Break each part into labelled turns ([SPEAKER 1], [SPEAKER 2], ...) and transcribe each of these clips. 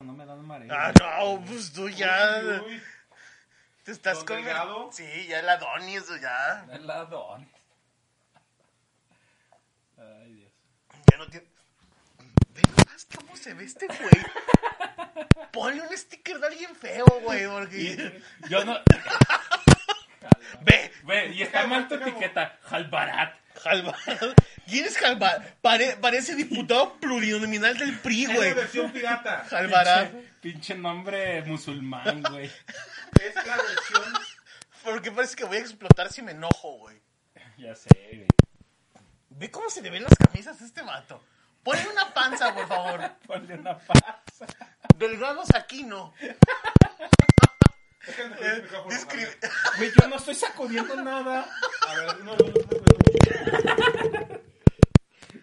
[SPEAKER 1] no me dan mareo.
[SPEAKER 2] Ah, no, pues tú ya.
[SPEAKER 1] Uy, uy,
[SPEAKER 2] Te estás
[SPEAKER 1] ¿Don
[SPEAKER 2] con
[SPEAKER 1] Delgado?
[SPEAKER 2] Sí, ya el Adonis, ya.
[SPEAKER 1] el ladón. Ay, Dios.
[SPEAKER 2] Ya no tiene. Ve nomás cómo se ve este güey. Ponle un sticker de alguien feo, güey, porque.
[SPEAKER 1] Y- yo no.
[SPEAKER 2] Ve,
[SPEAKER 1] Ve, y está mal tu etiqueta. Jalbarat.
[SPEAKER 2] Jalvar. ¿Quién es Jalvar? Pare- parece diputado plurinominal del PRI,
[SPEAKER 3] Es la
[SPEAKER 2] güey.
[SPEAKER 3] versión pirata.
[SPEAKER 2] Jalvará.
[SPEAKER 1] Pinche nombre musulmán, güey.
[SPEAKER 3] Es la versión.
[SPEAKER 2] Porque parece que voy a explotar si me enojo, güey.
[SPEAKER 1] Ya sé, güey.
[SPEAKER 2] Ve cómo se le ven las camisas a este vato. Ponle una panza, por favor.
[SPEAKER 1] Ponle una paz.
[SPEAKER 2] Delgado Saquino.
[SPEAKER 3] Déjame abrir el micrófono,
[SPEAKER 2] Describe.
[SPEAKER 1] Güey, yo no estoy sacudiendo nada.
[SPEAKER 3] A ver, no, no, no, no,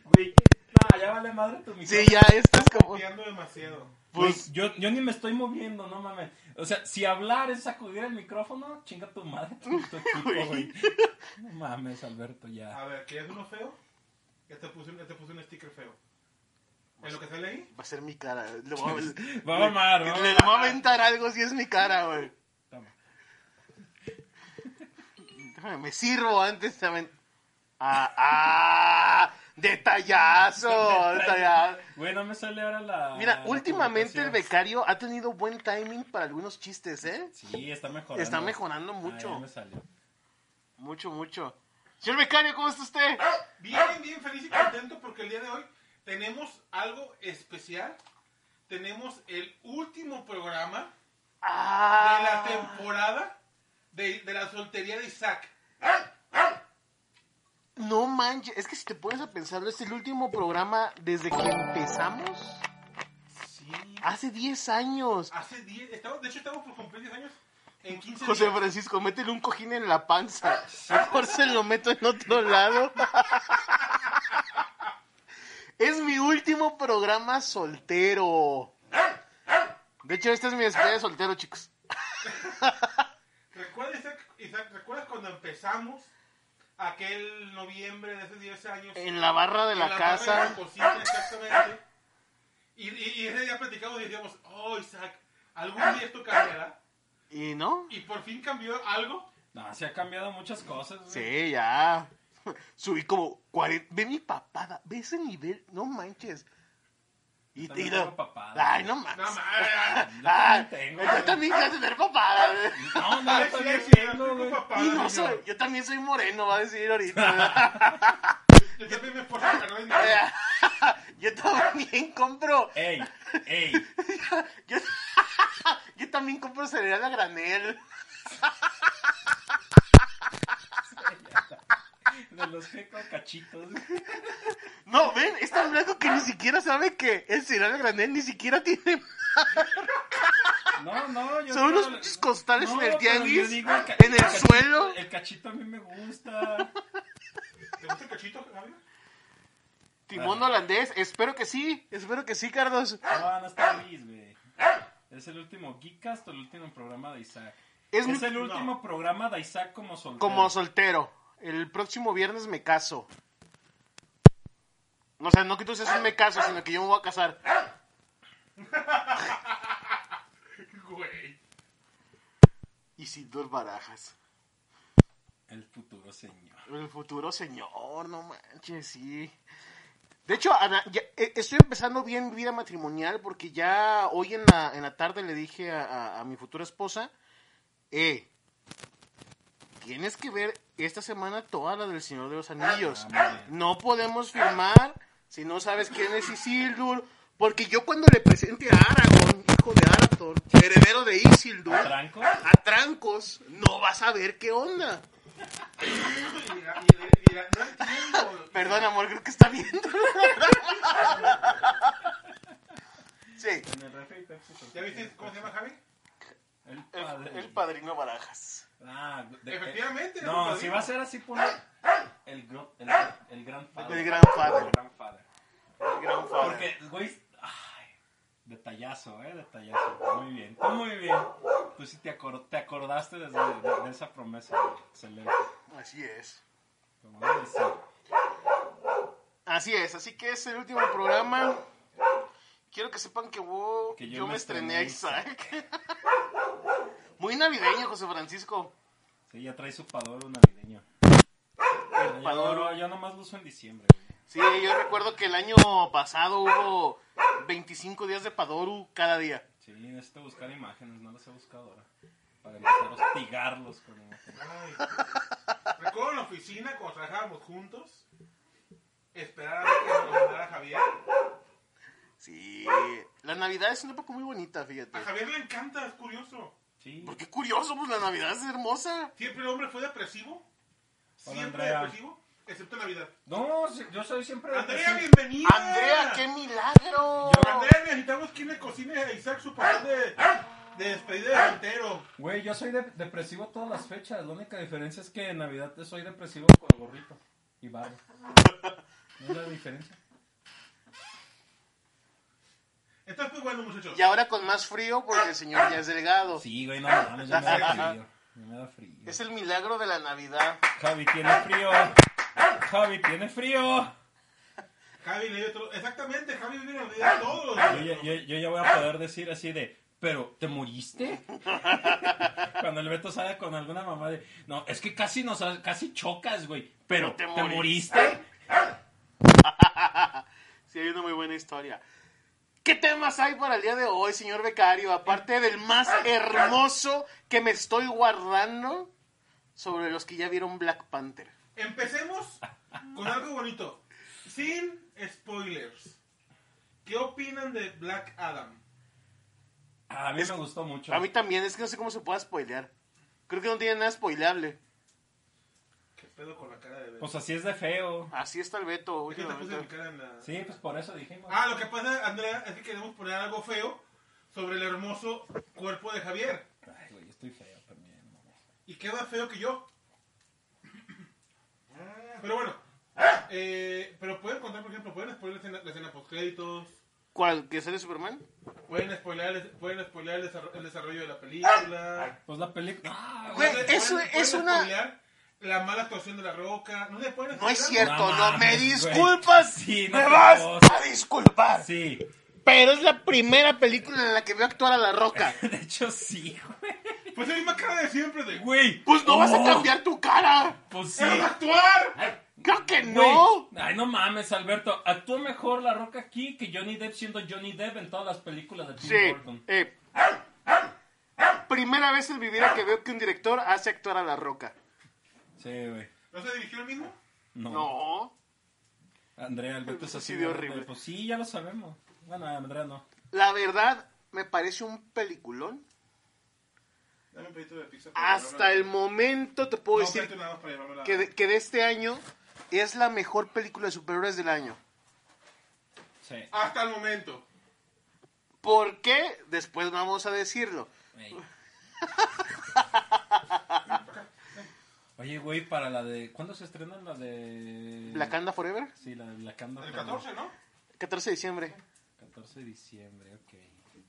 [SPEAKER 1] Güey, no, ya vale madre tu micrófono.
[SPEAKER 2] Sí, ya, esto es
[SPEAKER 3] no.
[SPEAKER 2] como.
[SPEAKER 3] Copiando demasiado.
[SPEAKER 2] Pues.
[SPEAKER 1] Güey, yo, yo ni me estoy moviendo, no mames. O sea, si hablar es sacudir el micrófono, chinga tu madre, tu, tu equipo, güey. Ah, No mames, Alberto, ya.
[SPEAKER 3] A ver, ¿quieres uno feo? Ya te puse, un- ya te puse un sticker feo. ¿En lo que sale ahí?
[SPEAKER 2] Va a ser mi cara. Le voy a,
[SPEAKER 1] pues,
[SPEAKER 2] le-
[SPEAKER 1] Va a mamar, va a
[SPEAKER 2] le
[SPEAKER 1] mamar.
[SPEAKER 2] voy a aventar algo si es mi cara, güey.
[SPEAKER 1] Toma.
[SPEAKER 2] Déjame, me sirvo antes también. ¡Ah! ah ¡Detallazo! ¡Detallazo!
[SPEAKER 1] Güey, no me sale ahora la.
[SPEAKER 2] Mira,
[SPEAKER 1] Ah, la
[SPEAKER 2] últimamente el
[SPEAKER 1] publicación.
[SPEAKER 2] becario ha tenido buen timing para algunos chistes, ¿eh?
[SPEAKER 1] Sí, está mejorando.
[SPEAKER 2] Está mejorando
[SPEAKER 1] Ah,
[SPEAKER 2] mucho.
[SPEAKER 1] ya me salió.
[SPEAKER 2] Mucho, mucho. Señor becario, ¿cómo está usted?
[SPEAKER 3] Bien, bien feliz y contento porque el día de hoy tenemos algo especial. Tenemos el último programa de la
[SPEAKER 2] ¡Ah!
[SPEAKER 3] temporada de, de la soltería de Isaac.
[SPEAKER 2] No manches, es que si te pones a pensarlo, es el último programa desde que empezamos.
[SPEAKER 3] Sí.
[SPEAKER 2] Hace 10 años.
[SPEAKER 3] Hace 10, estamos, de hecho estamos por cumplir 10 años en 15
[SPEAKER 2] José
[SPEAKER 3] días.
[SPEAKER 2] Francisco, métele un cojín en la panza. Mejor se lo meto en otro lado. Es mi último programa soltero. De hecho, esta es mi despedida de soltero, chicos.
[SPEAKER 3] ¿Recuerdas, Isaac, Isaac, ¿recuerdas cuando empezamos aquel noviembre de hace 10 años?
[SPEAKER 2] En la barra de
[SPEAKER 3] En
[SPEAKER 2] la,
[SPEAKER 3] barra de la
[SPEAKER 2] casa.
[SPEAKER 3] cocina, exactamente. Y, y, y ese día platicamos y decíamos, oh Isaac, algún día esto cambiará.
[SPEAKER 2] ¿Y no?
[SPEAKER 3] Y por fin cambió algo.
[SPEAKER 1] No, se ha cambiado muchas cosas, güey.
[SPEAKER 2] Sí, ya. Subí como 40. Ve mi papada. Ve ese nivel. No manches. Y,
[SPEAKER 1] también
[SPEAKER 2] y la-
[SPEAKER 1] tengo papada.
[SPEAKER 2] Ay, no
[SPEAKER 3] No
[SPEAKER 2] manches.
[SPEAKER 3] mames.
[SPEAKER 1] Yo
[SPEAKER 2] Ay,
[SPEAKER 1] también tengo.
[SPEAKER 2] yo también quiero tener papada. güey.
[SPEAKER 1] No, Ah, no,
[SPEAKER 3] Ay,
[SPEAKER 1] yo
[SPEAKER 3] sí,
[SPEAKER 1] también
[SPEAKER 3] sí,
[SPEAKER 1] tengo,
[SPEAKER 3] yo
[SPEAKER 1] güey.
[SPEAKER 3] tengo papada,
[SPEAKER 2] Y no
[SPEAKER 3] señor.
[SPEAKER 2] soy, yo también soy moreno, va a decir ahorita.
[SPEAKER 3] Yo también me esfuerzo, pero no hay nada.
[SPEAKER 2] Vea, yo también compro,
[SPEAKER 1] Ey, ey.
[SPEAKER 2] yo, yo también compro cereal a granel.
[SPEAKER 1] De los que con cachitos. güey.
[SPEAKER 2] No, ven, es tan blanco que ni siquiera sabe que el cereal a granel ni siquiera tiene.
[SPEAKER 1] No, no, yo.
[SPEAKER 2] Son
[SPEAKER 1] no-
[SPEAKER 2] unos pinches costales en el
[SPEAKER 1] pero yo
[SPEAKER 2] tianguis,
[SPEAKER 1] digo, el ca-
[SPEAKER 2] en el
[SPEAKER 1] cachito-
[SPEAKER 2] suelo.
[SPEAKER 1] El cachito a mí me gusta.
[SPEAKER 3] ¿Te gusta el cachito, Javier?
[SPEAKER 2] Timón holandés, espero que sí, espero que sí, Carlos.
[SPEAKER 1] No, no está feliz, güey. Es el último Geekcast o el último programa de Isaac.
[SPEAKER 2] Es
[SPEAKER 1] Es,
[SPEAKER 2] mi-
[SPEAKER 1] el último programa de Isaac como soltero.
[SPEAKER 2] Como soltero, el próximo viernes me caso. O sea, no que tú seas un me caso, sino que yo me voy a casar.
[SPEAKER 3] Güey.
[SPEAKER 2] Isidor Barajas.
[SPEAKER 1] El futuro señor.
[SPEAKER 2] El futuro señor, no manches, sí. De hecho, Ana, ya, eh, estoy empezando bien mi vida matrimonial porque ya hoy en la, en la tarde le dije a, a- a mi futura esposa, eh, tienes que ver esta semana toda la del Señor de los Anillos.
[SPEAKER 1] Ándale.
[SPEAKER 2] No podemos firmar si no sabes quién es Isildur. Porque yo cuando le presente a Aragorn, hijo de Arathorn, heredero de Isildur,
[SPEAKER 1] ¿Tranco?
[SPEAKER 2] a trancos, no vas a ver qué onda.
[SPEAKER 3] Mira, mira, mira, no entiendo.
[SPEAKER 2] Perdón, amor, creo que está viendo. sí,
[SPEAKER 1] En el refri Pepsi, pues,
[SPEAKER 3] ¿Ya viste cómo se llama Javi?
[SPEAKER 1] El
[SPEAKER 2] el,
[SPEAKER 1] padre.
[SPEAKER 2] el padrino Barajas.
[SPEAKER 1] Ah, de-
[SPEAKER 3] Efectivamente, era
[SPEAKER 1] No,
[SPEAKER 3] un
[SPEAKER 1] si
[SPEAKER 3] padrino. ¡Ah!
[SPEAKER 1] va a ser así, pone el, gro- el, el gran padre.
[SPEAKER 2] El gran padre.
[SPEAKER 1] El gran padre.
[SPEAKER 2] El gran padre.
[SPEAKER 1] Porque, güey, ay, detallazo, eh, detallazo. Muy bien, tú muy bien. Tú sí te, acor- te acordaste desde, de, de esa promesa. güey. Excelente.
[SPEAKER 2] Así es.
[SPEAKER 1] Como debe de ser.
[SPEAKER 2] Así es, así que es el último programa. Quiero quiero que sepan que, wow,
[SPEAKER 1] Que
[SPEAKER 2] yo,
[SPEAKER 1] yo
[SPEAKER 2] me
[SPEAKER 1] me
[SPEAKER 2] estrené a
[SPEAKER 1] estrené a
[SPEAKER 2] Isaac. Muy navideño, José Francisco.
[SPEAKER 1] Sí, ya trae su padoro navideño. Pero
[SPEAKER 2] Padoro.
[SPEAKER 1] Yo, yo nomás lo uso en diciembre. güey.
[SPEAKER 2] Sí, yo recuerdo que el año pasado hubo 25 días de Padoru cada día.
[SPEAKER 1] Sí, necesito buscar imágenes, no las he buscado ahora. Para empezar a hostigarlos con imágenes.
[SPEAKER 3] Ay, Recuerdo en la oficina cuando trabajábamos juntos, esperar a ver que nos mandara Javier.
[SPEAKER 2] Sí. La Navidad es una época muy bonita, fíjate.
[SPEAKER 3] A Javier le encanta, es curioso.
[SPEAKER 1] Sí,
[SPEAKER 2] Porque curioso, pues la Navidad es hermosa.
[SPEAKER 3] Siempre el hombre fue depresivo.
[SPEAKER 1] Hola,
[SPEAKER 3] Siempre
[SPEAKER 1] Andrea.
[SPEAKER 3] depresivo, excepto en Navidad.
[SPEAKER 1] No, sí, yo soy siempre.
[SPEAKER 3] Andrea,
[SPEAKER 1] así.
[SPEAKER 3] bienvenida.
[SPEAKER 2] Andrea, qué milagro.
[SPEAKER 1] Yo-
[SPEAKER 3] Andrea, necesitamos quien le cocine a Isaac su papel de, de despedida de soltero.
[SPEAKER 1] Güey, yo soy de- depresivo todas las fechas. La única diferencia es que en Navidad soy depresivo con gorrito y barba. No es la diferencia.
[SPEAKER 3] Entonces, pues bueno, muchachos.
[SPEAKER 2] Y ahora con más frío porque el señor ya es delgado.
[SPEAKER 1] Sí, güey, no mames, ya me da frío. Ya me da frío.
[SPEAKER 2] Es el milagro de la Navidad.
[SPEAKER 1] Javi tiene frío. Javi tiene frío.
[SPEAKER 3] Javi le dio todo. Exactamente, Javi viene a olvidar todo.
[SPEAKER 1] Yo, ya- yo- yo ya voy a poder decir así de, pero ¿te moriste? Cuando el Beto sale con alguna mamá de, no, es que casi nos ha- casi chocas, güey, pero
[SPEAKER 2] ¿Te
[SPEAKER 1] ¿te,
[SPEAKER 2] moriste?
[SPEAKER 1] moriste?
[SPEAKER 2] Sí, hay una muy buena historia. ¿Qué temas hay para el día de hoy, señor becario? Aparte del más hermoso que me estoy guardando sobre los que ya vieron Black Panther.
[SPEAKER 3] Empecemos con algo bonito. Sin spoilers. ¿Qué opinan de Black Adam?
[SPEAKER 1] A mí
[SPEAKER 2] Es-
[SPEAKER 1] me gustó mucho.
[SPEAKER 2] A mí también, es que no sé cómo se pueda spoilear. Creo que no tiene nada spoileable.
[SPEAKER 3] ¿Qué pedo con la cara de Beto?
[SPEAKER 1] Pues así es de feo.
[SPEAKER 2] Así está el Beto
[SPEAKER 3] ¿Por qué te puse mi
[SPEAKER 2] últimamente.
[SPEAKER 3] cara en la-
[SPEAKER 1] Sí, pues por eso dijimos.
[SPEAKER 3] Ah, lo que pasa, Andrea, es que queremos poner algo feo sobre el hermoso cuerpo de Javier.
[SPEAKER 1] Ay, güey, estoy feo también. mamá.
[SPEAKER 3] Y queda feo que yo. Pero bueno. eh, pero pueden contar, por ejemplo, pueden spoiler la escena, la escena postcréditos.
[SPEAKER 2] ¿Cuál? ¿Que sale Superman?
[SPEAKER 3] Pueden spoilear, el- pueden spoilear el, desarro- el desarrollo de la película.
[SPEAKER 1] Pues la película... Ah,
[SPEAKER 2] Güey,
[SPEAKER 3] Pueden-
[SPEAKER 2] eso
[SPEAKER 3] pueden-
[SPEAKER 2] es
[SPEAKER 3] pueden
[SPEAKER 2] una-
[SPEAKER 3] spoilear La mala actuación de la roca. No, se pueden
[SPEAKER 2] No es
[SPEAKER 3] spoilear.
[SPEAKER 2] cierto, no,
[SPEAKER 1] No
[SPEAKER 2] me
[SPEAKER 1] mames, güey.
[SPEAKER 2] disculpas.
[SPEAKER 1] Sí, no
[SPEAKER 2] me
[SPEAKER 1] te
[SPEAKER 2] vas
[SPEAKER 1] puedo-
[SPEAKER 2] a disculpar.
[SPEAKER 1] Sí,
[SPEAKER 2] Pero es la primera película en la que veo actuar a La Roca.
[SPEAKER 1] de hecho sí, güey.
[SPEAKER 3] Pues es la misma cara de siempre de güey.
[SPEAKER 1] Güey.
[SPEAKER 2] Pues no vas a
[SPEAKER 1] Oh,
[SPEAKER 2] cambiar tu cara.
[SPEAKER 1] Pues sí.
[SPEAKER 3] ¡Pero va a actuar!
[SPEAKER 2] Creo que
[SPEAKER 1] Güey,
[SPEAKER 2] no.
[SPEAKER 1] Ay, no mames, Alberto. Actúa mejor La Roca aquí que Johnny Depp siendo Johnny Depp en todas las películas de Tim
[SPEAKER 2] Sí.
[SPEAKER 1] Burton.
[SPEAKER 2] eh, primera vez en mi vida que veo que un director hace actuar a La Roca.
[SPEAKER 1] Sí, güey.
[SPEAKER 3] ¿No se dirigió el mismo?
[SPEAKER 1] No.
[SPEAKER 2] No.
[SPEAKER 1] Andrea, Alberto es
[SPEAKER 2] Sí,
[SPEAKER 1] así
[SPEAKER 2] de
[SPEAKER 1] de
[SPEAKER 2] horrible.
[SPEAKER 1] Pues sí, ya lo sabemos. Bueno, Andrea no.
[SPEAKER 2] La verdad, me parece un peliculón.
[SPEAKER 3] Dame un pedito de pizza. para
[SPEAKER 2] Hasta el
[SPEAKER 3] llevarme-
[SPEAKER 2] momento te puedo
[SPEAKER 3] No,
[SPEAKER 2] decir
[SPEAKER 3] espérate, nada más para llevarme la-
[SPEAKER 2] que de, que de este año es la mejor película de superhéroes del año.
[SPEAKER 1] Sí.
[SPEAKER 3] Hasta el momento.
[SPEAKER 2] ¿Por qué? Después vamos a decirlo.
[SPEAKER 1] Ey. Oye, güey, para la de. ¿Cuándo se estrenan la de.
[SPEAKER 2] ¿Blacanda Forever?
[SPEAKER 1] Sí, la de Blacanda.
[SPEAKER 3] El
[SPEAKER 1] pero-
[SPEAKER 3] 14, ¿no?
[SPEAKER 2] 14 de diciembre.
[SPEAKER 1] 14 de diciembre, ok.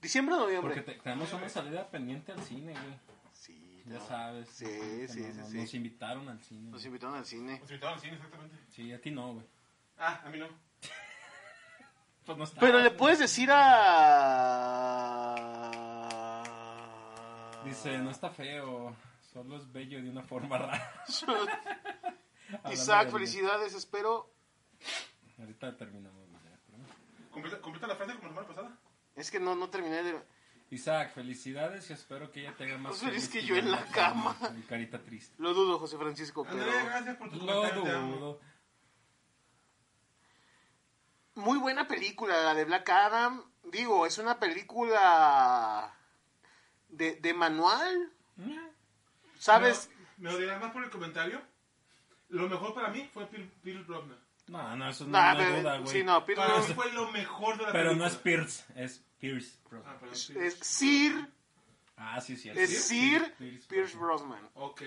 [SPEAKER 2] ¿Diciembre o
[SPEAKER 1] Porque
[SPEAKER 2] noviembre?
[SPEAKER 1] te- tenemos una salida pendiente al cine, güey.
[SPEAKER 2] Sí,
[SPEAKER 1] Ya
[SPEAKER 2] no.
[SPEAKER 1] sabes.
[SPEAKER 2] Sí,
[SPEAKER 1] Que
[SPEAKER 2] sí,
[SPEAKER 1] no-
[SPEAKER 2] sí,
[SPEAKER 1] no-
[SPEAKER 2] sí.
[SPEAKER 1] Nos invitaron al cine.
[SPEAKER 2] Nos
[SPEAKER 1] güey.
[SPEAKER 2] invitaron al cine.
[SPEAKER 3] Nos invitaron al cine, exactamente.
[SPEAKER 1] Sí, a ti no, güey.
[SPEAKER 3] Ah, a mí no.
[SPEAKER 1] Pues no está.
[SPEAKER 2] Pero le puedes decir a...
[SPEAKER 1] Dice, no está feo. Solo es bello de una forma rara. Hablando
[SPEAKER 2] Isaac,
[SPEAKER 1] de-
[SPEAKER 2] felicidades, espero...
[SPEAKER 1] Ahorita terminamos. güey, pero-
[SPEAKER 3] Completa, completa la frase como la semana pasada.
[SPEAKER 2] Es que no, no terminé de...
[SPEAKER 1] Isaac, felicidades y espero que ella tenga más
[SPEAKER 2] Pues
[SPEAKER 1] feliz
[SPEAKER 2] eres que yo en la cama.
[SPEAKER 1] Mi carita triste.
[SPEAKER 2] Lo dudo, José Francisco, pero...
[SPEAKER 3] Andrea, gracias por tu
[SPEAKER 1] Lo
[SPEAKER 3] comentario. te amo.
[SPEAKER 1] dudo.
[SPEAKER 2] Muy buena película, la de Black Adam. Digo, es una película... De, de manual,
[SPEAKER 1] Mm,
[SPEAKER 2] ¿sabes?
[SPEAKER 3] Me, me odiarás más por el comentario. Lo mejor para mí fue Pir- Pierce Brosnan.
[SPEAKER 1] No, no, eso no,
[SPEAKER 2] Nah,
[SPEAKER 1] no hay
[SPEAKER 2] Ah, pero-
[SPEAKER 1] duda, güey.
[SPEAKER 2] sí, no, Pierce
[SPEAKER 3] Para mí
[SPEAKER 2] Brosnan-
[SPEAKER 3] fue lo mejor de la
[SPEAKER 1] Pero no
[SPEAKER 3] película.
[SPEAKER 1] es Pierce, es Pierce. bro.
[SPEAKER 3] Ah, perdón, sí.
[SPEAKER 2] es Sir,
[SPEAKER 1] Ah, sí, sí.
[SPEAKER 2] es Sir Pierce
[SPEAKER 1] bro.
[SPEAKER 2] Brosnan.
[SPEAKER 3] Ok.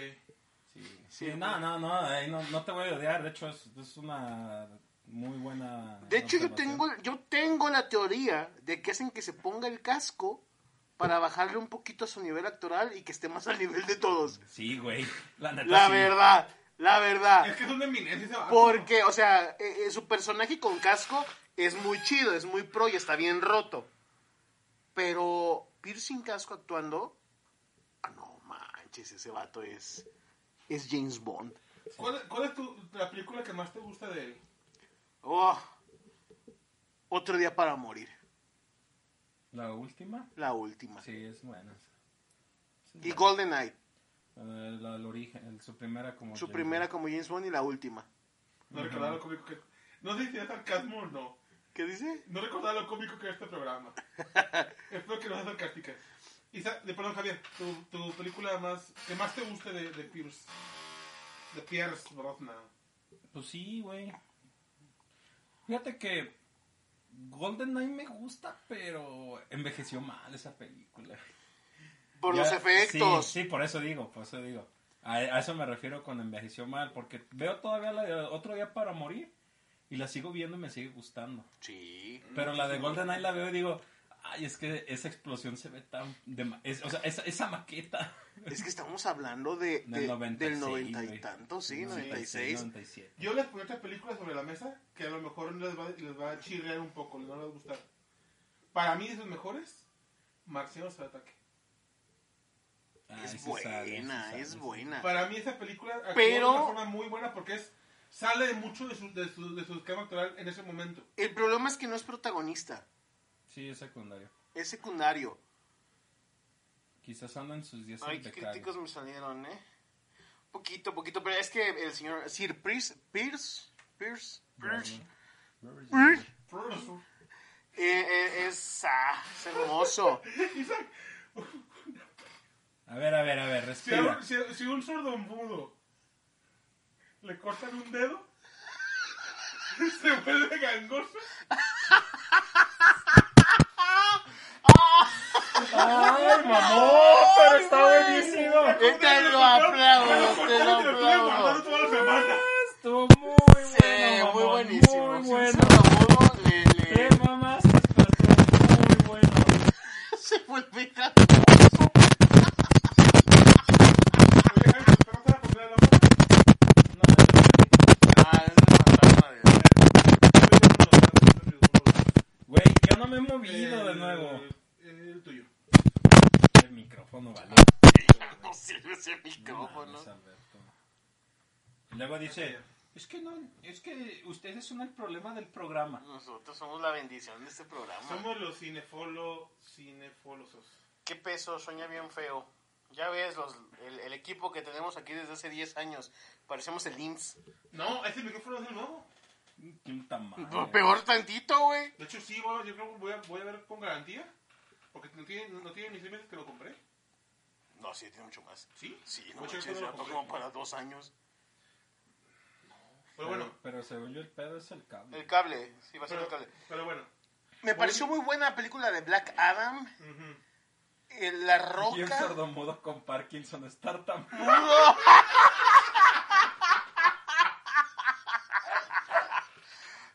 [SPEAKER 1] Sí,
[SPEAKER 2] Sí,
[SPEAKER 1] Sí, no, no, no, ahí no, no te voy a odiar. De hecho, es, es una muy buena.
[SPEAKER 2] De hecho, yo
[SPEAKER 1] observación.
[SPEAKER 2] tengo, yo tengo la teoría de que hacen que se ponga el casco para bajarle un poquito a su nivel actoral y que esté más al nivel de todos.
[SPEAKER 1] Sí, güey. La neta.
[SPEAKER 2] La
[SPEAKER 1] sí.
[SPEAKER 2] verdad, la
[SPEAKER 3] Es
[SPEAKER 2] verdad.
[SPEAKER 3] que es una eminencia ese vato.
[SPEAKER 2] Porque, o sea, eh, eh, su personaje con casco es muy chido, es muy pro y está bien roto. Pero Piercing Casco actuando, ah, no manches, ese vato es, es James Bond.
[SPEAKER 3] ¿Cuál, cuál es tu, la película que más te gusta de él?
[SPEAKER 2] Oh, otro día para morir,
[SPEAKER 1] La última.
[SPEAKER 2] la última.
[SPEAKER 1] Sí, es buena.
[SPEAKER 2] Y Golden Knight,
[SPEAKER 1] Eh, la, el origen, el- su primera como.
[SPEAKER 2] su
[SPEAKER 1] James
[SPEAKER 2] primera como James Bond y la última.
[SPEAKER 3] No recordaba lo cómico que... No sé si era sarcasmo o no.
[SPEAKER 2] ¿Qué dice?
[SPEAKER 3] No recordaba lo cómico que era este programa. Espero que no sea sarcástica. Y sa- de- perdón, Javier, tu, tu película más, que más te guste de, de Pierce. De Pierce Brosnan.
[SPEAKER 1] Bond. Pues sí, güey. Fíjate que Golden Knight me gusta, pero envejeció mal esa película.
[SPEAKER 2] Por
[SPEAKER 1] Ya,
[SPEAKER 2] los efectos.
[SPEAKER 1] Sí, sí, por eso digo, por eso digo. A, a eso me refiero con envejeció mal, porque veo todavía la de Otro Día para Morir y la sigo viendo y me sigue gustando.
[SPEAKER 2] Sí.
[SPEAKER 1] Pero la de
[SPEAKER 3] Mm.
[SPEAKER 1] Golden Eye la veo y digo, ay, es que esa explosión se ve tan... de ma- es- o sea, esa, esa maqueta.
[SPEAKER 2] Es que estamos hablando de,
[SPEAKER 1] Del
[SPEAKER 2] de-
[SPEAKER 1] 96,
[SPEAKER 2] del 90 y
[SPEAKER 1] güey.
[SPEAKER 2] tanto, sí,
[SPEAKER 3] Sí,
[SPEAKER 2] 96.
[SPEAKER 1] 97.
[SPEAKER 3] Yo les pongo esta película sobre la mesa que a lo mejor les va, les va a chirrear un poco, les va a gustar. Para mí es los mejores. Marcianos al ataque.
[SPEAKER 1] Ay,
[SPEAKER 2] Es
[SPEAKER 1] Ah, sí
[SPEAKER 2] buena,
[SPEAKER 1] sale, sí sale,
[SPEAKER 2] es
[SPEAKER 1] sí.
[SPEAKER 2] buena.
[SPEAKER 3] Para mí esa película actúa
[SPEAKER 2] Pero-
[SPEAKER 3] de una forma muy buena porque es sale mucho de su, de su, de su esquema actoral en ese momento.
[SPEAKER 2] El problema es que no es protagonista,
[SPEAKER 1] Sí, es secundario.
[SPEAKER 2] es secundario.
[SPEAKER 1] Quizás anda en sus 10
[SPEAKER 2] Ay, qué críticos me salieron, ¿eh? Poquito, poquito, pero es que el señor Sir Pierce, Pierce, Pierce, Pierce, Pierce, eh, eh, es, ah, es hermoso.
[SPEAKER 3] Isaac,
[SPEAKER 1] A ver, a ver, a ver,
[SPEAKER 3] si, a
[SPEAKER 1] respira.
[SPEAKER 3] un- si, a- si un sordo mudo le cortan un dedo, se vuelve gangoso.
[SPEAKER 1] ¡Ay, mamón! ¡Pero está
[SPEAKER 2] güey!
[SPEAKER 1] buenísimo!
[SPEAKER 2] Eh, te lo aplaudo, te
[SPEAKER 3] Me lo
[SPEAKER 2] lo
[SPEAKER 3] cortaron y estuve
[SPEAKER 2] aplaudo.
[SPEAKER 3] guardando toda la semana.
[SPEAKER 1] Estuvo muy bueno,
[SPEAKER 2] Eh,
[SPEAKER 1] mamón,
[SPEAKER 2] muy buenísimo.
[SPEAKER 1] Muy
[SPEAKER 2] Si
[SPEAKER 1] bueno.
[SPEAKER 2] un sordomudo le, le-
[SPEAKER 1] Te mamaste, pero estuvo muy bueno.
[SPEAKER 2] se vuelve a-
[SPEAKER 3] Oye, Jaime, ¿te vas a poner la mano?
[SPEAKER 2] Ah, es una fantasma de-
[SPEAKER 1] Güey, yo no me he movido de nuevo.
[SPEAKER 3] Eh, El tuyo.
[SPEAKER 1] El micrófono, vale.
[SPEAKER 2] No sirve ese micrófono.
[SPEAKER 1] Mames, Alberto. Y luego dice, es que no, es que ustedes son el problema del programa.
[SPEAKER 2] Nosotros somos la bendición de este programa.
[SPEAKER 3] Somos los cinefolo, cinefolosos.
[SPEAKER 2] ¿Qué peso? Sueña bien feo. Ya ves los, el, el equipo que tenemos aquí desde hace 10 años. Parecemos el IMSS.
[SPEAKER 3] No, ese micrófono es el nuevo.
[SPEAKER 1] Puta madre.
[SPEAKER 2] Ah. Peor tantito, güey.
[SPEAKER 3] De hecho, sí, voy, yo creo que voy a, voy a ver con garantía. Porque no tiene, no tiene ni seis meses que lo compré.
[SPEAKER 2] No, sí, tiene mucho más.
[SPEAKER 3] ¿Sí?
[SPEAKER 2] Sí, no
[SPEAKER 3] Voy a
[SPEAKER 2] manches,
[SPEAKER 3] checar
[SPEAKER 2] ya
[SPEAKER 3] cuándo lo
[SPEAKER 2] fue
[SPEAKER 3] compré.
[SPEAKER 2] como para dos años.
[SPEAKER 3] Pero bueno,
[SPEAKER 1] Pero según yo el pedo es el cable.
[SPEAKER 2] El cable, sí, va a ser
[SPEAKER 3] pero,
[SPEAKER 2] el cable.
[SPEAKER 3] pero bueno.
[SPEAKER 2] Me pareció muy buena la película de Black Adam,
[SPEAKER 3] Ujú.
[SPEAKER 2] eh, La
[SPEAKER 1] Y un
[SPEAKER 2] Roca.
[SPEAKER 1] sordomudo con Parkinson está tan...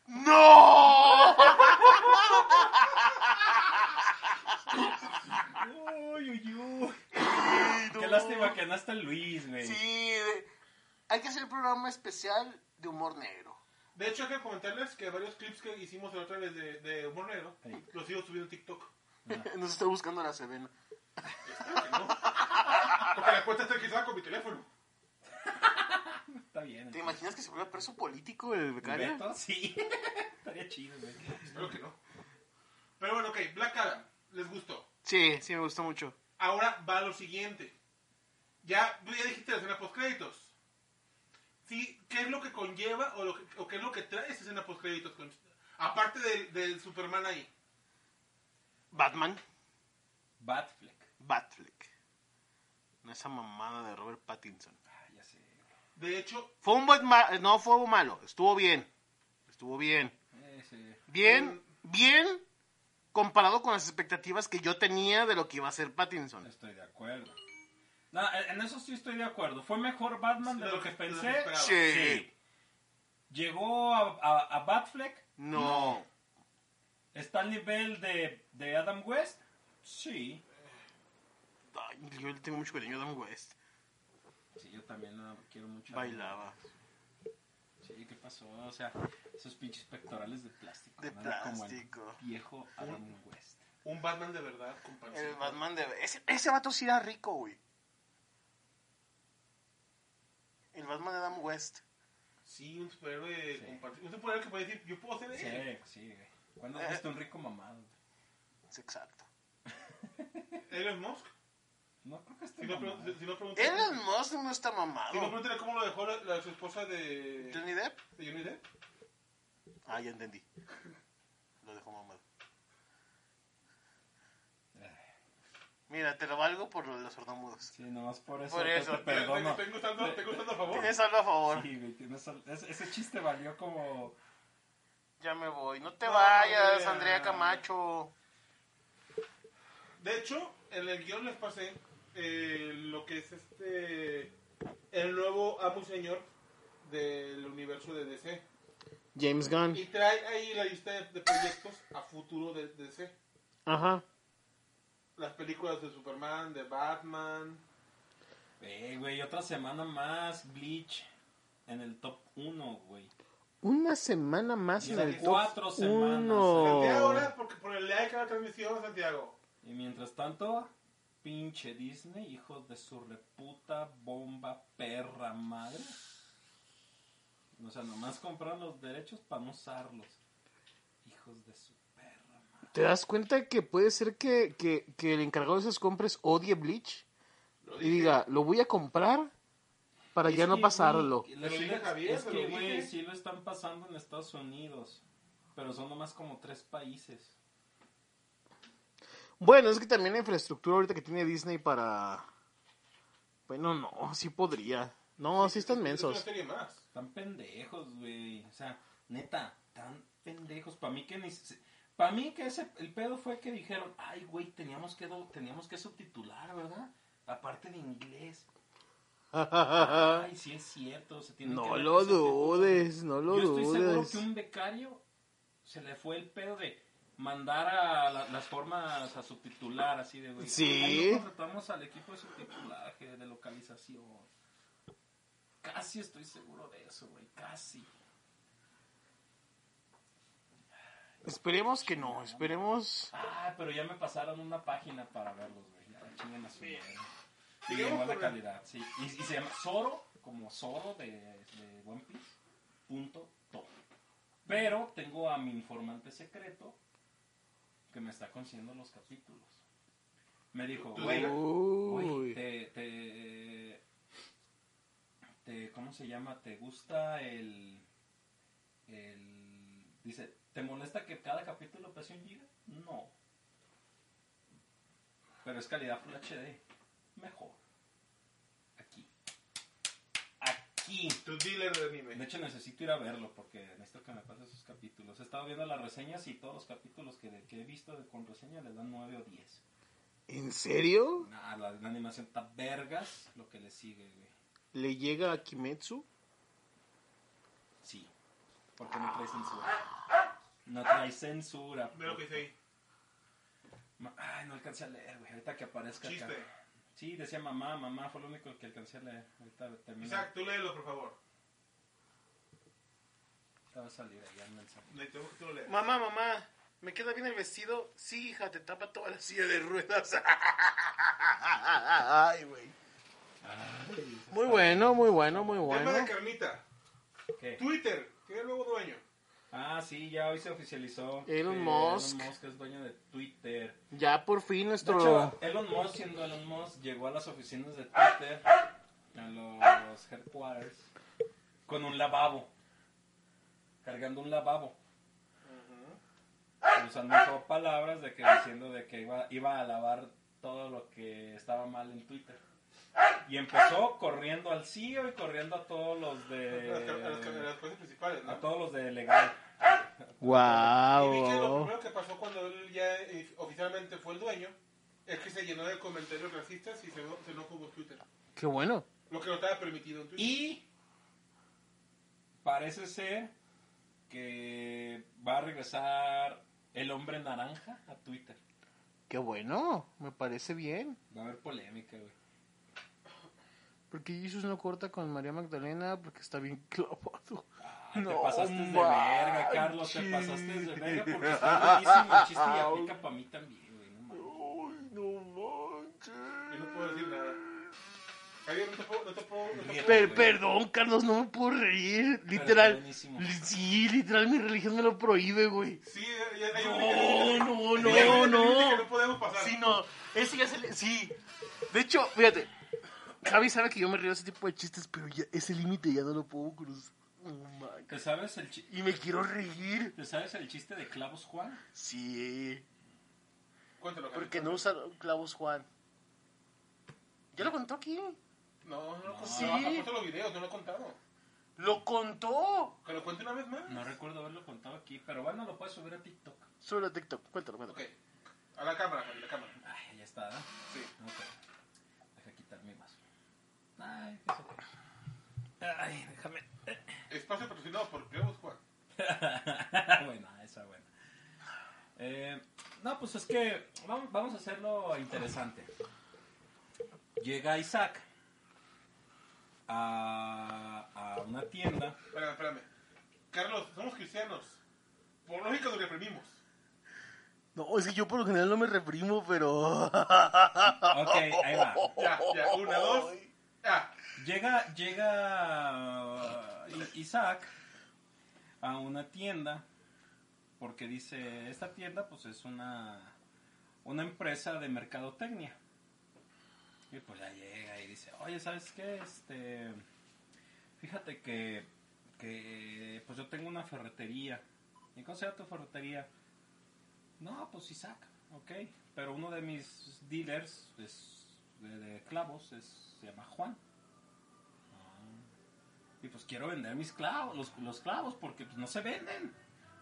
[SPEAKER 2] ¡No!
[SPEAKER 1] Uy, uy, uy. Qué lástima que no está el Luis, güey.
[SPEAKER 2] Sí, de- hay que hacer un programa especial de humor negro.
[SPEAKER 3] De hecho, hay que comentarles que varios clips que hicimos la otra vez de, de Humor Negro
[SPEAKER 1] Sí.
[SPEAKER 3] los sigo subiendo en TikTok.
[SPEAKER 2] Nos está buscando la Serena.
[SPEAKER 3] ¿no? Porque la cuenta está quizá con mi teléfono.
[SPEAKER 1] Está bien.
[SPEAKER 2] ¿Te imaginas que se vuelva preso político el becario?
[SPEAKER 1] ¿Beto? Sí. Estaría chido, güey.
[SPEAKER 3] Espero que no. Pero bueno, ok, Black Adam, les gustó.
[SPEAKER 2] Sí, sí, me gustó mucho.
[SPEAKER 3] Ahora va lo siguiente. Ya, tú ya dijiste la escena postcréditos. Sí, ¿qué es lo que conlleva o, lo que- o qué es lo que trae esa escena postcréditos? con- Aparte del, del Superman ahí.
[SPEAKER 2] Batman.
[SPEAKER 1] Batfleck.
[SPEAKER 2] Batfleck. No esa mamada de Robert Pattinson.
[SPEAKER 1] Ah, ya sé.
[SPEAKER 3] De hecho,
[SPEAKER 2] Fue un buen ma- no fue un malo, estuvo bien. Estuvo bien.
[SPEAKER 1] Eh, sí.
[SPEAKER 2] Bien, bien comparado con las expectativas que yo tenía de lo que iba a ser Pattinson.
[SPEAKER 1] Estoy de acuerdo. No, eh, en en eso sí estoy de acuerdo. Fue mejor Batman de lo que pensé.
[SPEAKER 3] esperaba.
[SPEAKER 2] Sí.
[SPEAKER 1] Sí. Llegó a, a, a Batfleck.
[SPEAKER 2] No.
[SPEAKER 1] Está al nivel de, de Adam West. Sí.
[SPEAKER 2] Ay, yo le tengo mucho cariño a Adam West.
[SPEAKER 1] Sí, yo también la quiero mucho.
[SPEAKER 2] Bailaba.
[SPEAKER 1] Sí, ¿qué pasó? O sea, esos pinches pectorales de plástico.
[SPEAKER 2] De
[SPEAKER 1] ¿no? Ah, Era como el
[SPEAKER 2] plástico.
[SPEAKER 1] viejo Adam West.
[SPEAKER 3] Un Batman de verdad, con pancita.
[SPEAKER 2] El Batman de... Ese, ese vato sí era rico, güey. El Batman de Adam West.
[SPEAKER 3] Sí, un superhéroe
[SPEAKER 1] Sí.
[SPEAKER 3] con pancita. Un superhéroe que puede decir, yo puedo ser él.
[SPEAKER 1] Sí, Eh. sí, güey. ¿Cuándo has visto un rico mamado?
[SPEAKER 2] Es exacto.
[SPEAKER 3] Elon Musk.
[SPEAKER 1] No creo que esté
[SPEAKER 3] Si no,
[SPEAKER 1] mamado.
[SPEAKER 3] pregun- si no preguntas-
[SPEAKER 2] Elon Musk no está
[SPEAKER 3] si no
[SPEAKER 2] mamado.
[SPEAKER 3] preguntan cómo lo dejó la, la- su esposa de,
[SPEAKER 2] ¿Johnny Depp?
[SPEAKER 3] de Johnny Depp.
[SPEAKER 2] Ah, ya entendí. Lo dejó mamado. Mira, te lo valgo por lo de los sordomudos.
[SPEAKER 1] Sí, nomás por eso.
[SPEAKER 2] Por
[SPEAKER 1] te-
[SPEAKER 2] eso,
[SPEAKER 1] Te perdono.
[SPEAKER 3] Te- te- te- te- te- te- te- te- te- a favor.
[SPEAKER 2] Tienes algo a favor.
[SPEAKER 1] Sí, güey, tienes al- ese, ese chiste valió como.
[SPEAKER 2] Ya me voy. No te
[SPEAKER 3] No,
[SPEAKER 2] vayas,
[SPEAKER 3] güey,
[SPEAKER 2] Andrea
[SPEAKER 3] ah.
[SPEAKER 2] Camacho.
[SPEAKER 3] De hecho, en el guión les pasé eh, lo que es este. El nuevo amo y señor del universo de DC.
[SPEAKER 2] James Gunn.
[SPEAKER 3] Y trae ahí la lista de, de proyectos a futuro de, de DC.
[SPEAKER 2] Ajá.
[SPEAKER 3] Las películas de Superman, de Batman.
[SPEAKER 1] Eh, güey, otra semana más. Bleach en el top 1, güey.
[SPEAKER 2] Una semana más
[SPEAKER 1] en el Cuatro top semanas.
[SPEAKER 2] Oh.
[SPEAKER 1] uno.
[SPEAKER 3] Santiago, ahora, porque por el like a la transmisión, Santiago.
[SPEAKER 1] Y mientras tanto, pinche Disney, hijos de su reputa bomba perra madre. O sea, nomás compraron los derechos para no usarlos. Hijos de su perra madre.
[SPEAKER 2] ¿Te das cuenta que puede ser que, que- que el encargado de esas compras odie Bleach?
[SPEAKER 3] Lo
[SPEAKER 2] Y
[SPEAKER 3] dije.
[SPEAKER 2] diga, lo voy a comprar para ya no pasarlo.
[SPEAKER 1] Es que,
[SPEAKER 3] Te lo
[SPEAKER 1] güey, sí
[SPEAKER 3] dije,
[SPEAKER 1] lo-
[SPEAKER 3] Javier,
[SPEAKER 1] es
[SPEAKER 3] te
[SPEAKER 1] que,
[SPEAKER 3] lo
[SPEAKER 1] güey,
[SPEAKER 3] dije.
[SPEAKER 1] sí lo están pasando en Estados Unidos. Pero son nomás como tres países.
[SPEAKER 2] Bueno, es que también la infraestructura ahorita que tiene Disney para... Bueno, no, sí podría. No, sí están
[SPEAKER 3] Es una
[SPEAKER 2] mensos.
[SPEAKER 3] serie más.
[SPEAKER 1] Tan pendejos, güey. O sea, neta, tan pendejos. Para mí que ni... Para mí que ese, el pedo fue que dijeron, ay, güey, teníamos que, do- teníamos que subtitular, ¿verdad? Aparte de inglés. Ay, sí es cierto. Se tienen que
[SPEAKER 2] No
[SPEAKER 1] ver
[SPEAKER 2] lo
[SPEAKER 1] ese tipo de-
[SPEAKER 2] dudes, no lo
[SPEAKER 1] Yo estoy seguro
[SPEAKER 2] dudes.
[SPEAKER 1] que un becario se le fue el pedo de mandar a la- las formas a subtitular, así de güey.
[SPEAKER 2] Sí.
[SPEAKER 1] "Ay, no contratamos al equipo de subtitulaje, de localización. Casi estoy seguro de eso, güey, casi.
[SPEAKER 2] Esperemos que no, esperemos...
[SPEAKER 1] Ah, pero ya me pasaron una página para verlos, güey. Ya chinguen a su madre. Sí,
[SPEAKER 3] Sigamos
[SPEAKER 1] buena
[SPEAKER 3] con el-
[SPEAKER 1] calidad, sí. Y, y se llama Zoro, como Zoro de, de One Piece, punto to. Pero tengo a mi informante secreto que me está consiguiendo los capítulos. Me dijo,
[SPEAKER 3] Tú
[SPEAKER 1] güey,
[SPEAKER 3] digas.
[SPEAKER 1] güey,
[SPEAKER 2] Uy.
[SPEAKER 1] te, te, te- ¿cómo se llama? ¿Te gusta el, el, dice, ¿te molesta que cada capítulo pese un giga? No. Pero es calidad Full HD. Mejor. Aquí. Aquí.
[SPEAKER 3] Tu dealer de
[SPEAKER 1] De
[SPEAKER 3] anime.
[SPEAKER 1] hecho, necesito ir a verlo porque necesito que me pase sus capítulos. He estado viendo las reseñas y todos los capítulos que, que he visto de- con reseña le dan 9 o 10.
[SPEAKER 2] ¿En serio?
[SPEAKER 1] Nah, la, la animación está vergas lo que le sigue, güey.
[SPEAKER 2] ¿Le llega a Kimetsu?
[SPEAKER 1] Sí. Porque no trae censura. No trae censura.
[SPEAKER 3] Ve lo que dice ahí.
[SPEAKER 1] Ma- Ay, no alcancé a leer, güey. Ahorita que aparezca acá.
[SPEAKER 3] Chiste.
[SPEAKER 1] Sí, decía mamá, mamá. Fue lo único que alcancé a leer. Ahorita termino.
[SPEAKER 3] Isaac, tú léelo, por favor.
[SPEAKER 1] Ahorita va a salir ahí el mensaje.
[SPEAKER 3] Necesitamos que tú lo leas.
[SPEAKER 2] Mamá, mamá, ¿me queda bien el vestido? Sí, hija, te tapa toda la silla de ruedas. Ay, güey. Muy bueno, muy bueno, muy bueno.
[SPEAKER 3] Tema de carnita.
[SPEAKER 1] ¿Qué?
[SPEAKER 3] Twitter. Tiene nuevo dueño.
[SPEAKER 1] Ah, sí, ya hoy se oficializó.
[SPEAKER 2] Elon
[SPEAKER 1] que
[SPEAKER 2] Musk.
[SPEAKER 1] Elon Musk es dueño de Twitter.
[SPEAKER 2] Ya por fin
[SPEAKER 1] De
[SPEAKER 2] nuestro...
[SPEAKER 1] hecho, Elon Musk, siendo Elon Musk, llegó a las oficinas de Twitter, a los headquarters, con un lavabo. Cargando un lavabo. Usando solo palabras de que diciendo de que iba, iba a lavar todo lo que estaba mal en Twitter. Y empezó corriendo al CEO y corriendo a todos los
[SPEAKER 3] Las car- a las car- a
[SPEAKER 1] de.
[SPEAKER 3] las cosas principales, ¿no?
[SPEAKER 1] a todos los de legal.
[SPEAKER 3] Y vi que lo
[SPEAKER 2] Wow.
[SPEAKER 3] primero que pasó cuando él ya eh, oficialmente fue el dueño es que se llenó de comentarios racistas y se, eno- se enojó por Twitter.
[SPEAKER 2] Qué bueno.
[SPEAKER 3] Lo que no estaba permitido en Twitter.
[SPEAKER 1] Y parece ser que va a regresar el hombre naranja a Twitter.
[SPEAKER 2] Qué bueno. Me parece bien.
[SPEAKER 1] Va a haber polémica, güey.
[SPEAKER 2] Porque Jesus no corta con María Magdalena porque está bien clavado.
[SPEAKER 1] Ay, Ah, te
[SPEAKER 2] No
[SPEAKER 1] pasaste de
[SPEAKER 2] manches.
[SPEAKER 1] verga, Carlos. Te pasaste de verga porque está buenísimo el chiste y aplica para mí también, güey.
[SPEAKER 2] No manches.
[SPEAKER 3] Y no puedo decir nada. Javier, no te puedo. No te puedo, no te puedo-
[SPEAKER 2] Per- perdón, Carlos, no me puedo reír.
[SPEAKER 1] está
[SPEAKER 2] Literal.
[SPEAKER 1] buenísimo.
[SPEAKER 2] li- sí, literal, mi religión me lo prohíbe, güey.
[SPEAKER 3] Sí, ya, ya hay un límite.
[SPEAKER 2] No, no,
[SPEAKER 3] Sí, hay
[SPEAKER 2] no,
[SPEAKER 3] un límite que
[SPEAKER 2] no.
[SPEAKER 3] no podemos pasar.
[SPEAKER 2] Sí, no. Ese ya se le... Sí. De hecho, fíjate. Javi sabe que yo me río de ese tipo de chistes, pero ya ese límite ya no lo puedo cruzar. No manches.
[SPEAKER 1] ¿Te sabes, el chi-
[SPEAKER 2] Y me quiero reír.
[SPEAKER 1] ¿Te sabes el chiste de Clavos Juan?
[SPEAKER 2] Sí.
[SPEAKER 3] Cuéntalo, Javier.
[SPEAKER 2] Porque no usa clavos Juan. ¿Ya lo contó aquí?
[SPEAKER 3] No, no lo he contado.
[SPEAKER 2] Sí.
[SPEAKER 3] Has puesto los videos, no lo he contado.
[SPEAKER 2] ¡Lo contó!
[SPEAKER 3] Que lo cuente una vez más.
[SPEAKER 1] No recuerdo haberlo contado aquí, pero bueno, lo puedes subir a TikTok.
[SPEAKER 2] Sube a TikTok. Cuéntalo, cuéntalo.
[SPEAKER 3] Ok. A la cámara, Javier, a la cámara.
[SPEAKER 1] Ay, ya está, ¿eh?
[SPEAKER 3] Sí.
[SPEAKER 1] Ok. Deja quitar mi vaso. Ay, qué sopa. Ay, déjame.
[SPEAKER 3] Espacio patrocinado por Clavos Juan.
[SPEAKER 1] buena, esa buena. Eh, no, pues es que vamos, vamos a hacerlo interesante. Llega Isaac a, a una tienda.
[SPEAKER 3] Espérame, espérame. Carlos, somos cristianos. Por lógica nos reprimimos.
[SPEAKER 2] No, es que yo por lo general no me reprimo, pero.
[SPEAKER 1] Ok, ahí va.
[SPEAKER 3] Ya, ya. Una, dos. Ya.
[SPEAKER 1] Llega, llega uh, I- Isaac a una tienda porque dice, esta tienda pues es una, una empresa de mercadotecnia. Y pues ya llega y dice, oye, ¿sabes qué? Este, fíjate que, que pues yo tengo una ferretería. ¿Y cómo se llama tu ferretería? No, pues Isaac, ok. Pero uno de mis dealers es de, de clavos es, se llama Juan. Y pues quiero vender mis clavos, los, los clavos, porque pues no se venden.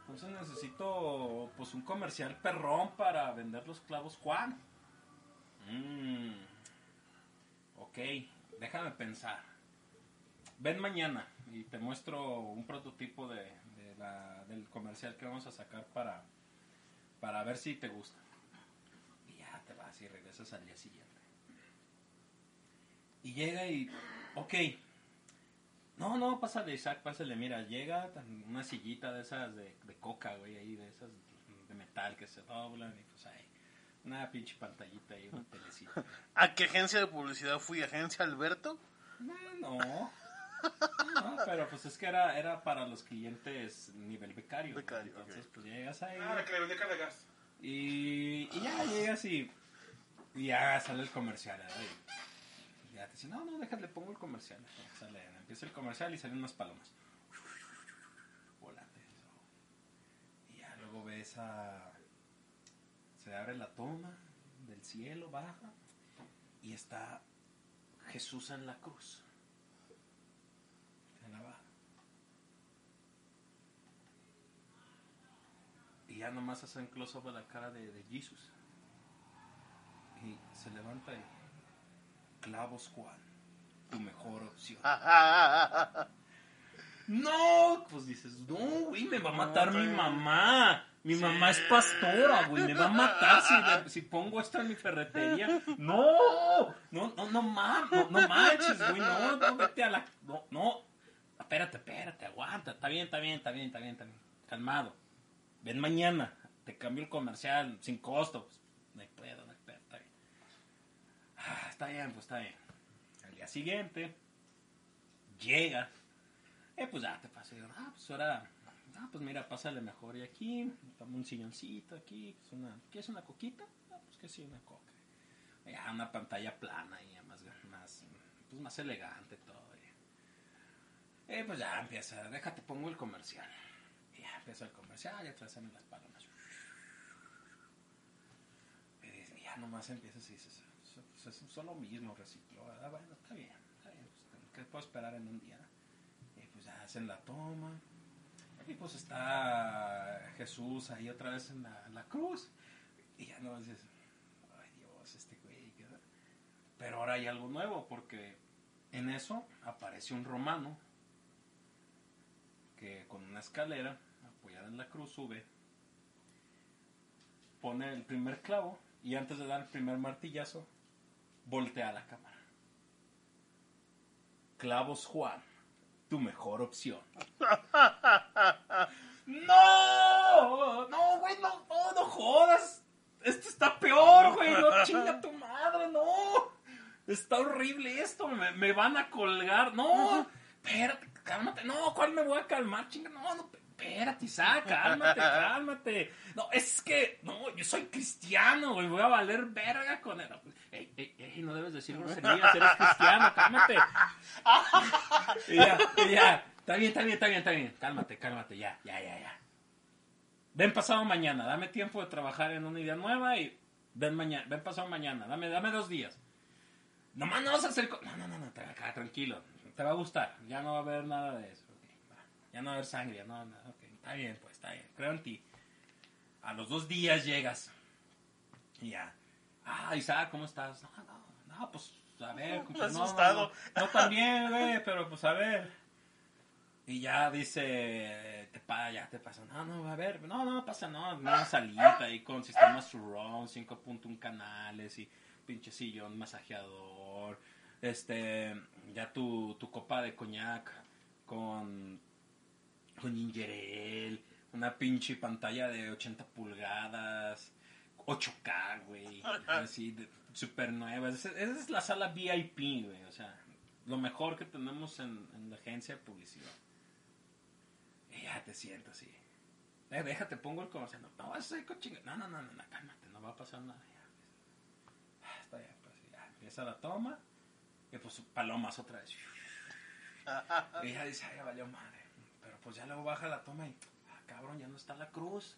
[SPEAKER 1] Entonces necesito pues un comercial perrón para vender los clavos Juan. Mm, ok, déjame pensar. Ven mañana y te muestro un prototipo de, de la- del comercial que vamos a sacar para, para ver si te gusta. Y ya te vas y regresas al día siguiente. Y llega y, ok, no, no, pásale, Isaac, pásale. Mira, llega tan- una sillita de esas de, de coca, güey, ahí, de esas de metal que se doblan y pues ahí. Una pinche pantallita y una telecita.
[SPEAKER 2] ¿A qué agencia de publicidad fui? ¿Agencia Alberto?
[SPEAKER 1] No, no. No, pero pues es que era, era para los clientes nivel becario. güey.
[SPEAKER 2] Becario,
[SPEAKER 1] Entonces,
[SPEAKER 2] ok.
[SPEAKER 1] pues llegas ahí.
[SPEAKER 3] Ah, la que le vendía cargas.
[SPEAKER 1] Y, y ya llegas y, y ya sale el comercial. ¿verdad? Y ya te dice, no, no, déjale, pongo el comercial. Sale, empieza el comercial y salen unas palomas. Volantes. Y ya luego ves a... Se abre la toma del cielo, baja. Y está Jesús en la cruz. En la baja. Y ya nomás hacen close-up a la cara de, de Jesus. Y se levanta y... Clavos Juan, tu mejor opción. ¡No! Pues dices, no, güey, me va a matar mi mamá. Mi mamá es pastora, güey, me va a matar si, le- si pongo esto en mi ferretería. ¡No! No, no, no, ma- no, no manches, güey, no, no, vete a la... No, no, espérate, espérate, aguanta, está bien, está bien, está bien, está bien, está bien. Calmado. Ven mañana, te cambio el comercial, sin costo. Pues, no hay pedo, no hay pedo, está bien. Ah, está bien, pues está bien. Al día siguiente, llega. Eh, pues ya te pasé. Ah, pues ahora. Ah, pues mira, pásale mejor. Y aquí, toma un silloncito aquí. Pues una, ¿Quieres una coquita? Ah, pues que sí, una coca. Ya, una pantalla plana y ya más, más, pues más elegante todo. ya. Eh, pues ya empieza. Déjate, pongo el comercial. Y ya empieza el comercial, ya traes las palomas. Y dices, ya nomás empiezas y dices, pues es solo mismo, recicló. ¿verdad? Bueno, está bien, está bien. Pues, ¿Qué puedo esperar en un día? Y pues ya hacen la toma. Y pues está Jesús ahí otra vez en la, en la cruz. Y ya no dices, ay Dios, este güey. ¿qué da?". Pero ahora hay algo nuevo porque en eso aparece un romano que con una escalera apoyada en la cruz sube, pone el primer clavo y antes de dar el primer martillazo, voltea la cámara. Clavos Juan, tu mejor opción. ¡No! No, güey, no, no, no jodas. Esto está peor, güey. No te chinga tu madre, no. Está horrible esto, me, me van a colgar. No, espérate, cálmate. No, ¿cuál me voy a calmar? Chinga, no, no, espérate, Isaac, cálmate, cálmate. No, es que, no, yo soy cristiano, güey, voy a valer verga con él. Ey, ey, ey, no debes decir groserías, eres cristiano, cálmate. Y ya, y ya. Está bien, está bien, está bien, está bien. Cálmate, cálmate, ya, ya, ya, ya. Ven pasado mañana, dame tiempo de trabajar en una idea nueva y ven mañana, ven pasado mañana, dame, dame dos días. Nomás no vas a hacer... co- No, no, no, no, tra- acá, tranquilo, te va a gustar, ya no va a haber nada de eso. ok, va. Ya no va a haber sangre, ya no va a haber nada, ok, está bien, pues, está bien, creo en ti. A los dos días llegas y ya. Ah, Isaac, ¿cómo estás? No, no, no, pues, a ver. Pues, no, no,
[SPEAKER 2] asustado.
[SPEAKER 1] No, no, también, güey, pero pues, a ver. Y ya dice, te pa, ya te pasa, no, no, a ver, no, no, pasa, no, una salita ahí con sistema surround, 5.1 canales y pinche sillón masajeador, este, ya tu, tu copa de coñac con, con ginger ale, una pinche pantalla de 80 pulgadas, 8K, güey, así, de- super nueva, esa esa es la sala VIP, güey, o sea, lo mejor que tenemos en, en la agencia de publicidad. Y ya te sientas así. déjate, pongo el comercial. No, no vas a ir con chinga- No, no, no, no, no, cálmate, no va a pasar nada. ya. Ah, Está bien, pues ya empieza la toma. Y pues palomas otra vez. Y ella dice, ay, ya valió madre. Pero pues ya luego baja la toma y, ah, cabrón, ya no está la cruz.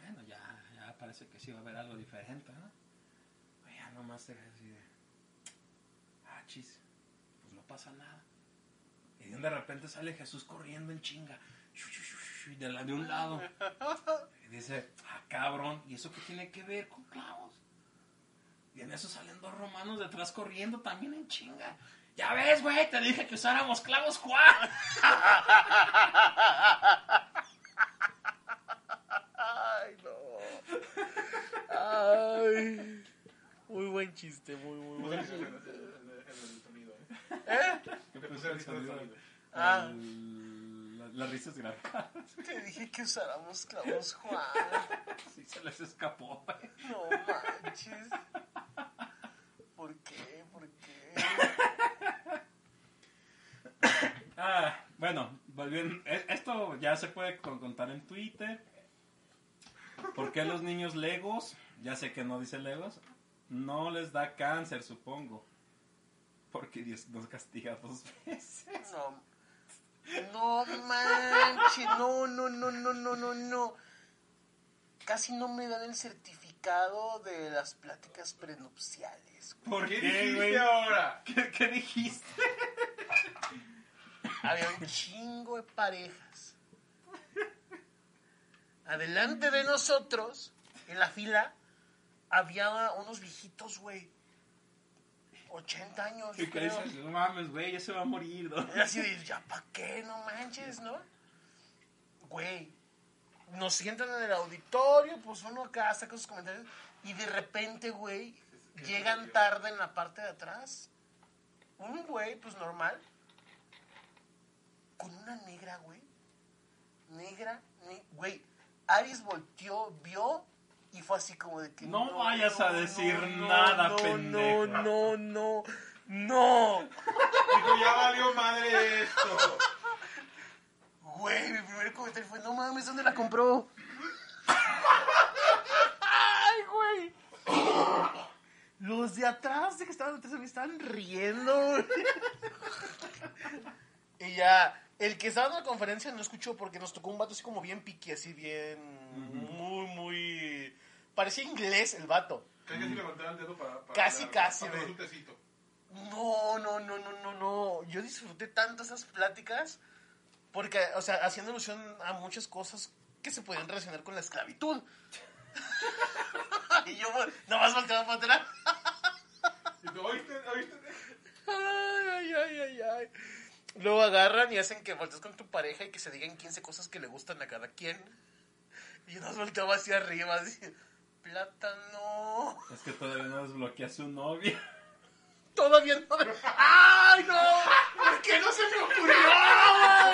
[SPEAKER 1] Bueno, ya, ya parece que sí va a haber algo diferente, ¿no? Oye, Ya nomás te quedas así de, ah, chis, pues no pasa nada. Y de repente sale Jesús corriendo en chinga, shu, shu, shu, shu, de, la, de un lado. Y dice, ah, cabrón, ¿y eso qué tiene que ver con clavos? Y en eso salen dos romanos detrás corriendo también en chinga. Ya ves, güey, te dije que usáramos clavos, Juan.
[SPEAKER 2] Ay, no. Ay. Muy buen chiste, muy, muy
[SPEAKER 3] Puse
[SPEAKER 2] buen
[SPEAKER 3] el- el-
[SPEAKER 2] chiste.
[SPEAKER 3] el- el sonido, ¿eh?
[SPEAKER 2] ¿Eh?
[SPEAKER 1] ¿Qué
[SPEAKER 3] Te puse el sonido.
[SPEAKER 2] Ah.
[SPEAKER 1] Las risas grabadas.
[SPEAKER 2] Te dije que usáramos clavos, Juan.
[SPEAKER 1] Sí, se les escapó, güey.
[SPEAKER 2] No manches. ¿Por qué? ¿Por qué?
[SPEAKER 1] Ah, bueno, volviendo. e- Esto ya se puede con- contar en Twitter. ¿Por qué los niños legos? Ya sé que no dice legos. No les da cáncer, supongo. Porque Dios nos castiga dos veces.
[SPEAKER 2] No. No manches, no, no, no, no, no, no, no. Casi no me dan el certificado de las pláticas prenupciales. güey.
[SPEAKER 1] ¿Por
[SPEAKER 3] ¿Qué
[SPEAKER 1] qué,
[SPEAKER 3] dijiste
[SPEAKER 1] güey?
[SPEAKER 3] ahora?
[SPEAKER 1] ¿Qué, qué dijiste?
[SPEAKER 2] Había un chingo de parejas. Adelante de nosotros, en la fila, había unos viejitos, güey. 80 años.
[SPEAKER 1] Y que
[SPEAKER 2] creo.
[SPEAKER 1] dices, no mames, güey, ya se va a morir. ¿no?
[SPEAKER 2] Era así de, ya pa' qué, no manches, ¿no? Güey, nos sientan en el auditorio, pues uno acá saca sus comentarios y de repente, güey, llegan tarde en la parte de atrás. Un güey, pues normal, con una negra, güey. Negra, ne- güey. Aries volteó, vio y fue así como de que...
[SPEAKER 1] No vayas a decir nada, pendejo".
[SPEAKER 2] No, no, no, no.
[SPEAKER 3] Dijo, ya valió madre esto.
[SPEAKER 2] Güey, mi primer comentario fue, no mames, ¿dónde la compró? Ay, güey. Los de atrás, de que estaban atrás de mí, estaban riendo. güey. y ya, el que estaba en la conferencia no escuchó porque nos tocó un vato así como bien piqui, así bien... Muy, muy... Parecía inglés el vato.
[SPEAKER 3] Casi casi levantaba el dedo para... para
[SPEAKER 2] Casi,
[SPEAKER 3] hablar,
[SPEAKER 2] casi,
[SPEAKER 3] para
[SPEAKER 2] güey.
[SPEAKER 3] tomar su tecito.
[SPEAKER 2] No, no, no, no, no, no. Yo disfruté tanto esas pláticas porque, o sea, haciendo alusión a muchas cosas que se podían relacionar con la esclavitud. y yo nada más volteaba para atrás.
[SPEAKER 3] Dice, ¿Oíste? ¿Oíste?
[SPEAKER 2] Ay, ay, ay, ay, ay. Luego agarran y hacen que voltees con tu pareja y que se digan 15 cosas que le gustan a cada quien. Y yo nada más volteaba hacia arriba, así, plátano.
[SPEAKER 1] Es que todavía no desbloquea a su novia.
[SPEAKER 2] Todavía no. de- ¡Ay, no! ¿Por qué no se me ocurrió?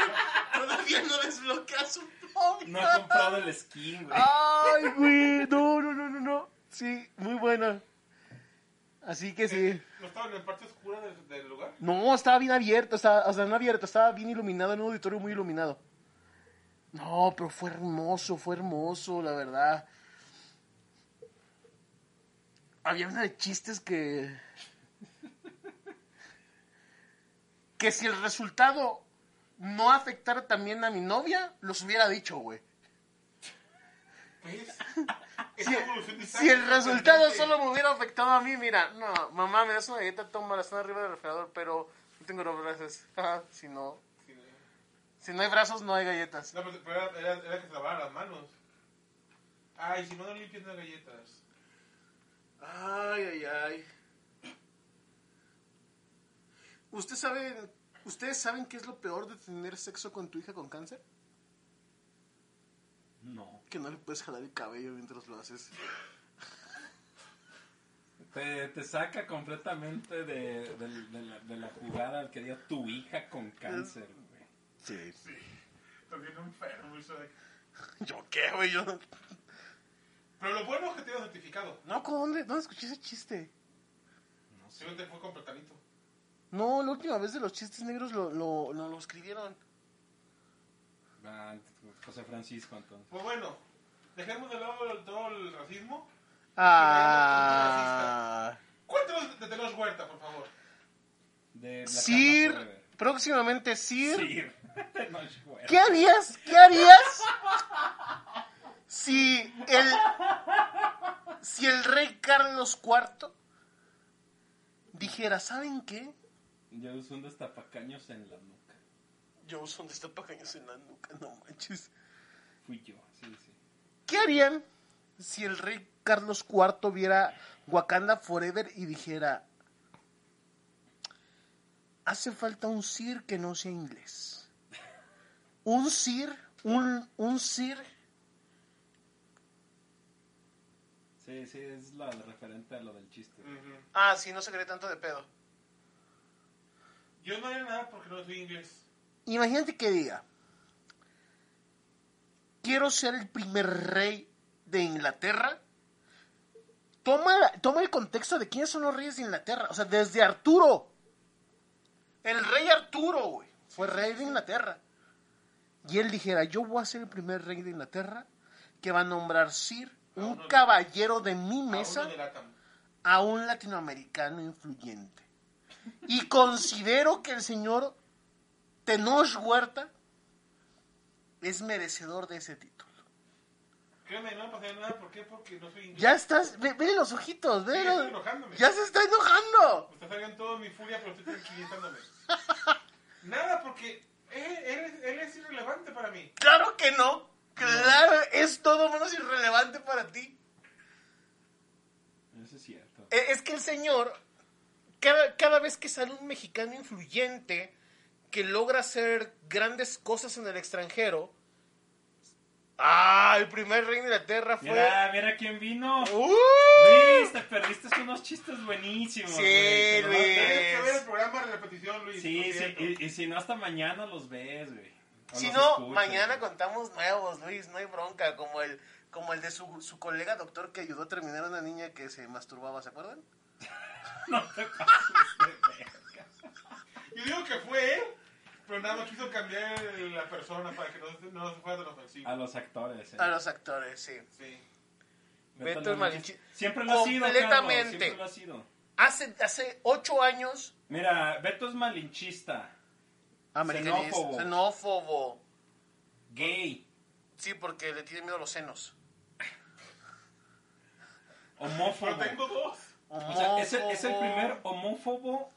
[SPEAKER 2] güey? Todavía no desbloquea su novia.
[SPEAKER 1] No ha comprado el skin, güey.
[SPEAKER 2] ¡Ay, güey! No, no, no, no, no. Sí, muy bueno. Así que sí.
[SPEAKER 3] ¿No estaba en la parte oscura del, del lugar?
[SPEAKER 2] No, estaba bien abierto, estaba, o sea, no abierto, estaba bien iluminado, en un auditorio muy iluminado. No, pero fue hermoso, fue hermoso, la verdad. Había una de chistes que. que si el resultado no afectara también a mi novia, los hubiera dicho, güey.
[SPEAKER 3] Pues,
[SPEAKER 2] Si,
[SPEAKER 3] esa evolución de
[SPEAKER 2] si el
[SPEAKER 3] Isaac,
[SPEAKER 2] resultado
[SPEAKER 3] realmente,
[SPEAKER 2] solo me hubiera afectado a mí, mira, no, mamá, me das una galleta, toma, la están arriba del refrigerador, pero no tengo los brazos. Ah, si no,
[SPEAKER 3] sí, No,
[SPEAKER 2] si no hay brazos, no hay galletas.
[SPEAKER 3] No, pues, pero- pero era, era- era que se lavaran las manos. Ay, si no, no limpias las galletas.
[SPEAKER 2] Ay, ay, ay. ¿Ustedes saben, ¿Ustedes saben qué es lo peor de tener sexo con tu hija con cáncer?
[SPEAKER 1] No.
[SPEAKER 2] Que no le puedes jalar el cabello mientras lo haces.
[SPEAKER 1] Te, te saca completamente de, de- de la, de la jugada al que diga tu hija con cáncer, güey.
[SPEAKER 2] Sí.
[SPEAKER 3] Sí, estoy bien enfermo, Isaac.
[SPEAKER 2] ¿Yo qué, güey? Yo... no-
[SPEAKER 3] Pero lo bueno es que tiene certificado.
[SPEAKER 2] No, ¿cómo? ¿Dónde, ¿Dónde escuché ese chiste?
[SPEAKER 1] No sé.
[SPEAKER 3] Si no te fue completadito.
[SPEAKER 2] No, la última vez de los chistes negros lo, lo, lo, lo escribieron.
[SPEAKER 1] Ah, José Francisco, entonces.
[SPEAKER 3] Pues bueno, dejemos de lado el- todo el racismo.
[SPEAKER 2] Ah.
[SPEAKER 3] Cuéntanos de Telos Huerta, por favor.
[SPEAKER 1] De Black
[SPEAKER 2] Sir,
[SPEAKER 1] Adam Forever.
[SPEAKER 2] próximamente Sir.
[SPEAKER 1] Sir. No, es güey.
[SPEAKER 2] ¿Qué harías? ¿Qué harías? Si el, si el rey Carlos IV dijera, ¿saben qué?
[SPEAKER 1] Yo uso un destapacaños en la nuca.
[SPEAKER 2] Yo uso un destapacaños en la nuca, no manches.
[SPEAKER 1] Fui yo, sí, sí.
[SPEAKER 2] ¿Qué harían si el rey Carlos IV viera Wakanda Forever y dijera, hace falta un sir que no sea inglés? Un sir, un, un sir
[SPEAKER 1] Sí, sí, es la la referente a lo del chiste.
[SPEAKER 2] Ah, sí, no se cree tanto de pedo.
[SPEAKER 3] Yo no haré nada porque no soy inglés.
[SPEAKER 2] Imagínate que diga, quiero ser el primer rey de Inglaterra. Toma, la- toma el contexto de quiénes son los reyes de Inglaterra. O sea, desde Arturo. El rey Arturo, güey. Fue rey de Inglaterra. Y él dijera, yo voy a ser el primer rey de Inglaterra que va a nombrar Sir,
[SPEAKER 3] A
[SPEAKER 2] un
[SPEAKER 3] uno de-
[SPEAKER 2] caballero de mi
[SPEAKER 3] A
[SPEAKER 2] mesa.
[SPEAKER 3] uno de Latam.
[SPEAKER 2] a un latinoamericano influyente. Y considero que el señor Tenoch Huerta es merecedor de ese título.
[SPEAKER 3] Créeme, no me pasaría nada. ¿Por qué? Porque no soy inglés.
[SPEAKER 2] Ya estás, ve, ve los ojitos, ve
[SPEAKER 3] Sí,
[SPEAKER 2] los-
[SPEAKER 3] estoy enojándome.
[SPEAKER 2] ya se está enojando.
[SPEAKER 3] Me está saliendo toda mi furia, pero estoy tranquilizándome. nada, porque él, él es- él es irrelevante para mí.
[SPEAKER 2] Claro que no, claro, es todo menos irrelevante para ti.
[SPEAKER 1] Eso es cierto.
[SPEAKER 2] E- Es que el señor, cada, cada vez que sale un mexicano influyente que logra hacer grandes cosas en el extranjero, ah, el primer rey de Inglaterra fue...
[SPEAKER 1] Mira, mira quién vino.
[SPEAKER 2] ¡Uh!
[SPEAKER 1] Luis, te perdiste unos chistes buenísimos.
[SPEAKER 2] Sí,
[SPEAKER 1] güey. Te lo vas a-
[SPEAKER 2] Luis.
[SPEAKER 3] Tienes que ver el programa de repetición, Luis.
[SPEAKER 1] Sí,
[SPEAKER 3] por
[SPEAKER 1] sí,
[SPEAKER 3] cierto.
[SPEAKER 1] y, y si no, hasta mañana los ves, güey. O
[SPEAKER 2] Si
[SPEAKER 1] los
[SPEAKER 2] no,
[SPEAKER 1] escuchas,
[SPEAKER 2] mañana
[SPEAKER 1] güey.
[SPEAKER 2] contamos nuevos, Luis, no hay bronca, como el, como el de su, su colega doctor que ayudó a terminar a una niña que se masturbaba, ¿se acuerdan?
[SPEAKER 1] No te pases de verga.
[SPEAKER 3] Yo digo que fue él, pero nada más quiso cambiar la persona para que no, no se fuera tan ofensivo.
[SPEAKER 1] A los actores. eh.
[SPEAKER 2] A los actores, sí.
[SPEAKER 3] Sí.
[SPEAKER 1] Beto
[SPEAKER 2] Beto el
[SPEAKER 1] Luis.
[SPEAKER 2] Malinche-
[SPEAKER 1] Siempre lo ha sido. Carlos,
[SPEAKER 2] Completamente.
[SPEAKER 1] Siempre lo ha sido.
[SPEAKER 2] Hace, hace ocho años,
[SPEAKER 1] Mira, Beto es malinchista,
[SPEAKER 2] americanista,
[SPEAKER 1] Ah, Xenófobo.
[SPEAKER 2] xenófobo.
[SPEAKER 1] gay,
[SPEAKER 2] Sí, porque le tiene miedo a los senos.
[SPEAKER 1] homófobo.
[SPEAKER 3] Pero tengo dos.
[SPEAKER 1] O sea, es el, es el primer homófobo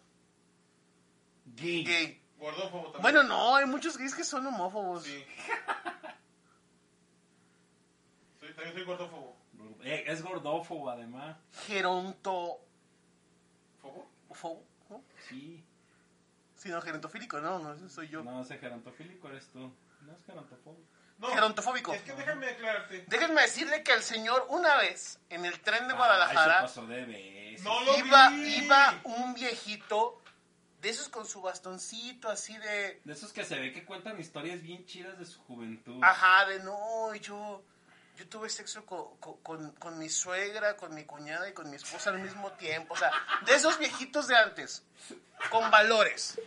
[SPEAKER 1] gay.
[SPEAKER 2] gay.
[SPEAKER 3] Gordófobo también.
[SPEAKER 2] Bueno, no, hay muchos gays que son homófobos.
[SPEAKER 3] Sí. Soy- también soy gordófobo.
[SPEAKER 1] Eh, Es gordófobo, además.
[SPEAKER 2] Gerontofobo.
[SPEAKER 3] ¿Fobo?
[SPEAKER 2] ¿no?
[SPEAKER 1] Sí.
[SPEAKER 2] Sí, no, gerontofílico, no, no, soy yo.
[SPEAKER 1] No, ese gerontofílico eres tú. No es gerontofóbico.
[SPEAKER 3] No.
[SPEAKER 2] Gerontofóbico.
[SPEAKER 3] Es que déjame declararte.
[SPEAKER 2] Déjenme decirle que el señor una vez en el tren de
[SPEAKER 1] Ah,
[SPEAKER 2] Guadalajara
[SPEAKER 1] eso pasó de vez.
[SPEAKER 3] No lo
[SPEAKER 2] iba,
[SPEAKER 3] vi.
[SPEAKER 2] iba un viejito de esos con su bastoncito así de
[SPEAKER 1] De esos que se ve que cuentan historias bien chidas de su juventud.
[SPEAKER 2] ajá, de no, yo yo tuve sexo co- co- con, con mi suegra, con mi cuñada y con mi esposa al mismo tiempo. O sea, de esos viejitos de antes, con valores.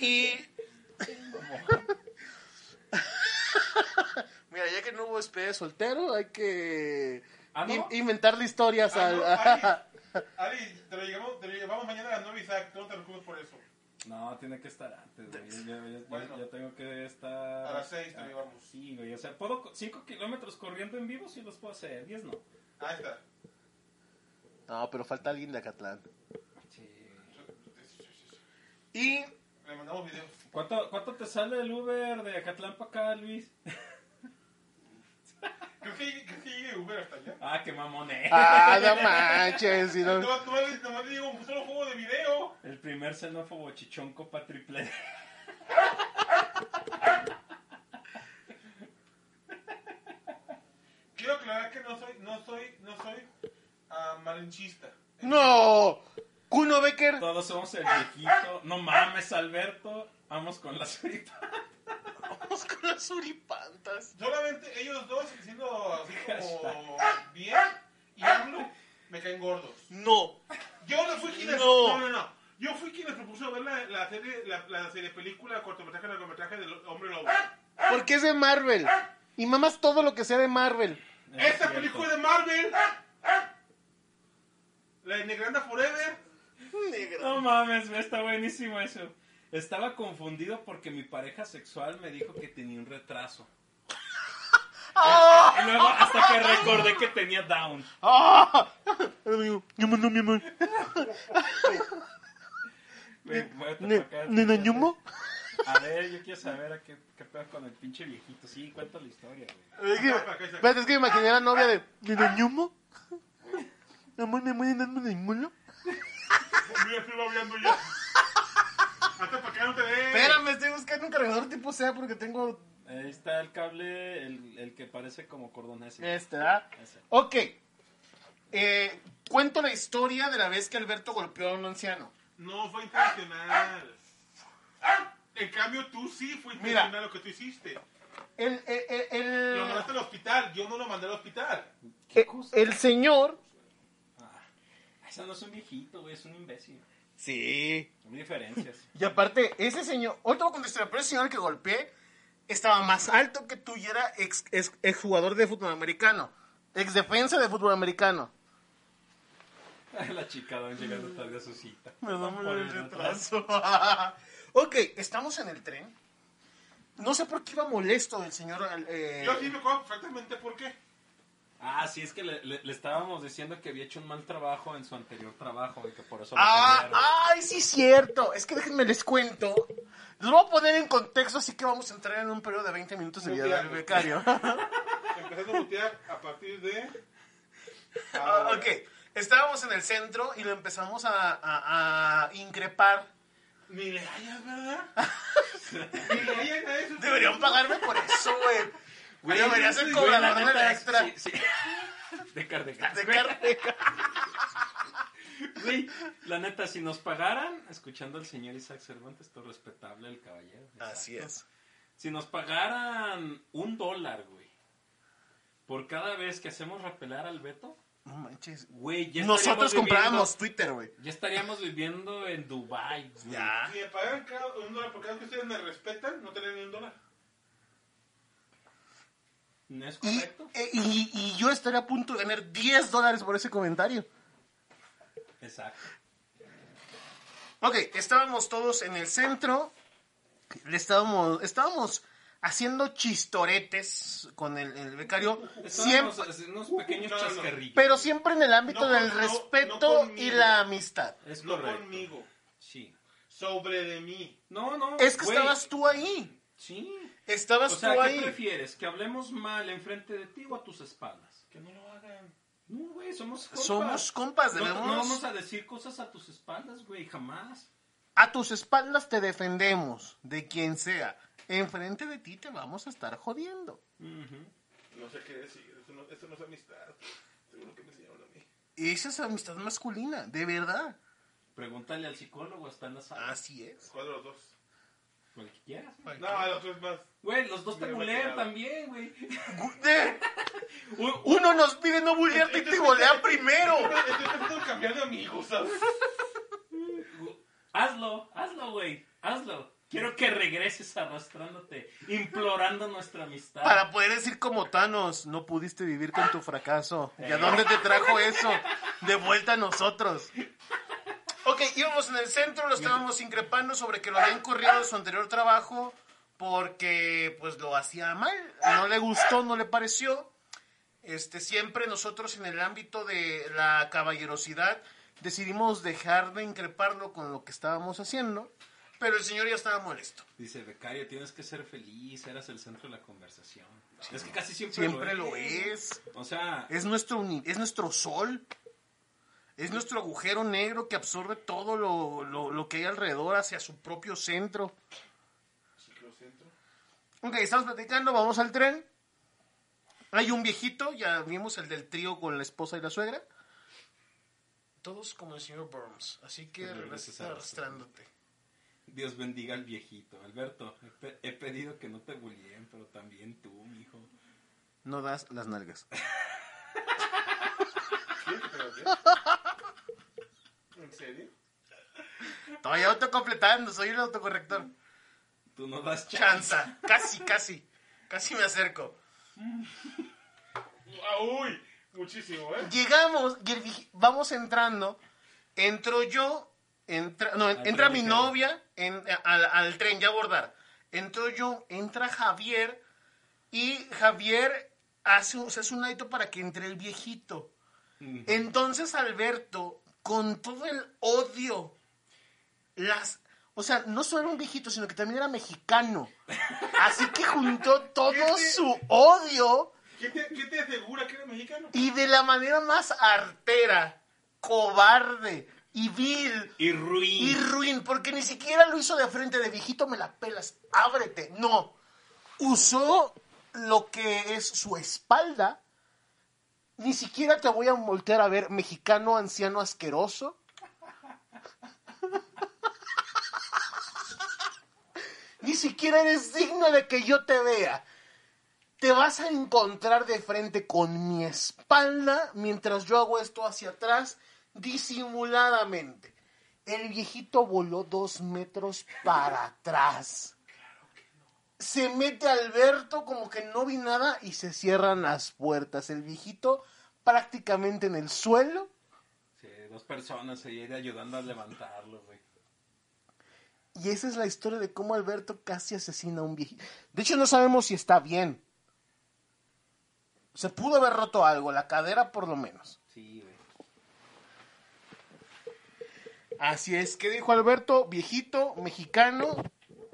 [SPEAKER 2] Y... Mira, ya que no hubo despedida de soltero, hay que
[SPEAKER 1] ¿Ah, no?
[SPEAKER 4] in- inventarle historias
[SPEAKER 3] Ah, no,
[SPEAKER 4] al...
[SPEAKER 3] Ali, te lo llevamos, te lo llevamos mañana a las 9 Isaac, tú no te preocupes por eso.
[SPEAKER 1] No, tiene que estar antes, güey. Yo, yo- yo-
[SPEAKER 3] Bueno.
[SPEAKER 1] yo tengo que estar.
[SPEAKER 3] A las seis te
[SPEAKER 1] Ah,
[SPEAKER 3] llevamos.
[SPEAKER 1] Sí, güey. O sea, puedo 5 kilómetros corriendo en vivo, sí los puedo hacer. 10 no.
[SPEAKER 3] Ahí está.
[SPEAKER 2] No, pero falta alguien de Acatlán.
[SPEAKER 1] Sí.
[SPEAKER 2] Y
[SPEAKER 3] Le mandamos videos.
[SPEAKER 1] ¿Cuánto, ¿Cuánto te sale el Uber de Acatlán para acá, Luis?
[SPEAKER 3] Creo que, creo que llegue Uber hasta allá.
[SPEAKER 1] Ah, qué mamone.
[SPEAKER 4] Ah, no manches. y no-
[SPEAKER 3] No, no, no, no le digo un solo juego de video.
[SPEAKER 1] El primer xenófobo chichonco pa' triple.
[SPEAKER 3] Quiero aclarar que no soy, no soy, no soy ah, malinchista.
[SPEAKER 4] No. Kuno Becker.
[SPEAKER 1] Todos somos el viejito. No mames, Alberto. Vamos con la surita.
[SPEAKER 2] vamos con las suripantas.
[SPEAKER 3] Solamente ellos dos siendo así como bien y AMLO me caen gordos.
[SPEAKER 2] No,
[SPEAKER 3] Yo no fui quien les-
[SPEAKER 2] No.
[SPEAKER 3] no, no, no. Yo fui quien les propuso ver la, la serie, la, la serie película, cortometraje, largometraje del hombre lobo.
[SPEAKER 4] Porque es de Marvel. Y mamas todo lo que sea de Marvel.
[SPEAKER 2] Ah,
[SPEAKER 3] Esta película es de Marvel. ah. La de Negranda Forever.
[SPEAKER 1] No mames, güey, está buenísimo eso. Estaba confundido porque mi pareja sexual me dijo que tenía un retraso. Y luego hasta que recordé que tenía down.
[SPEAKER 4] ¡Ah! Ñumo, no, mi amor.
[SPEAKER 1] Güey, voy a
[SPEAKER 4] Ne-
[SPEAKER 1] tapar acá.
[SPEAKER 4] nena, ñumo.
[SPEAKER 1] A ver, yo quiero saber a qué, qué pedo con el pinche viejito. Sí, cuenta la historia, güey.
[SPEAKER 4] Es que, espérate, es que me imaginé a la novia de Nena Ñumo. Amor, mi amor, nena, ñumo.
[SPEAKER 3] Mira, estoy babeando ya. Hasta para que no te ve.
[SPEAKER 2] espérame, estoy buscando un cargador tipo sea porque tengo
[SPEAKER 1] Ahí está el cable, el, el que parece como cordón ese.
[SPEAKER 2] este, ¿verdad?
[SPEAKER 1] Ese.
[SPEAKER 2] Ok. Eh, cuento la historia de la vez que Alberto golpeó a un anciano.
[SPEAKER 3] No fue intencional. En cambio, tú sí fue
[SPEAKER 2] Mira.
[SPEAKER 3] intencional lo que tú hiciste.
[SPEAKER 2] El, el- el- el-
[SPEAKER 3] Lo mandaste al hospital. Yo no lo mandé al hospital.
[SPEAKER 4] Eh, El señor.
[SPEAKER 1] Ah, ese no es un viejito, güey, es un imbécil.
[SPEAKER 4] Sí.
[SPEAKER 1] Hay diferencias.
[SPEAKER 2] Y aparte, ese señor, otro contestador, pero el señor que golpeé estaba más alto que tú y era ex, ex- exjugador de fútbol americano, ex defensa de fútbol americano.
[SPEAKER 1] la chica van llegando tarde a su cita.
[SPEAKER 2] Por el
[SPEAKER 1] retraso.
[SPEAKER 2] retraso. ok, estamos en el tren. No sé por qué iba molesto el señor. eh,
[SPEAKER 3] Yo sí me acuerdo perfectamente por qué.
[SPEAKER 1] Ah, sí, es que le, le- le estábamos diciendo que había hecho un mal trabajo en su anterior trabajo y que por eso lo
[SPEAKER 2] Ah,
[SPEAKER 1] corrieron.
[SPEAKER 2] ay, sí, cierto. Es que déjenme les cuento. Los voy a poner en contexto, así que vamos a entrar en un periodo de 20 minutos de vida del becario.
[SPEAKER 3] Empezando a mutear a partir de.
[SPEAKER 2] Ah, ok, estábamos en el centro y lo empezamos a, a- a increpar.
[SPEAKER 3] Ni le hayas, ¿verdad? Ni le hayas a eso.
[SPEAKER 2] Deberían pagarme por eso, güey.
[SPEAKER 1] Güey,
[SPEAKER 2] Debería ser
[SPEAKER 1] güey,
[SPEAKER 2] cobrador de
[SPEAKER 1] neta,
[SPEAKER 2] la extra.
[SPEAKER 1] sí, sí. De Cárdenas.
[SPEAKER 2] De carne.
[SPEAKER 1] Güey, la neta, si nos pagaran, escuchando al señor Isaac Cervantes, todo respetable el caballero.
[SPEAKER 2] Así
[SPEAKER 1] exacto.
[SPEAKER 2] es.
[SPEAKER 1] Si nos pagaran un dólar, güey, por cada vez que hacemos repelar al Beto,
[SPEAKER 2] No manches.
[SPEAKER 1] güey, ya
[SPEAKER 2] Nosotros
[SPEAKER 1] estaríamos viviendo-
[SPEAKER 2] comprábamos Twitter, güey.
[SPEAKER 1] Ya estaríamos viviendo en Dubai, güey.
[SPEAKER 2] Ya.
[SPEAKER 3] Si me pagan cada un dólar por cada vez que ustedes me respetan, no tienen ni un dólar.
[SPEAKER 1] ¿No es
[SPEAKER 2] Y,
[SPEAKER 1] correcto?
[SPEAKER 2] eh, y- y yo estaría a punto de ganar 10 dólares por ese comentario.
[SPEAKER 1] Exacto.
[SPEAKER 2] Ok, estábamos todos en el centro. Le estábamos, estábamos haciendo chistoretes con el, el becario.
[SPEAKER 1] Estábamos
[SPEAKER 2] Siempre,
[SPEAKER 1] haciendo unos pequeños
[SPEAKER 3] No, no, no.
[SPEAKER 1] chascarrillos.
[SPEAKER 2] pero siempre en el ámbito
[SPEAKER 3] No,
[SPEAKER 2] del
[SPEAKER 3] no, no
[SPEAKER 2] respeto
[SPEAKER 3] conmigo.
[SPEAKER 2] y la amistad.
[SPEAKER 1] Es
[SPEAKER 3] No
[SPEAKER 1] correcto.
[SPEAKER 3] conmigo.
[SPEAKER 1] Sí.
[SPEAKER 3] Sobre de mí.
[SPEAKER 1] No, no.
[SPEAKER 2] Es que
[SPEAKER 1] güey,
[SPEAKER 2] estabas tú ahí.
[SPEAKER 1] Sí. O
[SPEAKER 2] Estabas
[SPEAKER 1] sea,
[SPEAKER 2] tú
[SPEAKER 1] ¿qué
[SPEAKER 2] ahí.
[SPEAKER 1] prefieres? ¿Que hablemos mal enfrente de ti o a tus espaldas?
[SPEAKER 3] Que no lo hagan.
[SPEAKER 1] No, güey, somos compas.
[SPEAKER 2] Somos compas,
[SPEAKER 1] No-
[SPEAKER 2] debemos.
[SPEAKER 1] no vamos a decir cosas a tus espaldas, güey, jamás.
[SPEAKER 2] A tus espaldas te defendemos, de quien sea. Enfrente de ti te vamos a estar jodiendo.
[SPEAKER 1] Ujú.
[SPEAKER 3] No sé qué decir. Esto no, esto no es amistad. Seguro que me enseñaron a mí.
[SPEAKER 2] Esa es amistad masculina, de verdad. Ah,
[SPEAKER 1] Pregúntale al psicólogo, está en la sala.
[SPEAKER 2] Así es.
[SPEAKER 3] ¿Cuál de los dos?
[SPEAKER 1] Para el que quieras. güey.
[SPEAKER 3] No, a los tres más.
[SPEAKER 1] Güey, los dos te
[SPEAKER 3] Me
[SPEAKER 1] bulean
[SPEAKER 3] bloqueado.
[SPEAKER 1] también, güey.
[SPEAKER 2] U- Uno nos pide no bullearte y te bolean primero.
[SPEAKER 3] Estoy pensando cambiar de amigos, ¿sabes?
[SPEAKER 1] Hazlo, hazlo, güey. Hazlo. Quiero que regreses arrastrándote, implorando nuestra amistad.
[SPEAKER 2] Para poder decir como Thanos, no pudiste vivir con tu fracaso. ¿Y a dónde te trajo eso? De vuelta a nosotros. Ok, íbamos en el centro, lo estábamos increpando sobre que lo habían corrido de su anterior trabajo porque pues lo hacía mal, no le gustó, no le pareció. Este, siempre nosotros en el ámbito de la caballerosidad decidimos dejar de increparlo con lo que estábamos haciendo, pero el señor ya estaba molesto.
[SPEAKER 1] Dice, becario, tienes que ser feliz, eras el centro de la conversación. es que casi siempre,
[SPEAKER 2] Siempre lo es.
[SPEAKER 1] O sea,
[SPEAKER 2] Es nuestro, uni- es nuestro sol. Es nuestro agujero negro que absorbe todo lo, lo- lo que hay alrededor hacia su propio centro. Ok, estamos platicando, vamos al tren. Hay un viejito, ya vimos el del trío con la esposa y la suegra. Todos como el señor Burns, así que
[SPEAKER 1] Pero
[SPEAKER 2] regresas
[SPEAKER 1] regresas a-
[SPEAKER 2] arrastrándote.
[SPEAKER 1] Dios bendiga al viejito. Alberto, he, pe- he pedido que no te bulleen, pero también tú, mijo.
[SPEAKER 2] No das las nalgas.
[SPEAKER 3] ¿En serio?
[SPEAKER 2] Todavía autocompletando, soy el autocorrector.
[SPEAKER 1] Tú no das chance.
[SPEAKER 2] Chanza, casi, casi, casi me acerco.
[SPEAKER 3] Ah, uy, muchísimo, ¿eh?
[SPEAKER 2] Llegamos, y el vieji- vamos entrando. Entro yo, entra, no, en- entra
[SPEAKER 1] tren
[SPEAKER 2] mi
[SPEAKER 1] ligero.
[SPEAKER 2] novia en- al, al tren, ya abordar. Entro yo, entra Javier, y Javier hace, un- se hace un ladito para que entre el viejito. Entonces Alberto, con todo el odio, las... O sea, no solo era un viejito, sino que también era mexicano. Así que juntó todo su odio
[SPEAKER 3] ¿Qué te, ¿Qué te asegura que era mexicano?
[SPEAKER 2] y de la manera más artera, cobarde y vil
[SPEAKER 1] Y ruin.
[SPEAKER 2] y ruin, porque ni siquiera lo hizo de frente de viejito, me la pelas, ábrete. No, usó lo que es su espalda. Ni siquiera te voy a voltear a ver, mexicano anciano asqueroso. Ni siquiera eres digno de que yo te vea. Te vas a encontrar de frente con mi espalda mientras yo hago esto hacia atrás disimuladamente. El viejito voló dos metros para atrás. Se mete Alberto como que no vi nada y se cierran las puertas. El viejito prácticamente en el suelo.
[SPEAKER 1] Sí, dos personas ahí ayudando a levantarlo, güey.
[SPEAKER 2] Y esa es la historia de cómo Alberto casi asesina a un viejito. De hecho, no sabemos si está bien. Se pudo haber roto algo, la cadera por lo menos.
[SPEAKER 1] Sí, güey.
[SPEAKER 2] Así es, ¿qué dijo Alberto? Viejito, mexicano,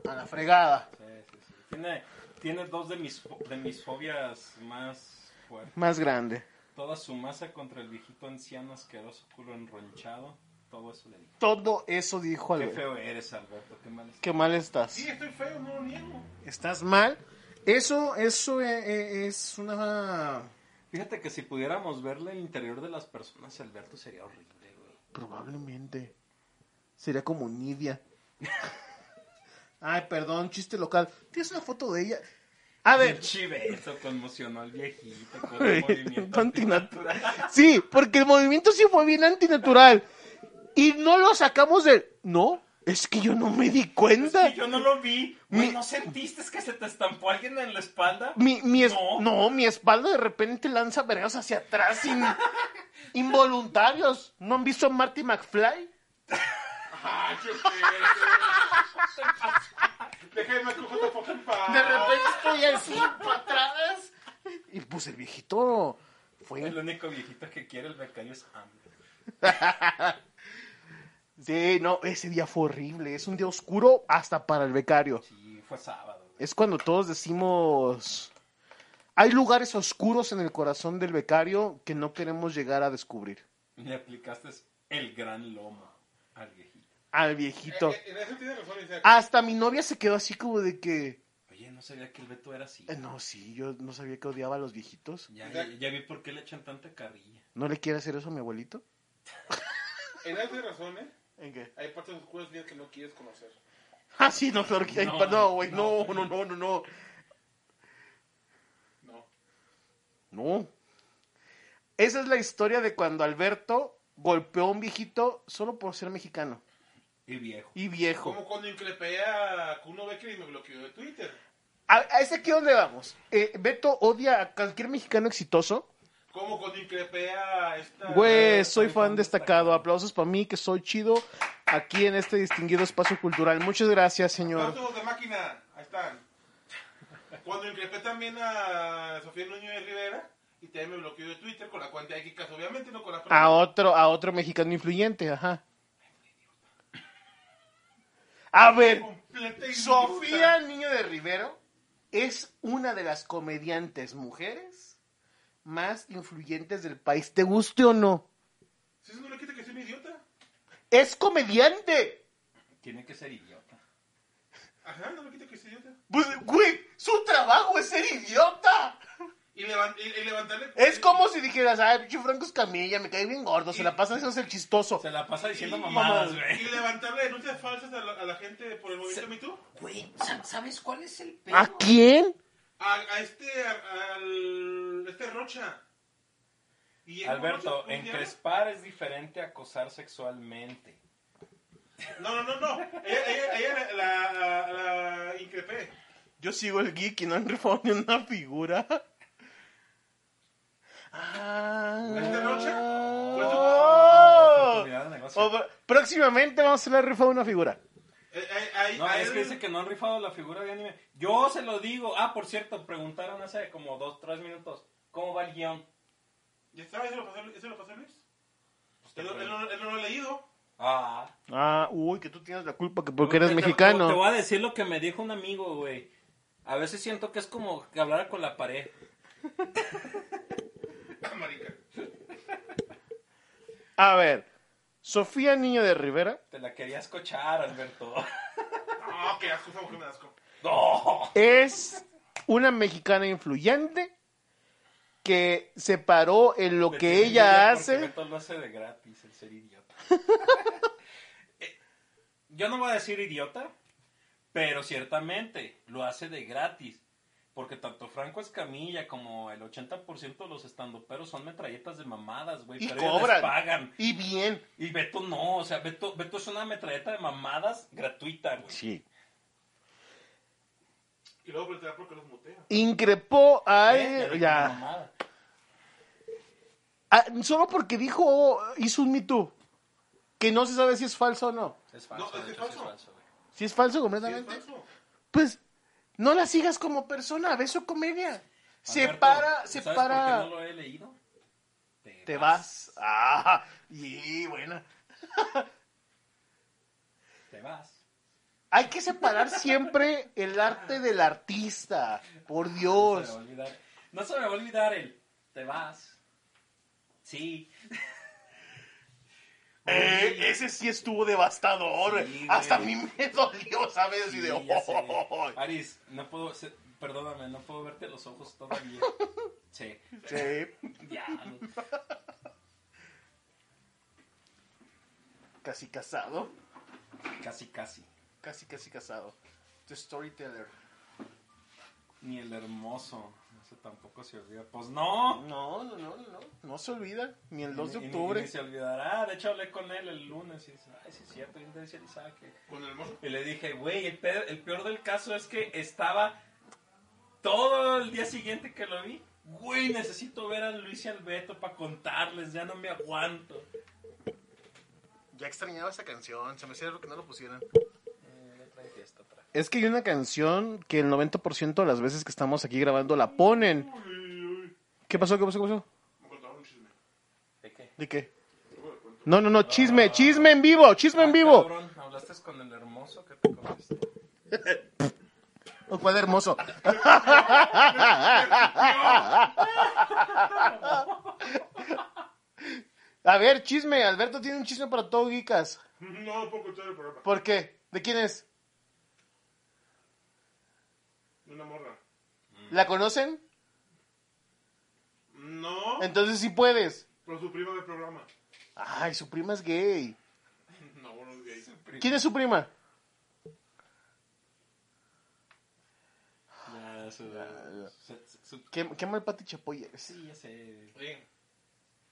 [SPEAKER 2] a la fregada.
[SPEAKER 1] Sí, sí, sí. Tiene, tiene dos de mis, fo- de mis fobias más fuertes.
[SPEAKER 2] Más grande.
[SPEAKER 1] Toda su masa contra el viejito anciano asqueroso, culo enronchado. Todo eso le dijo.
[SPEAKER 2] Todo eso dijo
[SPEAKER 1] Qué
[SPEAKER 2] Alberto.
[SPEAKER 1] feo eres, Alberto. Qué mal estás.
[SPEAKER 2] Qué mal estás.
[SPEAKER 3] Sí, estoy feo, no lo niego.
[SPEAKER 2] Estás mal. Eso, eso eh, eh, es una...
[SPEAKER 1] Fíjate que si pudiéramos verle el interior de las personas, Alberto sería horrible, güey.
[SPEAKER 2] Probablemente. Sería como Nidia. Ay, perdón, chiste local. ¿Tienes una foto de ella? A ver.
[SPEAKER 1] Pinche beso conmocionó al viejito con un movimiento
[SPEAKER 2] Antinatural.
[SPEAKER 1] antinatural.
[SPEAKER 2] Sí, porque el movimiento sí fue bien antinatural. Y no lo sacamos de... No, es que yo no me di
[SPEAKER 1] Es
[SPEAKER 2] cuenta.
[SPEAKER 1] que yo no lo vi.
[SPEAKER 2] Mi-
[SPEAKER 1] Güey, ¿No sentiste que se te estampó alguien en la espalda?
[SPEAKER 2] Mi, mi es-
[SPEAKER 1] No.
[SPEAKER 2] no. mi espalda de repente lanza vergas hacia atrás sin- involuntarios. ¿No han visto a Marty McFly?
[SPEAKER 3] Ah, qué feo. Déjame que ojo tampoco en paz.
[SPEAKER 2] De repente estoy así para atrás. Y pues el viejito fue.
[SPEAKER 1] El único viejito que quiere el becario es hambre.
[SPEAKER 2] Sí, no, ese día fue horrible. Es un día oscuro hasta para el becario.
[SPEAKER 1] Sí, fue sábado, güey.
[SPEAKER 2] Es cuando todos decimos. Hay lugares oscuros en el corazón del becario que no queremos llegar a descubrir.
[SPEAKER 1] Le aplicaste el gran lomo al viejito.
[SPEAKER 2] Al
[SPEAKER 3] Eh,
[SPEAKER 2] viejito.
[SPEAKER 3] eh, En eso tiene razón, Isaac.
[SPEAKER 2] Hasta mi novia se quedó así como de que.
[SPEAKER 1] Oye, no sabía que el Beto era así.
[SPEAKER 2] Eh, No, sí, yo no sabía que odiaba a los viejitos.
[SPEAKER 1] Ya, ya, ya vi por qué le echan tanta carrilla.
[SPEAKER 2] ¿No le quiere hacer eso a mi abuelito?
[SPEAKER 3] En eso tiene razón, ¿eh?
[SPEAKER 2] ¿En qué?
[SPEAKER 3] Hay partes oscuras mías que no quieres conocer.
[SPEAKER 2] Ah, sí, no, claro que hay
[SPEAKER 1] No,
[SPEAKER 2] pa- No, güey,
[SPEAKER 1] no.
[SPEAKER 2] no, no, no, no, no.
[SPEAKER 3] No.
[SPEAKER 2] No. Esa es la historia de cuando Alberto golpeó a un viejito solo por ser mexicano
[SPEAKER 1] Y viejo.
[SPEAKER 2] y viejo.
[SPEAKER 3] Como cuando increpé a Kuno Becker y me bloqueó de Twitter.
[SPEAKER 2] A, a ese aquí dónde vamos. Eh, Beto odia a cualquier mexicano exitoso.
[SPEAKER 3] Como cuando increpé a esta.
[SPEAKER 2] Güey, soy fan destacado. Aplausos para mí, que soy chido aquí en este distinguido espacio cultural. Muchas gracias, señor.
[SPEAKER 3] Aplausos de máquina. Ahí están. Cuando increpé también a Sofía Nuño de Rivera y también me bloqueó de Twitter con la cuenta de Kikas, obviamente, no con la
[SPEAKER 2] A otro, a otro mexicano influyente, ajá. A ver,
[SPEAKER 3] Completa idiota.
[SPEAKER 2] Sofía Niño de Rivero es una de las comediantes mujeres más influyentes del país. ¿Te guste o no?
[SPEAKER 3] Si eso no le quita que sea un idiota.
[SPEAKER 2] Es comediante.
[SPEAKER 1] Tiene que ser idiota.
[SPEAKER 3] Ajá, no le quita que sea idiota.
[SPEAKER 2] Pues, güey, su trabajo es ser idiota.
[SPEAKER 3] Y, levan- y- y levantarle.
[SPEAKER 2] Es como si dijeras, ay, pinche Franco Escamilla, me cae bien gordo, se la pasa haciendo el chistoso.
[SPEAKER 1] Se la pasa diciendo
[SPEAKER 3] Y-
[SPEAKER 1] mamadas,
[SPEAKER 3] Y
[SPEAKER 1] güey.
[SPEAKER 3] levantarle denuncias falsas a la, a la gente por el movimiento
[SPEAKER 1] Se-
[SPEAKER 3] Me Too.
[SPEAKER 1] Güey, sa- ¿sabes cuál es el pedo?
[SPEAKER 2] ¿A quién?
[SPEAKER 3] A, a este, a- al. Este Rocha. Y- ¿cómo
[SPEAKER 1] Alberto,
[SPEAKER 3] se- cómo se llama?
[SPEAKER 1] encrespar es diferente a acosar sexualmente.
[SPEAKER 3] No, no, no, no. Ella, ella, ella la, la, la increpé.
[SPEAKER 2] Yo sigo el geek y no han rifado ni una figura.
[SPEAKER 3] ¿Este
[SPEAKER 1] Pues
[SPEAKER 2] Oh. Ah.
[SPEAKER 1] Oportunidad de negocio.
[SPEAKER 3] Oh,
[SPEAKER 2] O- Próximamente vamos a hacer la rifa de una figura.
[SPEAKER 3] Eh, eh, ahí-
[SPEAKER 1] No,
[SPEAKER 3] ahí
[SPEAKER 1] es que dice que no han rifado la figura de anime. Yo se lo digo. Ah, por cierto, preguntaron hace como dos, tres minutos. ¿Cómo va el guión?
[SPEAKER 3] ¿Ya sabes? ¿Eso lo pasó, eso lo pasó Luis?
[SPEAKER 1] Pues te
[SPEAKER 3] Él, no- él
[SPEAKER 1] pregunto.
[SPEAKER 3] no, él no lo ha leído.
[SPEAKER 1] Ah.
[SPEAKER 2] Ah, uy, que tú tienes la culpa que porque eres
[SPEAKER 1] Te- te- Te,
[SPEAKER 2] mexicano.
[SPEAKER 1] voy a decir lo que me dijo un amigo, güey. A veces siento que es como que hablara con la pared.
[SPEAKER 3] Ah, marica.
[SPEAKER 2] A ver, Sofía Niño de Rivera
[SPEAKER 1] Te la quería escuchar, Alberto.
[SPEAKER 3] Ah, qué asco, esa mujer me da asco.
[SPEAKER 1] No.
[SPEAKER 2] es una mexicana influyente que se paró en lo
[SPEAKER 1] Me
[SPEAKER 2] que
[SPEAKER 1] tiene envidia
[SPEAKER 2] ella
[SPEAKER 1] porque
[SPEAKER 2] hace.
[SPEAKER 1] Beto lo hace de gratis, el ser idiota. Eh, Yo no voy a decir idiota, pero ciertamente lo hace de gratis. Porque tanto Franco Escamilla como el 80% de los estandoperos son metralletas de mamadas, güey.
[SPEAKER 2] Y
[SPEAKER 1] pero ellos les
[SPEAKER 2] cobran.
[SPEAKER 1] pagan.
[SPEAKER 2] Y bien.
[SPEAKER 1] Y Beto no, o sea, Beto, Beto es una metralleta de mamadas gratuita, güey.
[SPEAKER 2] Sí.
[SPEAKER 3] Y luego preguntar por qué los mutea.
[SPEAKER 2] Increpó a...
[SPEAKER 1] Eh,
[SPEAKER 2] él-
[SPEAKER 1] dije
[SPEAKER 2] ya.
[SPEAKER 1] una mamada.
[SPEAKER 2] Ah, solo porque dijo, hizo un Me Too, que no se sabe si es falso o no.
[SPEAKER 1] Es falso,
[SPEAKER 3] No, es
[SPEAKER 1] de
[SPEAKER 3] que
[SPEAKER 1] hecho, sí
[SPEAKER 3] falso.
[SPEAKER 1] güey.
[SPEAKER 2] Si es falso
[SPEAKER 3] Sí, es
[SPEAKER 2] completamente,
[SPEAKER 3] falso.
[SPEAKER 2] pues no la sigas como persona, ve su comedia. Se
[SPEAKER 1] Alberto,
[SPEAKER 2] para, se
[SPEAKER 1] ¿sabes
[SPEAKER 2] para.
[SPEAKER 1] por qué no lo he leído? Te,
[SPEAKER 2] Te vas. Ah, y buena.
[SPEAKER 1] Te vas.
[SPEAKER 2] Hay que separar siempre el arte del artista, por
[SPEAKER 1] No se me
[SPEAKER 2] Dios.
[SPEAKER 1] va a olvidar. No se me va a olvidar el. Te vas. Sí.
[SPEAKER 2] Eh, ese sí estuvo devastador.
[SPEAKER 1] Sí, güey.
[SPEAKER 2] Hasta a mí me dolió, ¿sabes? Así
[SPEAKER 1] sí,
[SPEAKER 2] de,
[SPEAKER 1] ya sé.
[SPEAKER 2] "Oh".
[SPEAKER 1] Aris, no puedo. se- Perdóname, no puedo verte los ojos todavía. Sí.
[SPEAKER 2] Sí,
[SPEAKER 1] Ya.
[SPEAKER 2] casi casado.
[SPEAKER 1] Casi, casi.
[SPEAKER 2] Casi, casi casado. The Storyteller.
[SPEAKER 1] Ni el hermoso. Ese tampoco se olvida. Pues no.
[SPEAKER 2] No, no, no, no, no. No se olvida. Ni el 2 de
[SPEAKER 1] Y ni- y
[SPEAKER 2] octubre.
[SPEAKER 1] ni se olvidará. De hecho, hablé con él el lunes y dice: Ay, sí, es cierto. bien decía el Isaac que-
[SPEAKER 3] Con el hermoso.
[SPEAKER 1] Y le dije, güey, el, pe- el peor del caso es que estaba todo el día siguiente que lo vi. Güey, necesito ver a Luis y Alberto para contarles, ya no me aguanto.
[SPEAKER 2] Ya extrañaba esa canción. Se me hacía lo que no lo pusieran.
[SPEAKER 1] Mm, Está
[SPEAKER 2] Es que hay una canción que el 90% de las veces que estamos aquí grabando la ponen. ¿Qué pasó? ¿Qué pasó? ¿Qué pasó?
[SPEAKER 3] Me contaron un chisme.
[SPEAKER 1] ¿De qué?
[SPEAKER 2] ¿De qué?
[SPEAKER 3] Luego le cuento.
[SPEAKER 2] No, no, no. Chisme. Chisme en vivo. Chisme en vivo.
[SPEAKER 1] Ah, Cabrón, hablaste con el hermoso que te contestó.
[SPEAKER 2] Oh, ¿Cuál hermoso? A ver, chisme. Alberto tiene un chisme para todo, Guicas.
[SPEAKER 3] No lo puedo contar el programa.
[SPEAKER 2] ¿Por qué? ¿De quién es?
[SPEAKER 3] De Una morra.
[SPEAKER 2] ¿La conocen?
[SPEAKER 3] No,
[SPEAKER 2] Entonces sí puedes.
[SPEAKER 3] pero su prima del programa.
[SPEAKER 2] Ay, su prima es gay.
[SPEAKER 3] No, no es gay.
[SPEAKER 2] ¿Quién es su prima?
[SPEAKER 1] Ya, su-
[SPEAKER 2] ya.
[SPEAKER 1] su- su- su-
[SPEAKER 2] Qué, qué mal Pati Chapoy eres.
[SPEAKER 1] sí, ya sé.
[SPEAKER 3] Oye,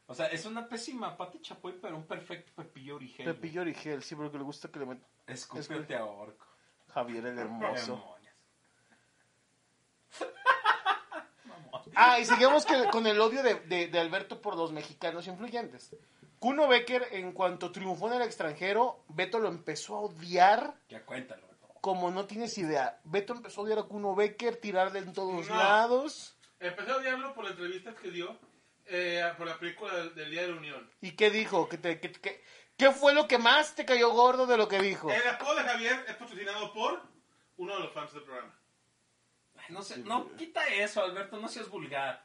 [SPEAKER 1] O sea, es una pésima Pati Chapoy, pero un perfecto Pepillo Origel. güey.
[SPEAKER 2] Pepillo Origel, sí, porque le gusta que le metan
[SPEAKER 1] Escúpete a Orco.
[SPEAKER 2] Javier el Hermoso.
[SPEAKER 1] Demonios.
[SPEAKER 2] Ah, y seguimos que- con el odio de, de- de Alberto por los mexicanos influyentes. Kuno Becker, en cuanto triunfó en el extranjero, Beto lo empezó a odiar
[SPEAKER 1] Ya cuéntalo. por favor.
[SPEAKER 2] como no tienes idea. Beto empezó a odiar a Kuno Becker, tirarle en todos
[SPEAKER 3] No.
[SPEAKER 2] lados.
[SPEAKER 3] Empecé a odiarlo por las entrevistas que dio eh, por la película del, del Día de la Unión.
[SPEAKER 2] ¿Y qué dijo? ¿Qué, te- qué- qué- qué fue lo que más te cayó gordo de lo que dijo?
[SPEAKER 3] El apodo de Javier es patrocinado por uno de los fans del programa.
[SPEAKER 1] Ay, No, sé, no quita eso, Alberto, no seas vulgar.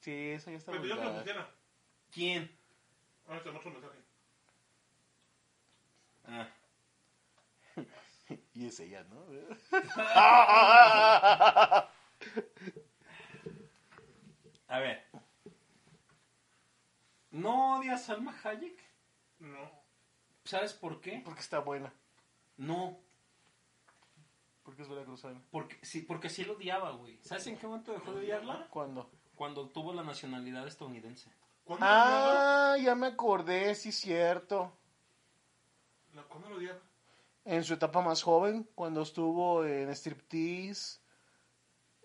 [SPEAKER 2] Sí, eso ya está
[SPEAKER 3] Me pidió pues, que lo
[SPEAKER 2] vulgar.
[SPEAKER 3] pusiera.
[SPEAKER 1] ¿Quién?
[SPEAKER 3] Ahora te muestro un mensaje.
[SPEAKER 1] Ah.
[SPEAKER 2] Y es ella, ¿no?
[SPEAKER 1] A ver. ¿No odias a Salma Hayek?
[SPEAKER 3] No.
[SPEAKER 1] ¿Sabes por qué?
[SPEAKER 2] Porque está buena.
[SPEAKER 1] No.
[SPEAKER 2] Porque es veracruzana.
[SPEAKER 1] Porque sí, porque sí lo odiaba, güey. ¿Sabes en qué momento dejó de odiarla?
[SPEAKER 2] ¿Cuándo?
[SPEAKER 1] Cuando tuvo la nacionalidad estadounidense.
[SPEAKER 3] ¿Cuándo lo odiaba?
[SPEAKER 2] Ah, ya me acordé, sí, cierto.
[SPEAKER 3] No, ¿Cuándo lo odiaba?
[SPEAKER 2] En su etapa más joven, cuando estuvo en striptease.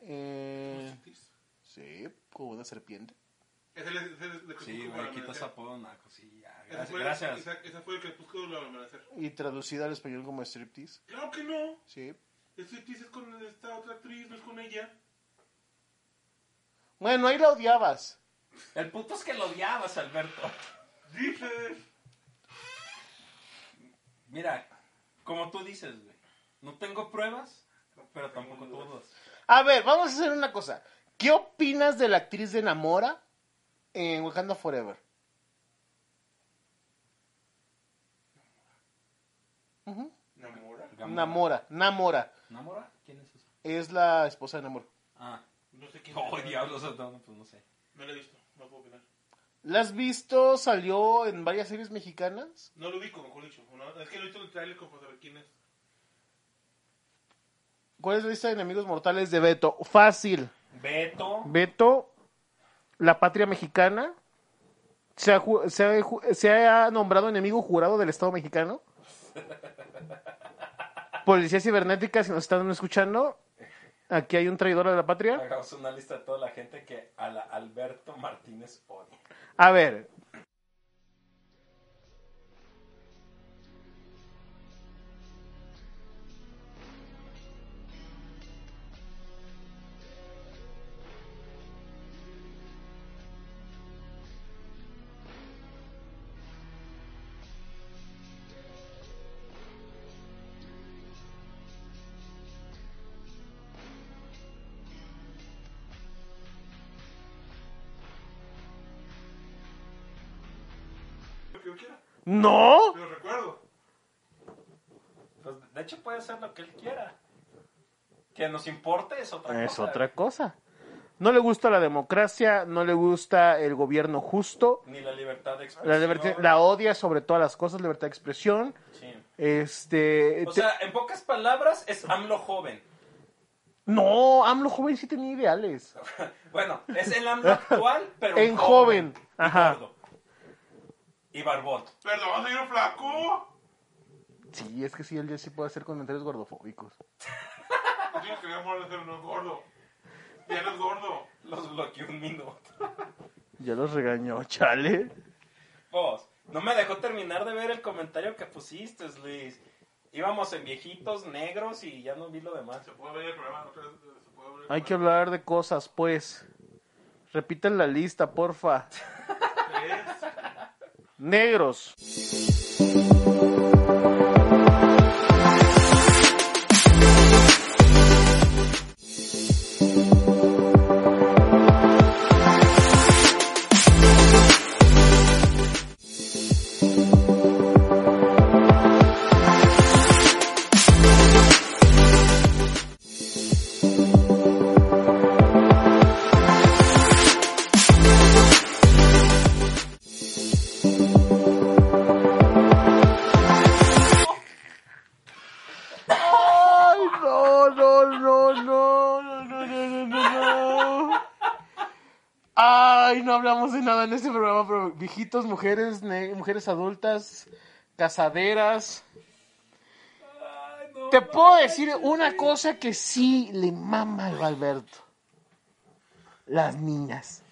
[SPEAKER 2] Eh,
[SPEAKER 3] Hostis.
[SPEAKER 2] sí, como una serpiente.
[SPEAKER 3] Ese es el- ese es el de
[SPEAKER 1] Sí,
[SPEAKER 3] Crepúsculo
[SPEAKER 1] güey,
[SPEAKER 3] al
[SPEAKER 1] quitas
[SPEAKER 3] Amanecer.
[SPEAKER 1] apodo, naco, pues sí, ya.
[SPEAKER 3] Ese
[SPEAKER 1] Gracias.
[SPEAKER 3] fue el-
[SPEAKER 1] gracias.
[SPEAKER 3] esa- Ese fue el Crepúsculo al Amanecer.
[SPEAKER 2] Y traducida al español como striptease.
[SPEAKER 3] Claro que no.
[SPEAKER 2] Sí.
[SPEAKER 3] Estoy triste con esta otra actriz, no es con ella.
[SPEAKER 2] Bueno, ahí la odiabas.
[SPEAKER 1] El punto es que lo odiabas, Alberto.
[SPEAKER 3] Dices.
[SPEAKER 1] Mira, como tú dices, güey. No tengo pruebas, pero tampoco dudas.
[SPEAKER 2] A ver, vamos a hacer una cosa. ¿Qué opinas de la actriz de Namora en Wakanda Forever? Ujú.
[SPEAKER 3] ¿Namora?
[SPEAKER 2] Namora, Namora.
[SPEAKER 1] ¿Namora? ¿Quién es eso?
[SPEAKER 2] Es la esposa de Namor.
[SPEAKER 1] Ah.
[SPEAKER 3] No sé quién
[SPEAKER 1] Oh,
[SPEAKER 3] es.
[SPEAKER 1] diablos, no, pues no sé.
[SPEAKER 3] No lo he visto, no puedo opinar.
[SPEAKER 2] ¿La has visto? ¿Salió en varias series mexicanas?
[SPEAKER 3] No lo ubico, mejor dicho. o no- Es que lo he visto en el trailer como para saber quién es.
[SPEAKER 2] ¿Cuál es la lista de enemigos mortales de Beto? Fácil.
[SPEAKER 1] Beto.
[SPEAKER 2] Beto, la patria mexicana, se ha, ju- se ha ju- se ha nombrado enemigo jurado del Estado mexicano. Policía cibernética, si nos están escuchando, aquí hay un traidor a la patria.
[SPEAKER 1] Hagamos una lista de toda la gente que a la Alberto Martínez odia.
[SPEAKER 2] A ver.
[SPEAKER 3] Lo que yo quiera,
[SPEAKER 2] ¡No!
[SPEAKER 3] pero recuerdo.
[SPEAKER 1] Pues, de hecho, puede hacer lo que él quiera. Que nos importe es otra
[SPEAKER 2] Es
[SPEAKER 1] cosa.
[SPEAKER 2] otra cosa. No le gusta la democracia, no le gusta el gobierno justo.
[SPEAKER 1] Ni la libertad de expresión.
[SPEAKER 2] La, libertad- la odia sobre todas las cosas, libertad de expresión.
[SPEAKER 1] Sí.
[SPEAKER 2] Este.
[SPEAKER 1] O
[SPEAKER 2] te-
[SPEAKER 1] sea, en pocas palabras, es AMLO joven.
[SPEAKER 2] no, AMLO joven sí tenía ideales.
[SPEAKER 1] Bueno, es el AMLO actual, pero
[SPEAKER 2] En joven.
[SPEAKER 1] y
[SPEAKER 2] Ajá.
[SPEAKER 1] gordo. Y barbón.
[SPEAKER 3] Perdón, señor flaco.
[SPEAKER 2] Sí, es que sí, él ya sí puede hacer comentarios gordofóbicos.
[SPEAKER 3] No tienes que ver morder, pero no es gordo. Ya no es gordo.
[SPEAKER 1] Los bloqueó un minuto.
[SPEAKER 2] Ya los regañó, chale.
[SPEAKER 1] Vos, no me dejó terminar de ver el comentario que pusiste, Luis. Íbamos en viejitos, negros y ya no vi lo demás.
[SPEAKER 3] Se puede ver el programa otra vez. Se puede ver el
[SPEAKER 2] Hay que
[SPEAKER 3] programa.
[SPEAKER 2] hablar de cosas, pues. Repiten la lista, porfa.
[SPEAKER 3] Es-
[SPEAKER 2] Negros. en este programa, pero viejitos, mujeres, ne- mujeres adultas, casaderas. Te puedo decir una cosa que sí le mama al Alberto. Las niñas.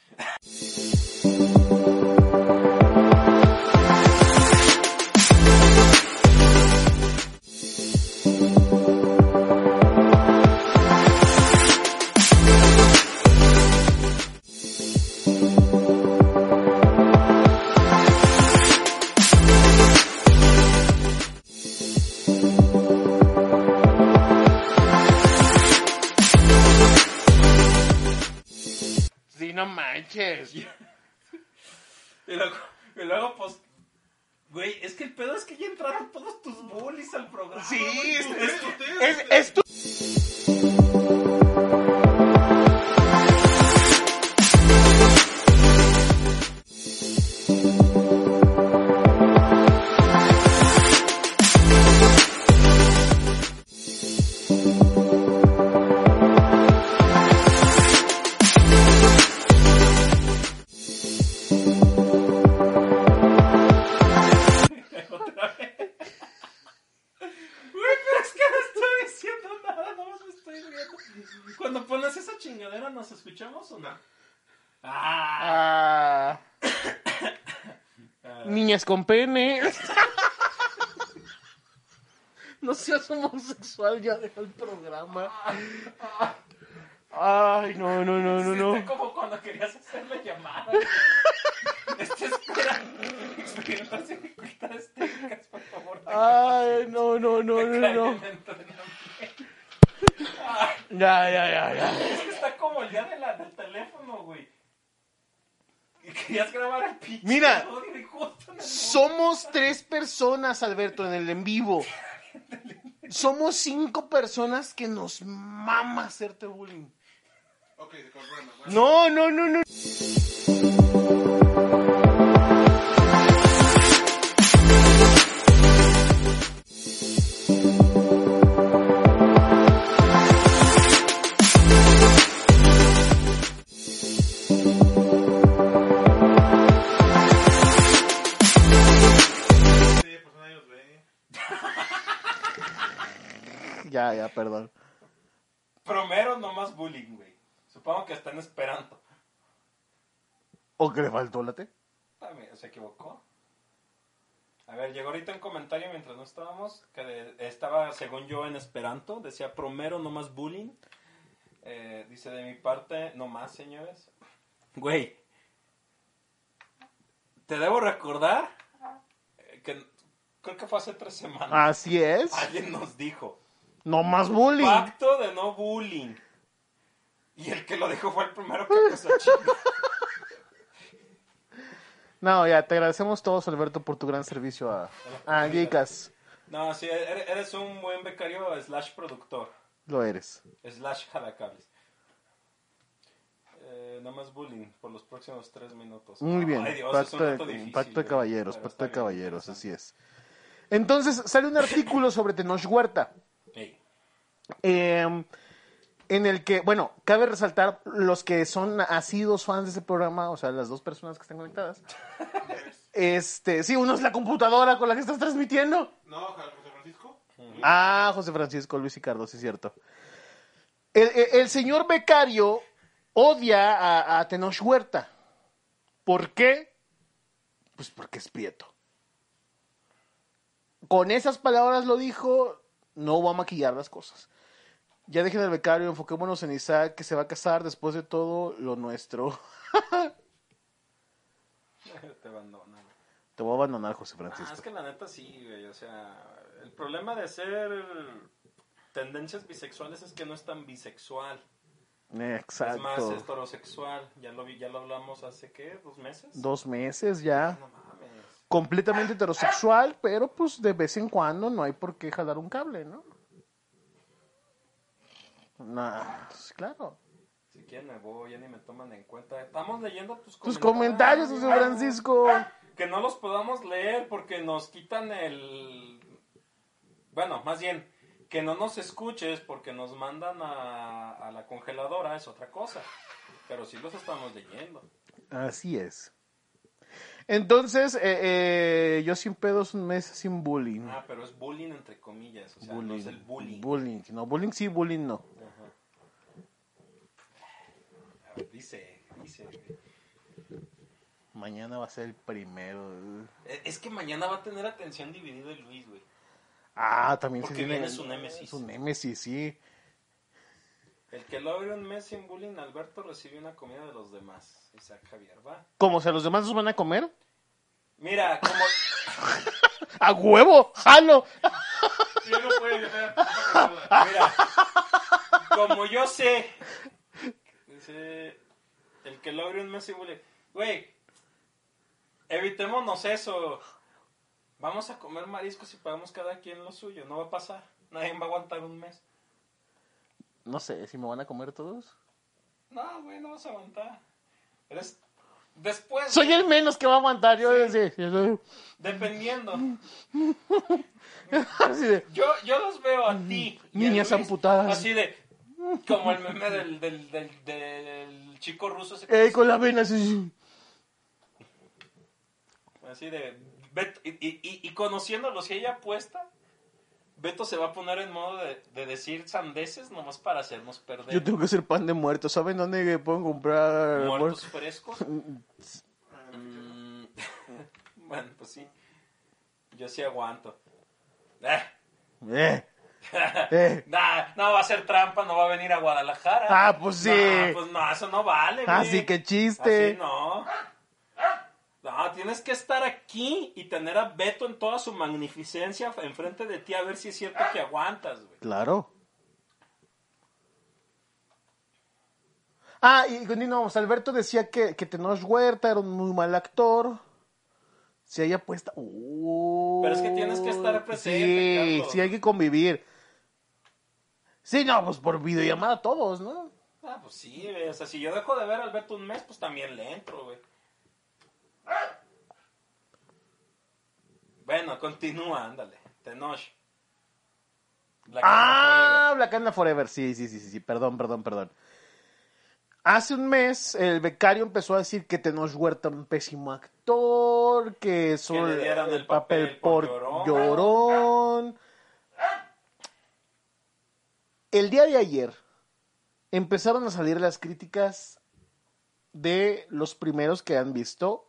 [SPEAKER 2] Sí, no manches.
[SPEAKER 1] Y luego, y luego, pues. Güey, es que el pedo es que ya entraron todos tus bullies al programa.
[SPEAKER 2] Sí,
[SPEAKER 1] güey.
[SPEAKER 2] es-
[SPEAKER 1] Ustedes-
[SPEAKER 3] Ustedes- ustedes-
[SPEAKER 2] Es, es tu-
[SPEAKER 1] Güey, pero es que no estoy diciendo nada, no más me estoy riendo. Cuando pones esa chingadera, ¿nos escuchamos o no? Ah,
[SPEAKER 2] Ah. Niñas con pene. No seas homosexual, ya deja el programa. Ay, no, no, no, no,
[SPEAKER 1] no.
[SPEAKER 2] no.
[SPEAKER 1] como cuando querías hacer la llamada. Este espera. Experimentos y dificultades técnicas, por favor.
[SPEAKER 2] Ah, Ay, no, no, no, no, no. Ya, ya, ya, ya.
[SPEAKER 1] Es que está como el día de la- del teléfono, güey. Y Querías grabar el pinche.
[SPEAKER 2] Mira.
[SPEAKER 1] audio y justo en el
[SPEAKER 2] Somos tres personas, Alberto, en el en vivo. Somos cinco personas que nos mama hacerte bullying.
[SPEAKER 3] Ok, se confirma. bueno.
[SPEAKER 2] No, no, no, no.
[SPEAKER 3] Sí, pues nadie los ve.
[SPEAKER 2] Ya, ya, perdón.
[SPEAKER 1] Primero, no más bullying, güey. Supongo que están esperando.
[SPEAKER 2] ¿O que le faltó la T?
[SPEAKER 1] Ah, mira, se equivocó. A ver, llegó ahorita un comentario mientras no estábamos, que de- estaba, según yo, en Esperanto, decía, promero, no más bullying. Eh, dice, de mi parte, no más, señores. Güey, te debo recordar eh, que creo que fue hace tres semanas.
[SPEAKER 2] Así es.
[SPEAKER 1] Alguien nos dijo,
[SPEAKER 2] No más Ah, bullying.
[SPEAKER 1] pacto de no bullying. Y el que lo dijo fue el primero que empezó a chingar.
[SPEAKER 2] No, ya, te agradecemos todos, Alberto, por tu gran servicio a, a Anglicas.
[SPEAKER 1] No, sí, er- eres un buen becario slash productor.
[SPEAKER 2] Lo eres.
[SPEAKER 1] Slash jalacables. Eh, nada más bullying por los próximos tres minutos.
[SPEAKER 2] Muy bien.
[SPEAKER 1] Ay, Dios, es un
[SPEAKER 2] pacto,
[SPEAKER 1] dato
[SPEAKER 2] de,
[SPEAKER 1] difícil,
[SPEAKER 2] pacto de
[SPEAKER 1] güey.
[SPEAKER 2] caballeros,
[SPEAKER 1] Pero
[SPEAKER 2] pacto
[SPEAKER 1] está
[SPEAKER 2] de
[SPEAKER 1] bien.
[SPEAKER 2] caballeros, así es. Entonces, sale un artículo sobre Tenoch Huerta,
[SPEAKER 1] Ey,
[SPEAKER 2] eh, en el que, bueno, cabe resaltar los que son asidos fans de este programa, o sea, las dos personas que están conectadas. Este, sí, uno es la computadora con la que estás transmitiendo.
[SPEAKER 3] No, José Francisco.
[SPEAKER 2] Ah, José Francisco Luis Ricardo, sí es cierto. El, el- el señor becario odia a, a Tenoch Huerta. ¿Por qué? Pues porque es prieto. Con esas palabras lo dijo, no va a maquillar las cosas. Ya dejen al becario, enfoquémonos en Isaac, que se va a casar después de todo lo nuestro.
[SPEAKER 1] Te abandonan.
[SPEAKER 2] Te voy a abandonar, José
[SPEAKER 1] Ah, es
[SPEAKER 2] Francisco.
[SPEAKER 1] que la neta sí, güey. O sea, el problema de ser tendencias bisexuales es que no es tan bisexual.
[SPEAKER 2] Exacto.
[SPEAKER 1] Es más, es heterosexual. Ya lo, vi, ya lo hablamos hace, ¿qué? ¿Dos meses?
[SPEAKER 2] Dos meses ya.
[SPEAKER 1] No mames.
[SPEAKER 2] completamente heterosexual, pero pues de vez en cuando no hay por qué jalar un cable, ¿no? Nah, pues, claro.
[SPEAKER 1] Si quieren me voy, ya ni me toman en cuenta. Estamos leyendo tus comentarios.
[SPEAKER 2] Tus comentarios, José Francisco.
[SPEAKER 1] Que no los podamos leer porque nos quitan el... Bueno, más bien, que no nos escuches porque nos mandan a, a la congeladora es otra cosa. Pero sí los estamos leyendo.
[SPEAKER 2] Así es. Entonces, eh, eh, yo sin pedos un mes sin bullying.
[SPEAKER 1] Ah, pero es bullying entre comillas. O sea,
[SPEAKER 2] Mm. bullying.
[SPEAKER 1] no es el bullying.
[SPEAKER 2] Bullying, no, bullying sí, bullying no.
[SPEAKER 1] A ver, dice, dice. güey.
[SPEAKER 2] Mañana va a ser el primero. eh.
[SPEAKER 1] Eh, Es que mañana va a tener atención dividida el Luis, güey.
[SPEAKER 2] Ah, también
[SPEAKER 1] Porque viene su némesis.
[SPEAKER 2] Su némesis, sí.
[SPEAKER 1] El que logra un mes sin bullying, Alberto recibe una comida de los demás. Isaac Javier, va.
[SPEAKER 2] Como se los demás los van a comer.
[SPEAKER 1] Mira, como.
[SPEAKER 2] ¡A huevo! ¡Jalo!
[SPEAKER 3] Yo no puedo evitar esa cosa.
[SPEAKER 1] Mira, como yo sé, dice, el que logre un mes y bullying. Güey, evitémonos eso. Vamos a comer mariscos y pagamos cada quien lo suyo. No va a pasar. Nadie va a aguantar un mes.
[SPEAKER 2] No sé, si me van a comer todos.
[SPEAKER 1] No, güey, no vas a aguantar. Eres... Después,
[SPEAKER 2] Soy el menos que va a aguantar. Yo sí, sí, soy-
[SPEAKER 1] dependiendo.
[SPEAKER 2] así de,
[SPEAKER 1] Yo, yo los veo a ti. y a
[SPEAKER 2] Niñas
[SPEAKER 1] Luis,
[SPEAKER 2] amputadas.
[SPEAKER 1] Así de. Como el meme del, del, del, del chico ruso. ese que
[SPEAKER 2] eh, con la vena. sí, sí.
[SPEAKER 1] Así de. Beto- y, y, y- y conociéndolo, si ella apuesta, Beto se va a poner en modo de, de decir sandeces nomás para hacernos perder.
[SPEAKER 2] Yo tengo que hacer pan de muerto. ¿Saben dónde pueden comprar?
[SPEAKER 1] Muertos
[SPEAKER 2] muer-
[SPEAKER 1] frescos. Mm, bueno, pues sí. Yo sí aguanto. Eh,
[SPEAKER 2] Eh, eh.
[SPEAKER 1] nah, no va a ser trampa, no va a venir a Guadalajara.
[SPEAKER 2] Ah, pues sí.
[SPEAKER 1] Nah, pues no, eso no vale. güey.
[SPEAKER 2] Así que chiste.
[SPEAKER 1] Así Ah, no. No, tienes que estar aquí y tener a Beto en toda su magnificencia enfrente de ti a ver si es cierto que aguantas, güey.
[SPEAKER 2] Claro. Ah, y continuamos. Alberto decía que, que Tenoch Huerta era un muy mal actor. Si hay apuesta. Uy.
[SPEAKER 1] Pero es que tienes que estar presente,
[SPEAKER 2] Sí,
[SPEAKER 1] Carlos.
[SPEAKER 2] sí, hay que convivir. Sí, no, pues por videollamada todos, ¿no?
[SPEAKER 1] Ah, pues sí, güey. O sea, si yo dejo de ver a Alberto un mes, pues también le entro, güey. Bueno, continúa, ándale. Tenoch. La
[SPEAKER 2] Ah, Black Anna Forever. Sí, sí, sí, sí, sí. Perdón, perdón, perdón. Hace un mes el becario empezó a decir que Tenoch Huerta era un pésimo actor, que solo
[SPEAKER 1] le dieran el papel por
[SPEAKER 2] por,
[SPEAKER 1] llorón.
[SPEAKER 2] llorón. El día de ayer empezaron a salir las críticas de los primeros que han visto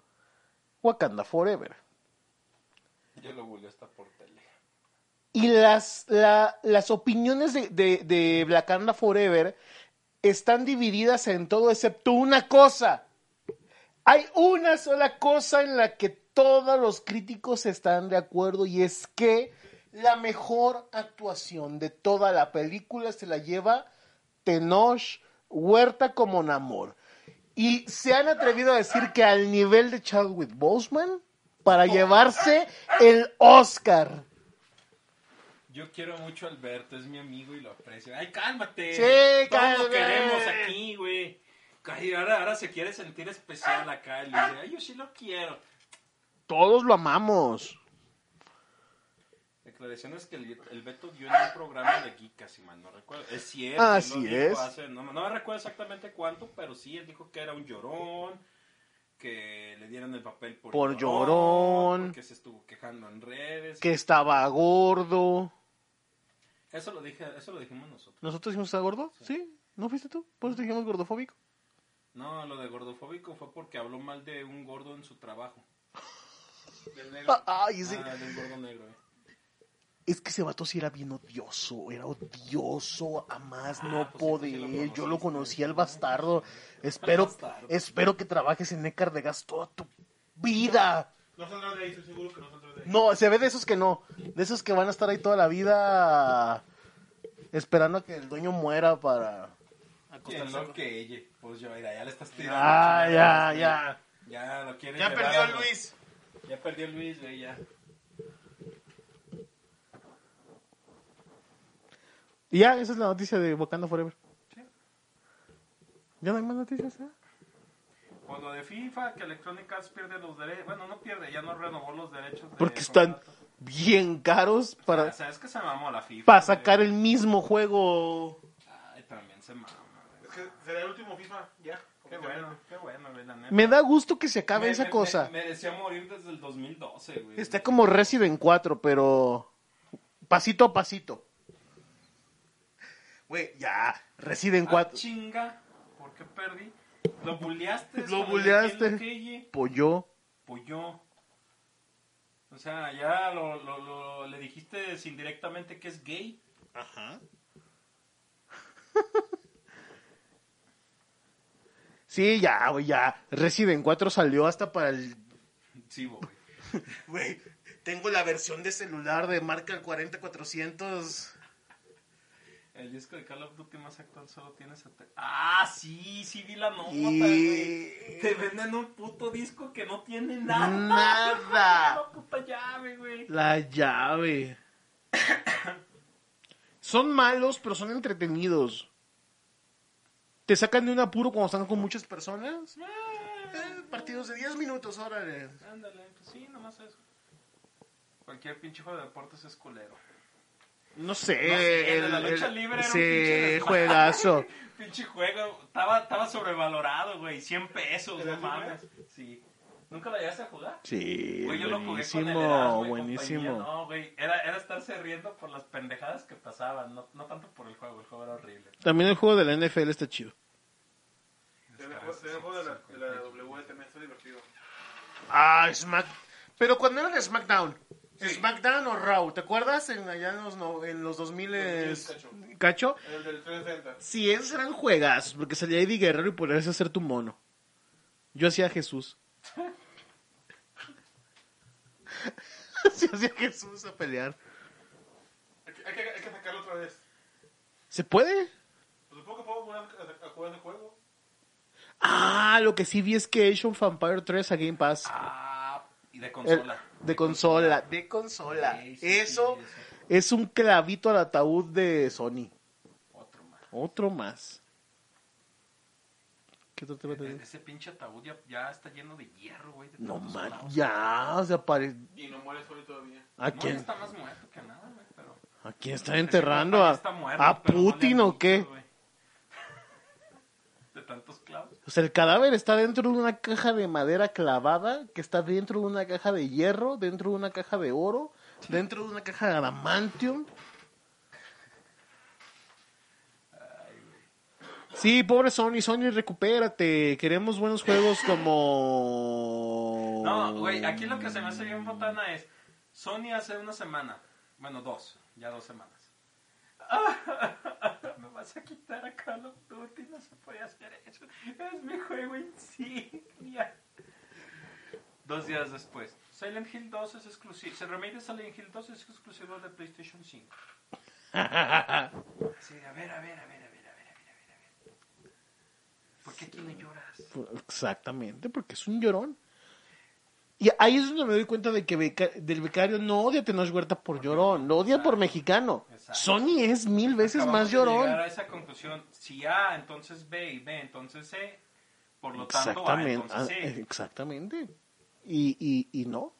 [SPEAKER 2] Wakanda Forever.
[SPEAKER 1] Yo lo buleo hasta por tele.
[SPEAKER 2] Y las, la- las opiniones de, de, de Black Anda Forever están divididas en todo excepto una cosa. Hay una sola cosa en la que todos los críticos están de acuerdo y es que la mejor actuación de toda la película se la lleva Tenoch Huerta como Namor. Y se han atrevido a decir que al nivel de Chadwick Boseman para llevarse el Oscar.
[SPEAKER 1] Yo quiero mucho a Alberto, es mi amigo y lo aprecio. ¡Ay, cálmate!
[SPEAKER 2] Sí,
[SPEAKER 1] Todos lo
[SPEAKER 2] cálmate.
[SPEAKER 1] queremos aquí, güey. Ay, ahora, ahora se quiere sentir especial acá. Y le dice, ay, yo sí lo quiero.
[SPEAKER 2] Todos lo amamos.
[SPEAKER 1] Declaraciones que el, el Beto dio en un programa de Geekas, si mal no recuerdo. Es cierto.
[SPEAKER 2] Así
[SPEAKER 1] él lo
[SPEAKER 2] es.
[SPEAKER 1] hace- no, no me recuerdo exactamente cuánto, pero sí, él dijo que era un llorón, que le dieran el papel por,
[SPEAKER 2] Por llorón.
[SPEAKER 1] Que se estuvo quejando en redes.
[SPEAKER 2] Que estaba gordo.
[SPEAKER 1] Eso lo, dije, eso lo dijimos nosotros.
[SPEAKER 2] ¿Nosotros dijimos que estaba gordo? Sí. ¿No fuiste tú? ¿Por eso te dijimos gordofóbico?
[SPEAKER 1] No, lo de gordofóbico fue porque habló mal de un gordo en su trabajo.
[SPEAKER 3] Del negro.
[SPEAKER 2] Ah, Ay, sí.
[SPEAKER 1] Ah, de un gordo negro, eh.
[SPEAKER 2] Es que ese vato sí era bien odioso. Era odioso a más no
[SPEAKER 1] pues
[SPEAKER 2] poder.
[SPEAKER 1] entonces sí lo
[SPEAKER 2] Yo lo
[SPEAKER 1] conociste.
[SPEAKER 2] conocí al bastardo. Espero,
[SPEAKER 1] bastardo.
[SPEAKER 2] espero que trabajes en Necar de Gas toda tu vida.
[SPEAKER 3] No saldrá de ahí, estoy seguro que no saldrá de ahí.
[SPEAKER 2] No, se ve de esos que no. De esos que van a estar ahí toda la vida esperando a que el dueño muera para...
[SPEAKER 1] ¿Quién lo que ella? Pues yo, mira, ya le estás tirando.
[SPEAKER 2] Ah, ya,
[SPEAKER 1] chingadas,
[SPEAKER 2] ya.
[SPEAKER 1] güey. Ya lo quiere
[SPEAKER 5] Ya
[SPEAKER 1] llevar
[SPEAKER 5] perdió
[SPEAKER 1] a-
[SPEAKER 5] Luis.
[SPEAKER 1] Ya perdió Luis, güey, ya.
[SPEAKER 2] Y ya, esa es la noticia de Wakanda Forever. ¿Ya no hay más noticias? eh?
[SPEAKER 1] Por lo de FIFA, que Electronic Arts pierde los derechos. Bueno, no pierde, ya no renovó los derechos. de
[SPEAKER 2] Porque están
[SPEAKER 1] contrato.
[SPEAKER 2] bien caros
[SPEAKER 1] O
[SPEAKER 2] para,
[SPEAKER 1] sea, es que Ah, se mamó la FIFA.
[SPEAKER 2] para
[SPEAKER 1] güey.
[SPEAKER 2] sacar el mismo juego.
[SPEAKER 1] Ay, también se mamó.
[SPEAKER 3] Es que será el último FIFA, ya.
[SPEAKER 1] Qué bueno, qué bueno, güey, la neta.
[SPEAKER 2] Me da gusto que se acabe
[SPEAKER 1] Me-
[SPEAKER 2] esa
[SPEAKER 1] me-
[SPEAKER 2] cosa.
[SPEAKER 1] Me, merecía morir desde el 2012, güey.
[SPEAKER 2] Está como Resident 4, pero pasito a pasito. Güey, ya, Resident
[SPEAKER 1] Ah,
[SPEAKER 2] 4.
[SPEAKER 1] chinga, ¿por qué perdí? Lo bulleaste.
[SPEAKER 2] Lo bulleaste. Pollo.
[SPEAKER 1] Pues yo. O sea, ya lo, lo, lo- le dijiste indirectamente que es gay.
[SPEAKER 2] Sí, ya, güey, ya. Resident 4 salió hasta para el...
[SPEAKER 1] Sí, güey.
[SPEAKER 2] Güey, tengo la versión de celular de marca el 40400.
[SPEAKER 1] El disco de Call of Duty más actual solo tiene 70. Ah, sí, sí vi la nota,
[SPEAKER 2] Y-
[SPEAKER 1] güey. Te venden un puto disco que no tiene nada.
[SPEAKER 2] Nada.
[SPEAKER 1] La puta llave, güey.
[SPEAKER 2] La llave. son malos, pero son entretenidos. Te sacan de un apuro cuando están con muchas personas. Eh, partidos de 10 minutos, órale.
[SPEAKER 1] Ándale, pues sí, nomás eso. Cualquier pinche juego de deportes es culero.
[SPEAKER 2] No sé.
[SPEAKER 1] No sé, el de la
[SPEAKER 2] el-
[SPEAKER 1] lucha
[SPEAKER 2] el-
[SPEAKER 1] libre era un
[SPEAKER 2] sí,
[SPEAKER 1] pinche desmadre.
[SPEAKER 2] juegazo.
[SPEAKER 1] Pinche juego, estaba, estaba sobrevalorado, güey. 100 pesos,
[SPEAKER 3] ¿Te
[SPEAKER 1] no
[SPEAKER 3] la jugaste?
[SPEAKER 1] mames. Sí. ¿Nunca la llegaste a jugar?
[SPEAKER 2] Sí,
[SPEAKER 1] Güey, yo lo jugué con el
[SPEAKER 2] buenísimo,
[SPEAKER 1] Erasmo y
[SPEAKER 2] buenísimo.
[SPEAKER 1] compañía. No, güey, era, era estarse riendo por las pendejadas que pasaban, no, no tanto por el juego, el juego era horrible.
[SPEAKER 2] También el juego de la NFL está chido.
[SPEAKER 3] También el juego- también el juego de la, de la W también está divertido.
[SPEAKER 2] Ah, Smack. Pero cuando era de SmackDown. SmackDown o Raw, ¿te acuerdas? En allá en los, no- en los 2000 es-
[SPEAKER 3] Cacho.
[SPEAKER 2] cacho.
[SPEAKER 3] El del 360.
[SPEAKER 2] Sí, esos eran juegazos, porque salía Eddie Guerrero y podías hacer tu mono. Yo hacía Jesús. Sí, hacía Jesús a pelear.
[SPEAKER 3] Hay que, hay que, hay que sacarlo otra vez.
[SPEAKER 2] ¿Se puede?
[SPEAKER 3] Pues supongo que podemos volver a, a jugar ese juego.
[SPEAKER 2] Ah, lo que sí vi es que Age of Vampire 3 a Game Pass.
[SPEAKER 1] Ah, y de
[SPEAKER 2] El-
[SPEAKER 1] consola.
[SPEAKER 2] de consola, de consola.
[SPEAKER 1] Sí, sí,
[SPEAKER 2] Eso
[SPEAKER 1] sí, eso.
[SPEAKER 2] es un clavito al ataúd de Sony.
[SPEAKER 1] Otro más.
[SPEAKER 2] Otro más. ¿Qué otro tema
[SPEAKER 1] E-
[SPEAKER 2] tenés?
[SPEAKER 1] Ese pinche ataúd ya, ya está lleno de hierro, güey. de
[SPEAKER 2] No
[SPEAKER 1] tantos
[SPEAKER 2] man,
[SPEAKER 1] clavos.
[SPEAKER 2] ya, o sea, pare-
[SPEAKER 3] Y no muere solo todavía.
[SPEAKER 2] ¿a
[SPEAKER 1] No,
[SPEAKER 2] quién?
[SPEAKER 1] ya está más muerto que nada, güey, pero...
[SPEAKER 2] ¿A quién están enterrando?
[SPEAKER 1] Ese papá ya
[SPEAKER 2] ¿A,
[SPEAKER 1] está muerto,
[SPEAKER 2] a
[SPEAKER 1] pero no le han
[SPEAKER 2] Putin o
[SPEAKER 1] dicho,
[SPEAKER 2] qué?
[SPEAKER 1] güey. De tantos clavos.
[SPEAKER 2] O sea, el cadáver está dentro de una caja de madera clavada, que está dentro de una caja de hierro, dentro de una caja de oro, dentro de una caja de adamantium. Sí, pobre Sony, Sony, recupérate. Queremos buenos juegos como...
[SPEAKER 1] No, güey, aquí lo que se me hace bien botana es Sony hace una semana, bueno, dos, ya dos semanas. me vas a quitar a Call of Duty, no se puede hacer eso. Es mi juego insignia. Dos días después, Silent Hill 2 es exclusivo. Se remake de Silent Hill 2 es exclusivo de PlayStation 5. Sí, a ver, a ver, a ver, a ver, a ver, a ver, a ver, a ver. ¿Por qué aquí no lloras?
[SPEAKER 2] Exactamente, porque es un llorón. Y ahí es donde me doy cuenta de que beca- del becario no odia a Tenoch Huerta por llorón, lo odia por mexicano.
[SPEAKER 1] Exacto.
[SPEAKER 2] Sony es mil veces
[SPEAKER 1] Acabamos
[SPEAKER 2] más
[SPEAKER 1] de llegar
[SPEAKER 2] llorón.
[SPEAKER 1] a esa conclusión. Si A, entonces B, y B, entonces C. Por lo tanto, A,
[SPEAKER 2] Exactamente,
[SPEAKER 1] entonces
[SPEAKER 2] ah,
[SPEAKER 1] C.
[SPEAKER 2] exactamente. Y, y, y no.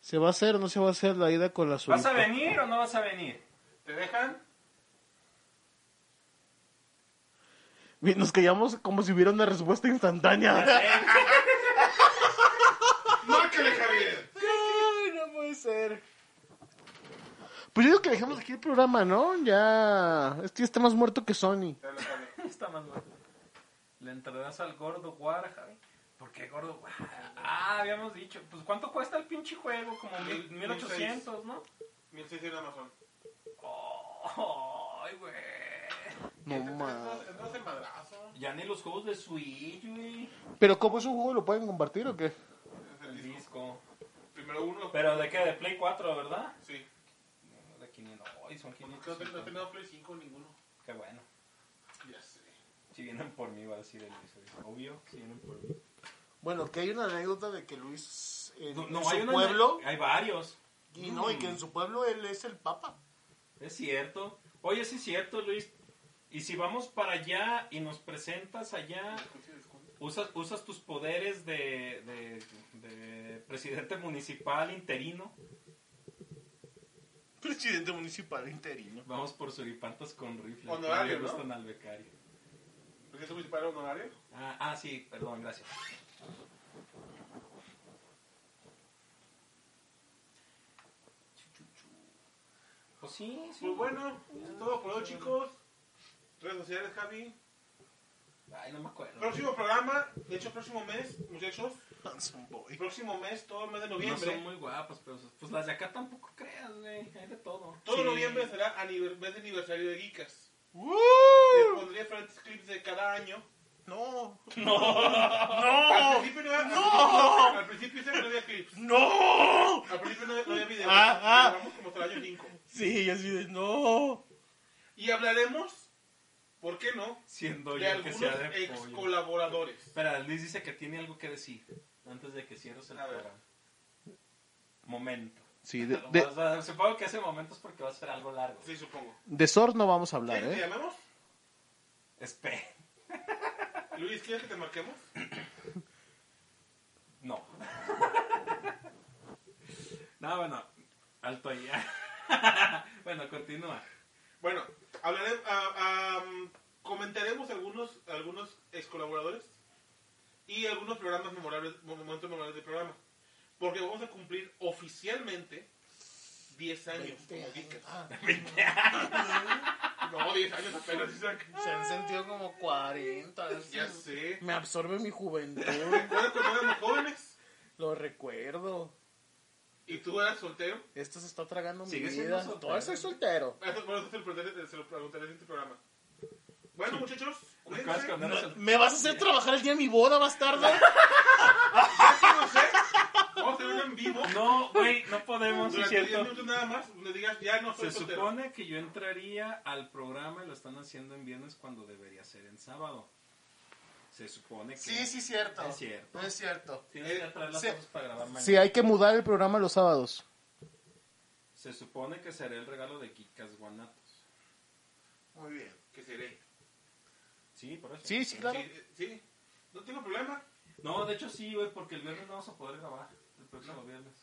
[SPEAKER 2] ¿Se va a hacer o no se va a hacer la ida con la
[SPEAKER 1] ¿Vas a
[SPEAKER 2] solita?
[SPEAKER 1] venir o no vas a venir?
[SPEAKER 3] ¿Te dejan?
[SPEAKER 2] Bien, Nos callamos como si hubiera una respuesta
[SPEAKER 1] Ya
[SPEAKER 2] instantánea.
[SPEAKER 1] sé.
[SPEAKER 3] ¡Márcale, Javier!
[SPEAKER 2] Ay, no puede ser. Pues yo digo que dejamos aquí el programa, ¿no? Ya. Este ya está más muerto que Sony.
[SPEAKER 3] Te hablo, Javier.
[SPEAKER 1] Está más bueno. Le entrarás al gordo War, Javi. ¿Por qué gordo War? Ah, habíamos dicho. Pues cuánto cuesta el pinche juego, como mil-
[SPEAKER 3] Mil-
[SPEAKER 1] 1800, ¿no?
[SPEAKER 3] 1600 en Amazon.
[SPEAKER 1] Oh, ay, güey.
[SPEAKER 2] No mames.
[SPEAKER 3] Entonces, entonces, el madrazo.
[SPEAKER 1] Ya ni los juegos de Switch, güey.
[SPEAKER 2] ¿Pero cómo es un juego? ¿Lo pueden compartir o qué?
[SPEAKER 3] Es
[SPEAKER 1] El
[SPEAKER 3] el disco.
[SPEAKER 1] disco.
[SPEAKER 3] Primero uno.
[SPEAKER 1] Pero de qué? De Play 4, ¿verdad?
[SPEAKER 3] Sí.
[SPEAKER 1] De 500. Ay, son
[SPEAKER 3] No creo que no
[SPEAKER 1] 500.
[SPEAKER 3] he tenido Play 5 ninguno.
[SPEAKER 1] Qué bueno.
[SPEAKER 3] Ya sé.
[SPEAKER 1] Si vienen por mí, va a decir el Luis. Obvio, si vienen por mí.
[SPEAKER 2] Bueno, que hay una anécdota de que Luis en,
[SPEAKER 1] No,
[SPEAKER 2] en
[SPEAKER 1] no,
[SPEAKER 2] su
[SPEAKER 1] hay una-
[SPEAKER 2] pueblo
[SPEAKER 1] Hay varios.
[SPEAKER 2] y no y que en su pueblo él es el papa.
[SPEAKER 1] Es cierto. Oye, sí es cierto, Luis. Y si vamos para allá y nos presentas
[SPEAKER 3] Ah.
[SPEAKER 1] allá, usas, usas tus poderes de, de- de presidente municipal interino.
[SPEAKER 2] Presidente municipal interino.
[SPEAKER 1] Vamos por suripantas con rifle.
[SPEAKER 3] Honorario,
[SPEAKER 1] Le
[SPEAKER 3] ¿no?
[SPEAKER 1] gustan al becario.
[SPEAKER 3] Pues Secretario Municipal Honorario.
[SPEAKER 1] Ah, ah, sí, perdón, gracias. Pues sí, sí.
[SPEAKER 3] Pues bueno, es todo por hoy, chicos. Redes sociales, Javi.
[SPEAKER 1] Ay, no me acuerdo.
[SPEAKER 3] Próximo programa, de hecho, próximo mes, muchachos.
[SPEAKER 2] Hanson
[SPEAKER 3] El
[SPEAKER 2] Boy.
[SPEAKER 3] próximo mes, todo el mes de
[SPEAKER 1] No
[SPEAKER 3] noviembre.
[SPEAKER 1] son muy guapas, pero pues las de acá tampoco creas, güey. Hay de todo.
[SPEAKER 3] Todo
[SPEAKER 1] Sí.
[SPEAKER 3] noviembre será aniver- mes de aniversario de Geekas. Les pondré diferentes clips de cada año.
[SPEAKER 2] No.
[SPEAKER 3] Al
[SPEAKER 2] No.
[SPEAKER 3] principio no, había- al principio- al principio siempre no había clips.
[SPEAKER 2] No.
[SPEAKER 3] Al principio no, no había videos.
[SPEAKER 2] Ah, ah.
[SPEAKER 3] Llevamos como hasta el año 5.
[SPEAKER 2] Sí, yo así de no.
[SPEAKER 3] Y hablaremos, ¿por qué no?
[SPEAKER 1] Siendo
[SPEAKER 3] De
[SPEAKER 1] yo el que
[SPEAKER 3] algunos
[SPEAKER 1] sea de
[SPEAKER 3] ex
[SPEAKER 1] pollo.
[SPEAKER 3] colaboradores.
[SPEAKER 1] Espera, Luis dice que tiene algo que decir antes de que cierres el
[SPEAKER 3] A ver.
[SPEAKER 1] programa. Momento.
[SPEAKER 6] Sí, de, de,
[SPEAKER 1] O sea, supongo que ese momento es porque va a ser algo largo.
[SPEAKER 3] Sí, supongo.
[SPEAKER 6] de Sor no vamos a hablar,
[SPEAKER 3] ¿Quieres que te
[SPEAKER 6] ¿eh?
[SPEAKER 3] llamemos?
[SPEAKER 1] Espera.
[SPEAKER 3] Luis, ¿quieres que te marquemos?
[SPEAKER 1] No. no, bueno. Alto ahí. bueno, continúa.
[SPEAKER 3] Bueno, hablaré, ah, ah, comentaremos algunos, algunos ex colaboradores y algunos programas memorables, momentos memorables del programa. Porque vamos a cumplir oficialmente 10 años como Geekers.
[SPEAKER 2] Ah.
[SPEAKER 3] No, 10 años apenas, Isaac.
[SPEAKER 2] Se han sentido como 40.
[SPEAKER 3] Ya sé.
[SPEAKER 2] Me absorbe mi juventud.
[SPEAKER 3] ¿Recuerdas cuando éramos jóvenes?
[SPEAKER 2] Lo recuerdo.
[SPEAKER 3] ¿Y tú eras soltero?
[SPEAKER 2] Esto se está tragando mi
[SPEAKER 1] Sigue siendo
[SPEAKER 2] vida.
[SPEAKER 1] soltero.
[SPEAKER 2] Todavía soy soltero.
[SPEAKER 3] Eso- Bueno, eso se lo preguntaré, se lo preguntaré en este programa. Bueno, muchachos,
[SPEAKER 1] ¿Recuerdas
[SPEAKER 3] cuídense.
[SPEAKER 1] cuando eras el-
[SPEAKER 2] ¿Me vas a hacer trabajar el día de mi boda, bastardo?
[SPEAKER 3] No sé, vamos a tener un en vivo.
[SPEAKER 1] No, güey, no podemos, es
[SPEAKER 3] Durante 10
[SPEAKER 1] cierto.
[SPEAKER 3] minutos nada más, donde digas, ya no soy
[SPEAKER 1] Se
[SPEAKER 3] soltero.
[SPEAKER 1] supone que yo entraría al programa y lo están haciendo en viernes cuando debería ser en sábado. Se supone que.
[SPEAKER 2] Sí, sí, cierto.
[SPEAKER 1] Es cierto.
[SPEAKER 2] No es cierto.
[SPEAKER 1] Tienes que traer las
[SPEAKER 2] Sí.
[SPEAKER 1] cosas para grabar mañana.
[SPEAKER 6] Sí, hay que mudar el programa los sábados.
[SPEAKER 1] Se supone que será el regalo de Kikas Guanatos.
[SPEAKER 2] Muy bien.
[SPEAKER 3] Que seré.
[SPEAKER 1] Sí, por eso.
[SPEAKER 6] Sí, sí, claro.
[SPEAKER 3] Sí, eh, sí. No tengo problema.
[SPEAKER 1] No, de hecho sí, güey, porque el viernes no vamos a poder grabar. El próximo viernes.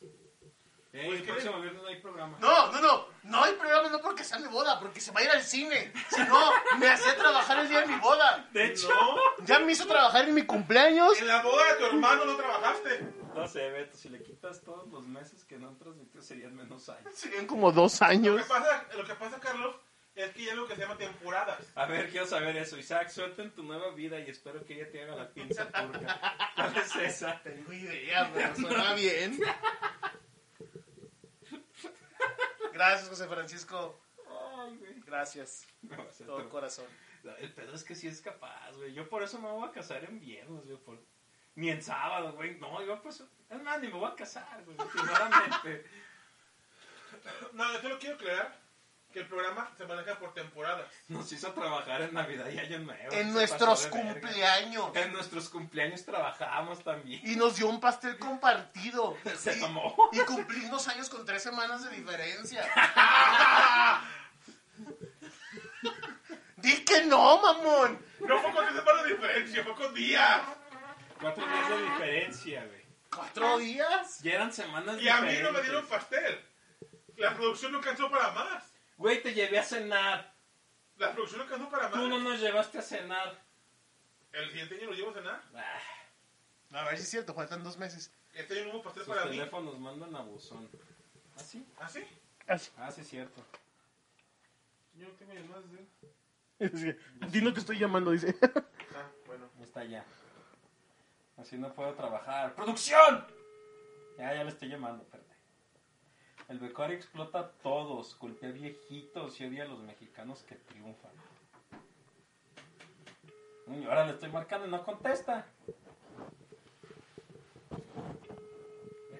[SPEAKER 1] Eh,
[SPEAKER 3] Pues
[SPEAKER 1] el
[SPEAKER 3] que-
[SPEAKER 1] próximo viernes no hay programa.
[SPEAKER 2] No, no, no. No hay programa no porque sea mi boda, porque se va a ir al cine. Si no, me hacía trabajar el día de mi boda.
[SPEAKER 1] De hecho.
[SPEAKER 6] Ya me hizo trabajar en mi cumpleaños.
[SPEAKER 3] En la boda de tu hermano no trabajaste.
[SPEAKER 1] No sé, Beto, si le quitas todos los meses que no han transmitido serían menos años.
[SPEAKER 6] Tienen como dos años.
[SPEAKER 3] Lo que pasa, lo que pasa Carlos, es que ya lo que se llama temporadas.
[SPEAKER 1] A ver, quiero saber eso. Isaac, suelta en tu nueva vida y espero que ella te haga la pinza turca. ¿Cuál es esa?
[SPEAKER 2] Tengo idea, pero suena bien. Gracias, José Francisco.
[SPEAKER 1] Ay, güey.
[SPEAKER 2] Gracias.
[SPEAKER 1] No, o sea,
[SPEAKER 2] Todo el
[SPEAKER 1] no.
[SPEAKER 2] corazón.
[SPEAKER 1] No, El pedo es que sí es capaz, güey. Yo por eso no me voy a casar en viernes, güey. por- Ni en sábado, güey. No, yo por eso... Es más, ni me voy a casar, güey. Primeramente.
[SPEAKER 3] No, yo solo quiero aclarar que el programa se maneja por temporadas.
[SPEAKER 1] Nos hizo trabajar en Navidad y Año Nuevo.
[SPEAKER 2] En
[SPEAKER 1] Se
[SPEAKER 2] nuestros
[SPEAKER 1] pasó de verga.
[SPEAKER 2] cumpleaños.
[SPEAKER 1] En nuestros cumpleaños trabajamos también.
[SPEAKER 2] Y nos dio un pastel compartido.
[SPEAKER 1] Se
[SPEAKER 2] Y-
[SPEAKER 1] tomó.
[SPEAKER 2] Y cumplimos años con tres semanas de diferencia. Di que no, mamón.
[SPEAKER 3] No fue con tres semanas de diferencia, fue con días.
[SPEAKER 1] Cuatro días de diferencia, güey.
[SPEAKER 2] ¿Cuatro días?
[SPEAKER 1] Ya eran semanas
[SPEAKER 3] Y a mí no me
[SPEAKER 1] diferentes.
[SPEAKER 3] dieron pastel. La producción no cansó para más.
[SPEAKER 1] Güey, te llevé a cenar.
[SPEAKER 3] La producción no cansó para más.
[SPEAKER 1] Tú no nos llevaste a cenar.
[SPEAKER 3] El siguiente año lo llevo a cenar.
[SPEAKER 1] Ah,
[SPEAKER 2] A ver si es cierto, faltan dos meses.
[SPEAKER 3] Este año no hubo pastel
[SPEAKER 1] sus
[SPEAKER 3] para mí.
[SPEAKER 1] teléfonos mandan a buzón. ¿Ah, sí?
[SPEAKER 3] ¿Ah, sí?
[SPEAKER 1] Ah, sí, cierto.
[SPEAKER 3] Yo tengo llamadas de él.
[SPEAKER 6] Dino te estoy llamando, dice.
[SPEAKER 3] Ah, bueno.
[SPEAKER 1] No Está allá. Así no puedo trabajar. ¡Producción! Ya, ya le estoy llamando, espérate. El Becor explota a todos, golpea viejitos y odia a los mexicanos que triunfan. Uy, ahora le estoy marcando y no contesta.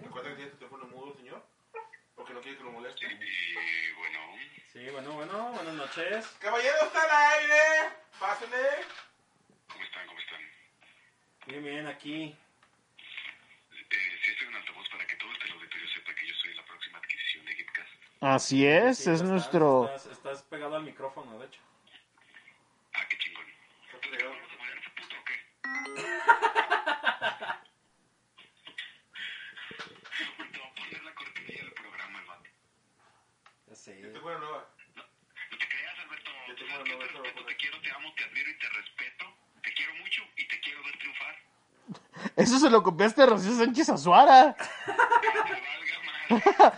[SPEAKER 3] Recuerda que tiene tu teléfono mudo, señor. Porque no quiere que lo moleste.
[SPEAKER 7] Y Eh, bueno,
[SPEAKER 1] Sí, bueno, bueno, buenas noches.
[SPEAKER 3] Caballero está al aire. Pásenle.
[SPEAKER 7] ¿cómo están? ¿Cómo están?
[SPEAKER 1] Bien, bien, aquí.
[SPEAKER 7] Eh, sí estoy en altavoz para que todo este auditorio sepa que yo soy la próxima adquisición de Gitcast.
[SPEAKER 6] Así es,
[SPEAKER 1] Sí,
[SPEAKER 6] es
[SPEAKER 1] estás-
[SPEAKER 6] nuestro.
[SPEAKER 1] Estás, estás pegado al micrófono, de hecho.
[SPEAKER 7] Ah, qué chingón. ¿Vamos a poner puto o qué? Te va a poner la cortinilla del programa, el vato.
[SPEAKER 1] Ya
[SPEAKER 3] Yo
[SPEAKER 1] sé.
[SPEAKER 3] tengo una nueva.
[SPEAKER 7] No te creas, Alberto.
[SPEAKER 3] Yo
[SPEAKER 7] Tú
[SPEAKER 3] tengo
[SPEAKER 7] sabes
[SPEAKER 3] una
[SPEAKER 7] que te
[SPEAKER 3] nueva,
[SPEAKER 7] respeto,
[SPEAKER 3] pero-
[SPEAKER 7] te quiero, te amo, te admiro y te respeto. Te
[SPEAKER 2] Eso se lo copiaste de Rocío Sánchez Azuara.
[SPEAKER 7] Valga madre.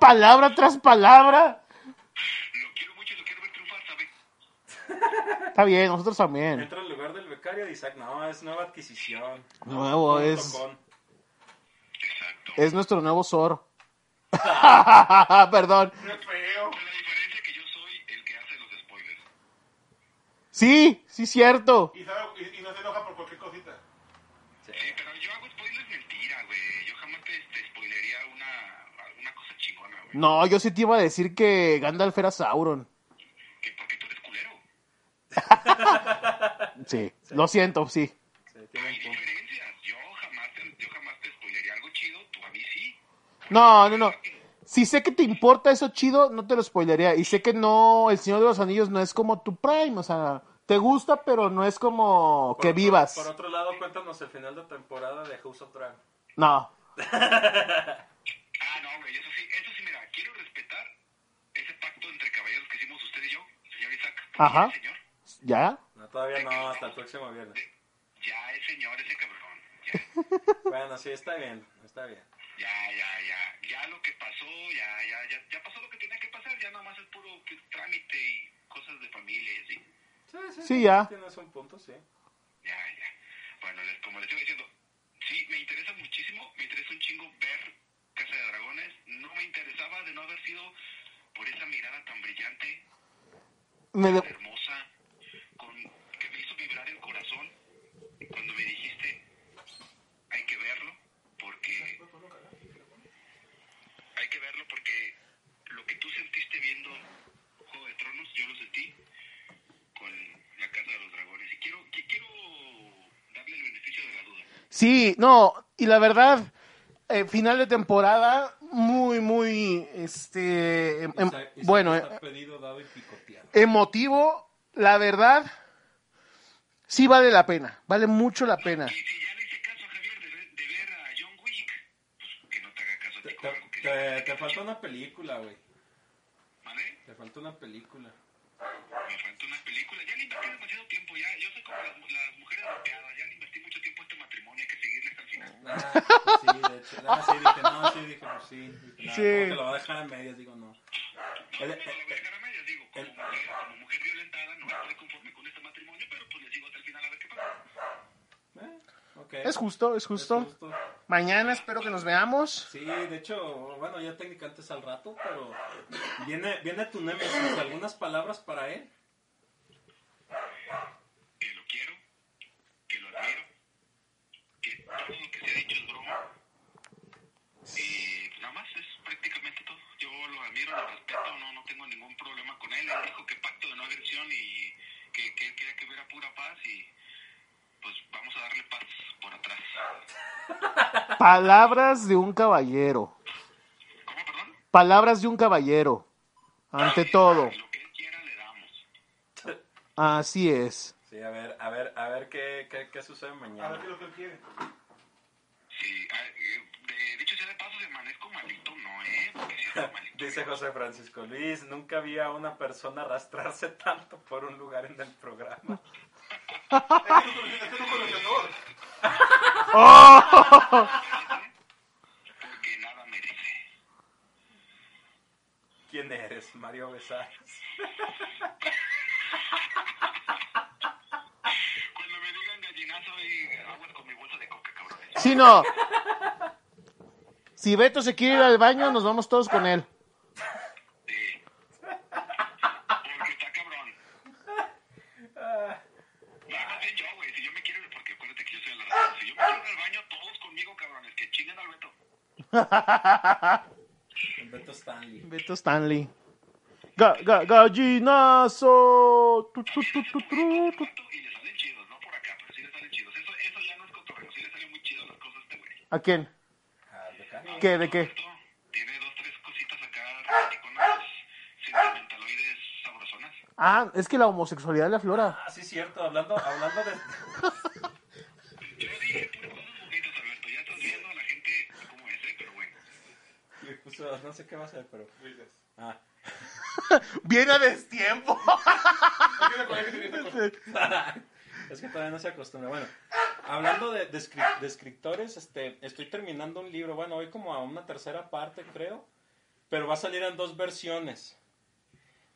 [SPEAKER 2] Palabra tras palabra.
[SPEAKER 7] Lo quiero mucho y lo quiero ver triunfar, ¿sabes?
[SPEAKER 2] Está bien, nosotros también.
[SPEAKER 1] Entra al lugar del becario de Isaac. No, es nueva adquisición.
[SPEAKER 2] Nuevo, es-
[SPEAKER 1] Tocón.
[SPEAKER 7] Exacto.
[SPEAKER 2] Es nuestro nuevo Zor. Perdón.
[SPEAKER 3] Qué feo.
[SPEAKER 7] Con la diferencia que yo soy el que hace los spoilers.
[SPEAKER 2] Sí, sí, cierto.
[SPEAKER 3] Y, sabe- y- y no se enoja por cualquier cosita.
[SPEAKER 1] Sí.
[SPEAKER 7] Sí, pero yo hago spoilers mentira, güey. Yo jamás te, te spoilería una, alguna cosa chingona, güey.
[SPEAKER 2] No, yo sí te iba a decir que Gandalf era Sauron.
[SPEAKER 7] Que porque tú eres culero.
[SPEAKER 2] Sí, lo siento, sí.
[SPEAKER 1] Sí, tiene
[SPEAKER 7] Hay
[SPEAKER 1] un punto.
[SPEAKER 7] diferencias. Yo jamás, te- yo jamás te spoilería algo chido, tú a mí sí.
[SPEAKER 2] No, no, no. Si sé que te importa eso chido, no te lo spoilería. Y sé que no, El Señor de los Anillos no es como tu prime, o sea, te gusta, pero no es como
[SPEAKER 1] Por
[SPEAKER 2] que
[SPEAKER 1] otro-
[SPEAKER 2] vivas.
[SPEAKER 1] Por otro lado, cuéntanos el final de temporada de House of Dragon.
[SPEAKER 2] No.
[SPEAKER 7] Ah, no, güey, eso sí, eso sí, mira, quiero respetar ese pacto entre caballeros que hicimos usted y yo, señor Isaac. porque
[SPEAKER 2] Ajá.
[SPEAKER 7] ya el Señor,
[SPEAKER 2] ¿Ya?
[SPEAKER 1] No, todavía no, hasta el próximo viernes.
[SPEAKER 7] de- ya el señor, ese cabrón. Ya,
[SPEAKER 1] Bueno, sí, está bien, está bien.
[SPEAKER 7] ya, ya, ya, ya lo que pasó, ya, ya, ya, ya pasó lo que tenía que pasar, ya nada más es puro pues, trámite y cosas de familia y así.
[SPEAKER 1] Sí, sí,
[SPEAKER 2] Sí, ya.
[SPEAKER 1] Tienes un punto, sí.
[SPEAKER 7] Ya, ya. Bueno, les, como les iba diciendo, sí, me interesa muchísimo, me interesa un chingo ver Casa de Dragones. No me interesaba de no haber sido por esa mirada tan brillante,
[SPEAKER 2] Me de-
[SPEAKER 7] hermosa, con, que me hizo vibrar el corazón cuando me dijiste, hay que verlo porque... Hay que verlo porque lo que tú sentiste viendo Juego de Tronos, yo lo sentí con la Casa de los Dragones. Y quiero, qui- quiero darle el beneficio de la duda.
[SPEAKER 2] Sí, no, y la verdad, eh, final de temporada, muy, muy, este, em- em-
[SPEAKER 1] Isaac- Isaac
[SPEAKER 2] bueno,
[SPEAKER 1] está
[SPEAKER 2] eh,
[SPEAKER 1] pedido, dado y picoteado.
[SPEAKER 2] emotivo, la verdad, sí vale la pena, vale mucho la pena.
[SPEAKER 7] Y si ya le hice caso a Javier de, ver- de ver a John Wick, pues que no te haga caso a
[SPEAKER 1] Te,
[SPEAKER 7] ti con
[SPEAKER 1] te,
[SPEAKER 7] algo que
[SPEAKER 1] te- te falta una película, güey.
[SPEAKER 7] ¿Vale?
[SPEAKER 1] Te falta una película.
[SPEAKER 7] Me falta una película. Ya le invertí demasiado tiempo. ya Yo soy como las, las mujeres golpeadas. Ya le invertí mucho tiempo a este matrimonio. Hay que seguirles al final.
[SPEAKER 1] Ah, sí, de hecho. Ah, sí, dije, no, sí, dije, pues sí. Dije, no,
[SPEAKER 2] Sí.
[SPEAKER 1] ¿cómo te lo va a dejar a medias, digo, no. Eh,
[SPEAKER 7] No,
[SPEAKER 1] El-
[SPEAKER 7] no, no, lo voy a dejar a medias, digo. Como
[SPEAKER 1] el-
[SPEAKER 7] mujer, como mujer violentada, no estoy conforme con este matrimonio, pero pues les digo hasta el final a ver qué pasa.
[SPEAKER 1] Eh, ok.
[SPEAKER 2] Es justo, es
[SPEAKER 1] Es
[SPEAKER 2] justo.
[SPEAKER 1] justo.
[SPEAKER 2] Mañana espero que nos veamos.
[SPEAKER 1] Sí, de hecho, bueno, ya técnica antes al rato, pero viene, viene tu némesis. ¿Algunas palabras para él?
[SPEAKER 7] Que lo quiero, que lo admiro, que todo lo que se ha dicho es broma. Y nada más, es prácticamente todo. Yo lo admiro, lo respeto, no, no tengo ningún problema con él. Él dijo que pacto de no agresión y que, que él quería que hubiera pura paz y pues vamos a darle paz por atrás.
[SPEAKER 2] Palabras de un caballero.
[SPEAKER 7] ¿Cómo, perdón?
[SPEAKER 2] Palabras de un caballero. Ante todo.
[SPEAKER 7] Lo que él quiera le damos.
[SPEAKER 2] Así es.
[SPEAKER 1] Sí, a ver, a ver, a ver qué, qué, qué sucede
[SPEAKER 3] A ver qué
[SPEAKER 1] mañana.
[SPEAKER 3] es lo que él quiere.
[SPEAKER 7] Sí, ah, eh, de, dicho sea de paso, si amanezco malito, no, ¿eh? Porque si es malito.
[SPEAKER 1] Dice José Francisco Luis, nunca vi a una persona arrastrarse tanto por un lugar en el programa.
[SPEAKER 3] Este es un conocedor.
[SPEAKER 2] ¡Oh!
[SPEAKER 7] Porque nada merece.
[SPEAKER 1] ¿Quién eres? Mario Besares.
[SPEAKER 7] Cuando me digan gallinazo y aguas con mi bolsa de coca, cabrones.
[SPEAKER 2] Si no. Si Beto se quiere ir al baño, nos vamos todos con él.
[SPEAKER 7] Sí. Porque está cabrón. No, más bien yo, güey. Si yo me quiero, porque acuérdate que yo soy el ratón. Si yo me quiero ir al baño, todos conmigo, cabrones. Que chingan al Beto.
[SPEAKER 1] El Beto Stanley.
[SPEAKER 2] Beto Stanley. Ga- ga- gallinazo. Tu, tu, tu, tu, tu, tu.
[SPEAKER 7] Beto, Y le salen chidos, no por acá, pero sí le salen chidos. Eso, eso ya no es cotorreo. Sí le salen muy chidas las cosas a este güey.
[SPEAKER 2] ¿A quién?
[SPEAKER 1] Ah, de acá.
[SPEAKER 2] ¿Qué? ¿De qué?
[SPEAKER 7] Beto tiene dos, tres cositas acá, romanticonas, sentimentaloides sabrosonas.
[SPEAKER 2] Ah, es que la homosexualidad le aflora.
[SPEAKER 1] Ah, sí, cierto, hablando, hablando de...
[SPEAKER 7] Yo dije puras cosas bonitas, Alberto. Ya estás viendo a la gente como es, ¿eh? Pero bueno.
[SPEAKER 1] le puso- no sé qué va a hacer, pero... Ah.
[SPEAKER 2] Viene a destiempo.
[SPEAKER 3] Hay que recordar que tiene esta cosa.
[SPEAKER 1] es que todavía no se acostumbra. Bueno, Hablando de, de escri- de escritores, este, estoy terminando un libro. Bueno, voy como a una tercera parte, creo. Pero va a salir en dos versiones.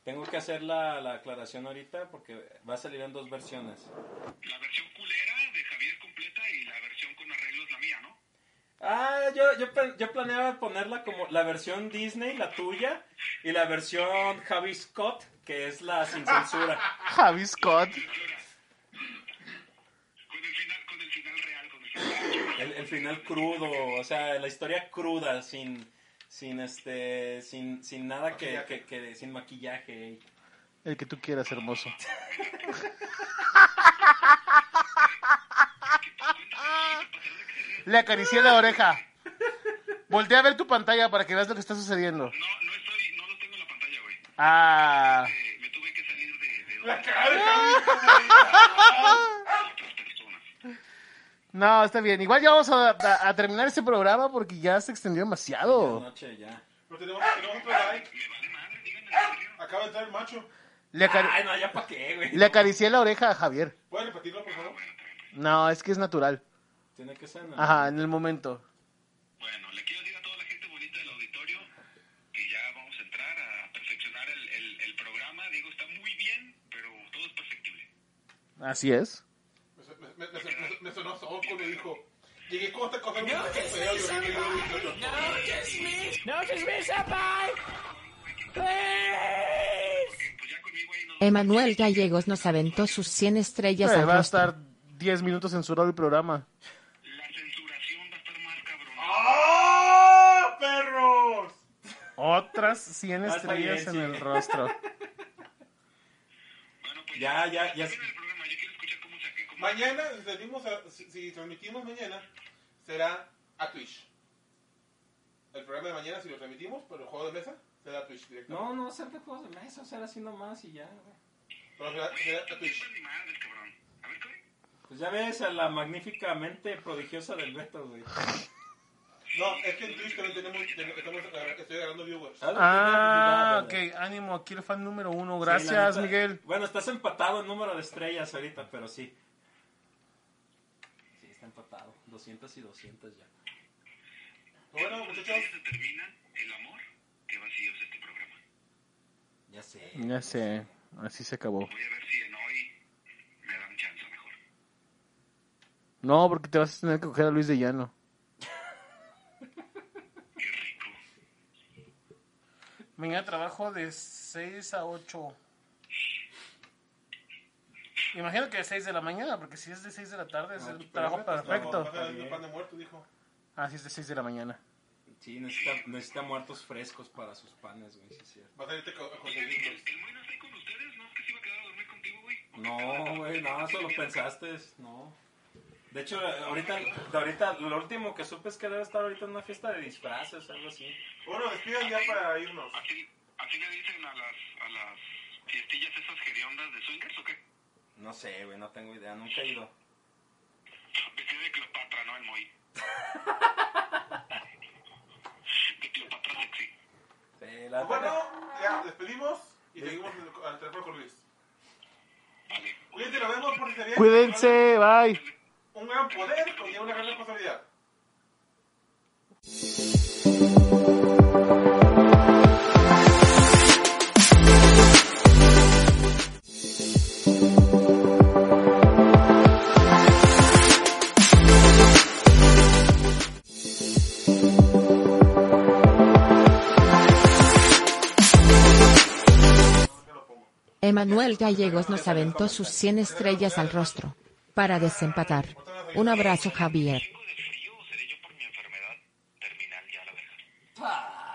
[SPEAKER 1] Tengo que hacer la, la aclaración ahorita porque va a salir en dos versiones.
[SPEAKER 7] La versión culera de Javier completa y la versión con arreglos la mía, ¿no?
[SPEAKER 1] Ah, yo, yo, pla- yo planeaba ponerla como la versión Disney, la tuya, y la versión Javi Scott, que es la sin censura.
[SPEAKER 8] Javi Scott.
[SPEAKER 7] Con el final, con el final real, con el final.
[SPEAKER 1] El, el final crudo, o sea, la historia cruda, sin, sin este, sin, sin nada que, que, que- sin maquillaje.
[SPEAKER 8] El que tú quieras, hermoso. Le acaricié la oreja. Voltea a ver tu pantalla para que veas lo que está sucediendo.
[SPEAKER 7] No, no estoy, no lo tengo en la pantalla, güey.
[SPEAKER 8] Ah.
[SPEAKER 7] Eh, me tuve que salir de, de
[SPEAKER 3] La
[SPEAKER 7] otras
[SPEAKER 3] cara de Javi.
[SPEAKER 7] personas.
[SPEAKER 8] No, está bien. Igual ya vamos a, a- a terminar este programa porque ya se extendió demasiado.
[SPEAKER 1] Noche ya.
[SPEAKER 3] Pero tenemos, tenemos otro like.
[SPEAKER 7] Me vale madre, díganme en serio.
[SPEAKER 3] Acaba de entrar el macho.
[SPEAKER 8] Le, acari-
[SPEAKER 1] Ay, no, ya pa' qué, güey.
[SPEAKER 8] le acaricié la oreja a Javier.
[SPEAKER 3] ¿Puedes repetirlo, por favor?
[SPEAKER 8] No, es que es natural.
[SPEAKER 1] Tiene que ser, ¿no?
[SPEAKER 8] Ajá, en el momento.
[SPEAKER 7] Bueno, le quiero decir a toda la gente bonita del auditorio que ya vamos a entrar a perfeccionar el, el, el programa. Digo, está muy bien, pero todo es perfectible.
[SPEAKER 8] Así es.
[SPEAKER 3] Me, so- me, me, me, me- me sonó soco y me dijo... Llegué con esta cosa... No, que
[SPEAKER 7] Pues ya conmigo ahí nos
[SPEAKER 9] Emanuel Gallegos nos aventó sus 100 estrellas
[SPEAKER 8] Eh,
[SPEAKER 9] al
[SPEAKER 8] va a
[SPEAKER 9] rostro.
[SPEAKER 8] estar 10 minutos censurado el programa.
[SPEAKER 7] La censuración va a estar más cabrón.
[SPEAKER 3] ¡Ah, perros!
[SPEAKER 8] Otras 100
[SPEAKER 1] Más
[SPEAKER 8] estrellas en
[SPEAKER 1] paciencia.
[SPEAKER 8] el rostro.
[SPEAKER 7] Bueno, pues
[SPEAKER 1] Ya, ya, ya.
[SPEAKER 7] termina el programa. Yo quiero escuchar cómo se... Cómo...
[SPEAKER 3] Mañana, si, salimos a- si, si transmitimos mañana, será a Twitch. El programa de mañana, si lo transmitimos, pero el juego de mesa, será a Twitch directamente.
[SPEAKER 1] No, no, hacer de juegos de mesa, hacer así nomás y ya, güey.
[SPEAKER 3] Pero será, será a Twitch.
[SPEAKER 7] Ni madres, cabrón. A ver, ¿qué?
[SPEAKER 1] Pues ya ves a la magníficamente prodigiosa del Beto, güey.
[SPEAKER 3] No, es que en Twitch también tenemos, tenemos- estamos, agar- estoy agarrando viewers.
[SPEAKER 8] Ah, ok, ánimo, aquí el fan número uno.
[SPEAKER 1] Sí, la
[SPEAKER 8] Gracias,
[SPEAKER 1] neta.
[SPEAKER 8] Miguel.
[SPEAKER 1] Bueno, estás empatado en número de estrellas ahorita, pero sí. Sí, está empatado. 200 y 200 ya. pues
[SPEAKER 3] Bueno, muchachos,
[SPEAKER 7] se termina el amor? Qué vacío es este programa.
[SPEAKER 1] Ya sé.
[SPEAKER 8] Ya sé, así se acabó.
[SPEAKER 7] Voy a ver si en hoy me dan chance mejor.
[SPEAKER 8] No, porque te vas a tener que coger a Luis de Llano.
[SPEAKER 7] Qué rico.
[SPEAKER 10] Mañana trabajo de 6 a 8. Imagino que de 6 de la mañana, porque si es de 6 de la tarde es el trabajo
[SPEAKER 1] pues,
[SPEAKER 10] perfecto.
[SPEAKER 3] Vamos, vas a ver un pan de muerto, dijo.
[SPEAKER 8] Así Ah, es de 6 de la mañana.
[SPEAKER 1] Sí, necesita, necesita muertos frescos para sus panes, güey, sí es cierto.
[SPEAKER 3] Va a salirte co- a
[SPEAKER 7] Oigan, ¿y
[SPEAKER 3] conseguirlos.
[SPEAKER 7] el, el güey no está ahí con ustedes? ¿No? ¿Que se iba a quedar a dormir contigo, güey?
[SPEAKER 1] No, güey, no, eso lo pensaste, no. De hecho, ahorita, de ahorita, lo último que supe es que debe estar ahorita en una fiesta de disfraces, algo así.
[SPEAKER 3] Bueno, despidan ya para irnos.
[SPEAKER 7] Así, así le dicen a las, a las fiestillas esas geriondas de swingers o qué?
[SPEAKER 1] No sé, güey, no tengo idea, nunca he ido.
[SPEAKER 7] Vestido de Cleopatra, ¿no? El Moy. de Cleopatra sexy.
[SPEAKER 1] Sí, la-
[SPEAKER 3] Bueno, ya, despedimos y seguimos en el- al teléfono con Luis.
[SPEAKER 7] Vale.
[SPEAKER 3] Cuídense, nos vemos por si bien.
[SPEAKER 8] Cuídense, bye.
[SPEAKER 3] Un gran poder conlleva una gran responsabilidad.
[SPEAKER 9] Emanuel Gallegos nos aventó sus 100 estrellas al rostro. Para desempatar. Un abrazo, Javier.
[SPEAKER 7] Tengo de frío, o seré yo por mi enfermedad terminal ya la verga.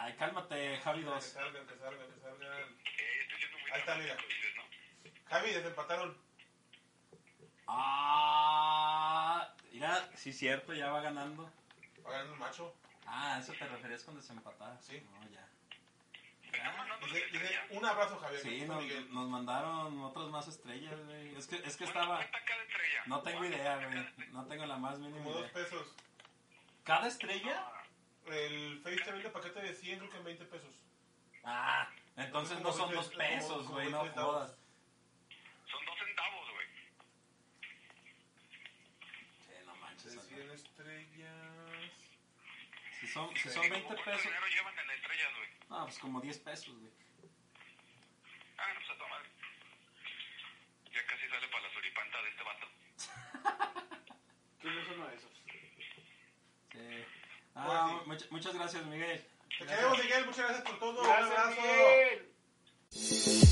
[SPEAKER 1] Ay, cálmate, Javi
[SPEAKER 3] Que
[SPEAKER 1] 2.
[SPEAKER 3] salgan, que salgan, que salgan.
[SPEAKER 7] Eh, estoy siendo muy
[SPEAKER 3] Ahí está, mira.
[SPEAKER 7] dramático, dices, ¿no?
[SPEAKER 3] Javi, desempataron.
[SPEAKER 1] Ah, mira, sí cierto, ya va ganando.
[SPEAKER 3] Va ganando el macho.
[SPEAKER 1] Ah, ¿a eso te referías con desempatar.
[SPEAKER 3] Sí.
[SPEAKER 1] No, ya.
[SPEAKER 3] Dice, dice, un abrazo, Javier.
[SPEAKER 1] Sí,
[SPEAKER 3] Dice
[SPEAKER 1] nos,
[SPEAKER 3] Miguel.
[SPEAKER 1] nos mandaron otras más estrellas, güey. Es que, es que
[SPEAKER 7] ¿Cuánto
[SPEAKER 1] estaba...
[SPEAKER 7] cuesta cada estrella?
[SPEAKER 1] No tengo idea, güey. No tengo la más mínima
[SPEAKER 3] Como dos
[SPEAKER 1] idea.
[SPEAKER 3] pesos.
[SPEAKER 1] ¿Cada estrella?
[SPEAKER 3] El Face te vende paquete de 100, creo que en 20 pesos.
[SPEAKER 1] Ah, entonces no son dos pesos, güey, no jodas.
[SPEAKER 7] Son dos centavos, güey.
[SPEAKER 1] Sí, no
[SPEAKER 3] 100 estrellas.
[SPEAKER 1] Si son, si son
[SPEAKER 7] ¿Cómo
[SPEAKER 1] 20
[SPEAKER 7] ¿Cuánto
[SPEAKER 1] pesos.
[SPEAKER 7] dinero llevan en estrellas, güey?
[SPEAKER 1] Ah, pues como 10 pesos, güey.
[SPEAKER 3] Pues
[SPEAKER 7] Ah, no, pues a tu madre. Ya casi sale para la suripanta de este vato.
[SPEAKER 11] ¿Quién es uno de esos?
[SPEAKER 1] Sí. Ah,
[SPEAKER 3] Pues sí.
[SPEAKER 1] much- muchas gracias, Miguel.
[SPEAKER 3] Te queremos, Miguel. Muchas gracias por todo.
[SPEAKER 11] Gracias,
[SPEAKER 3] Un abrazo.
[SPEAKER 11] Miguel.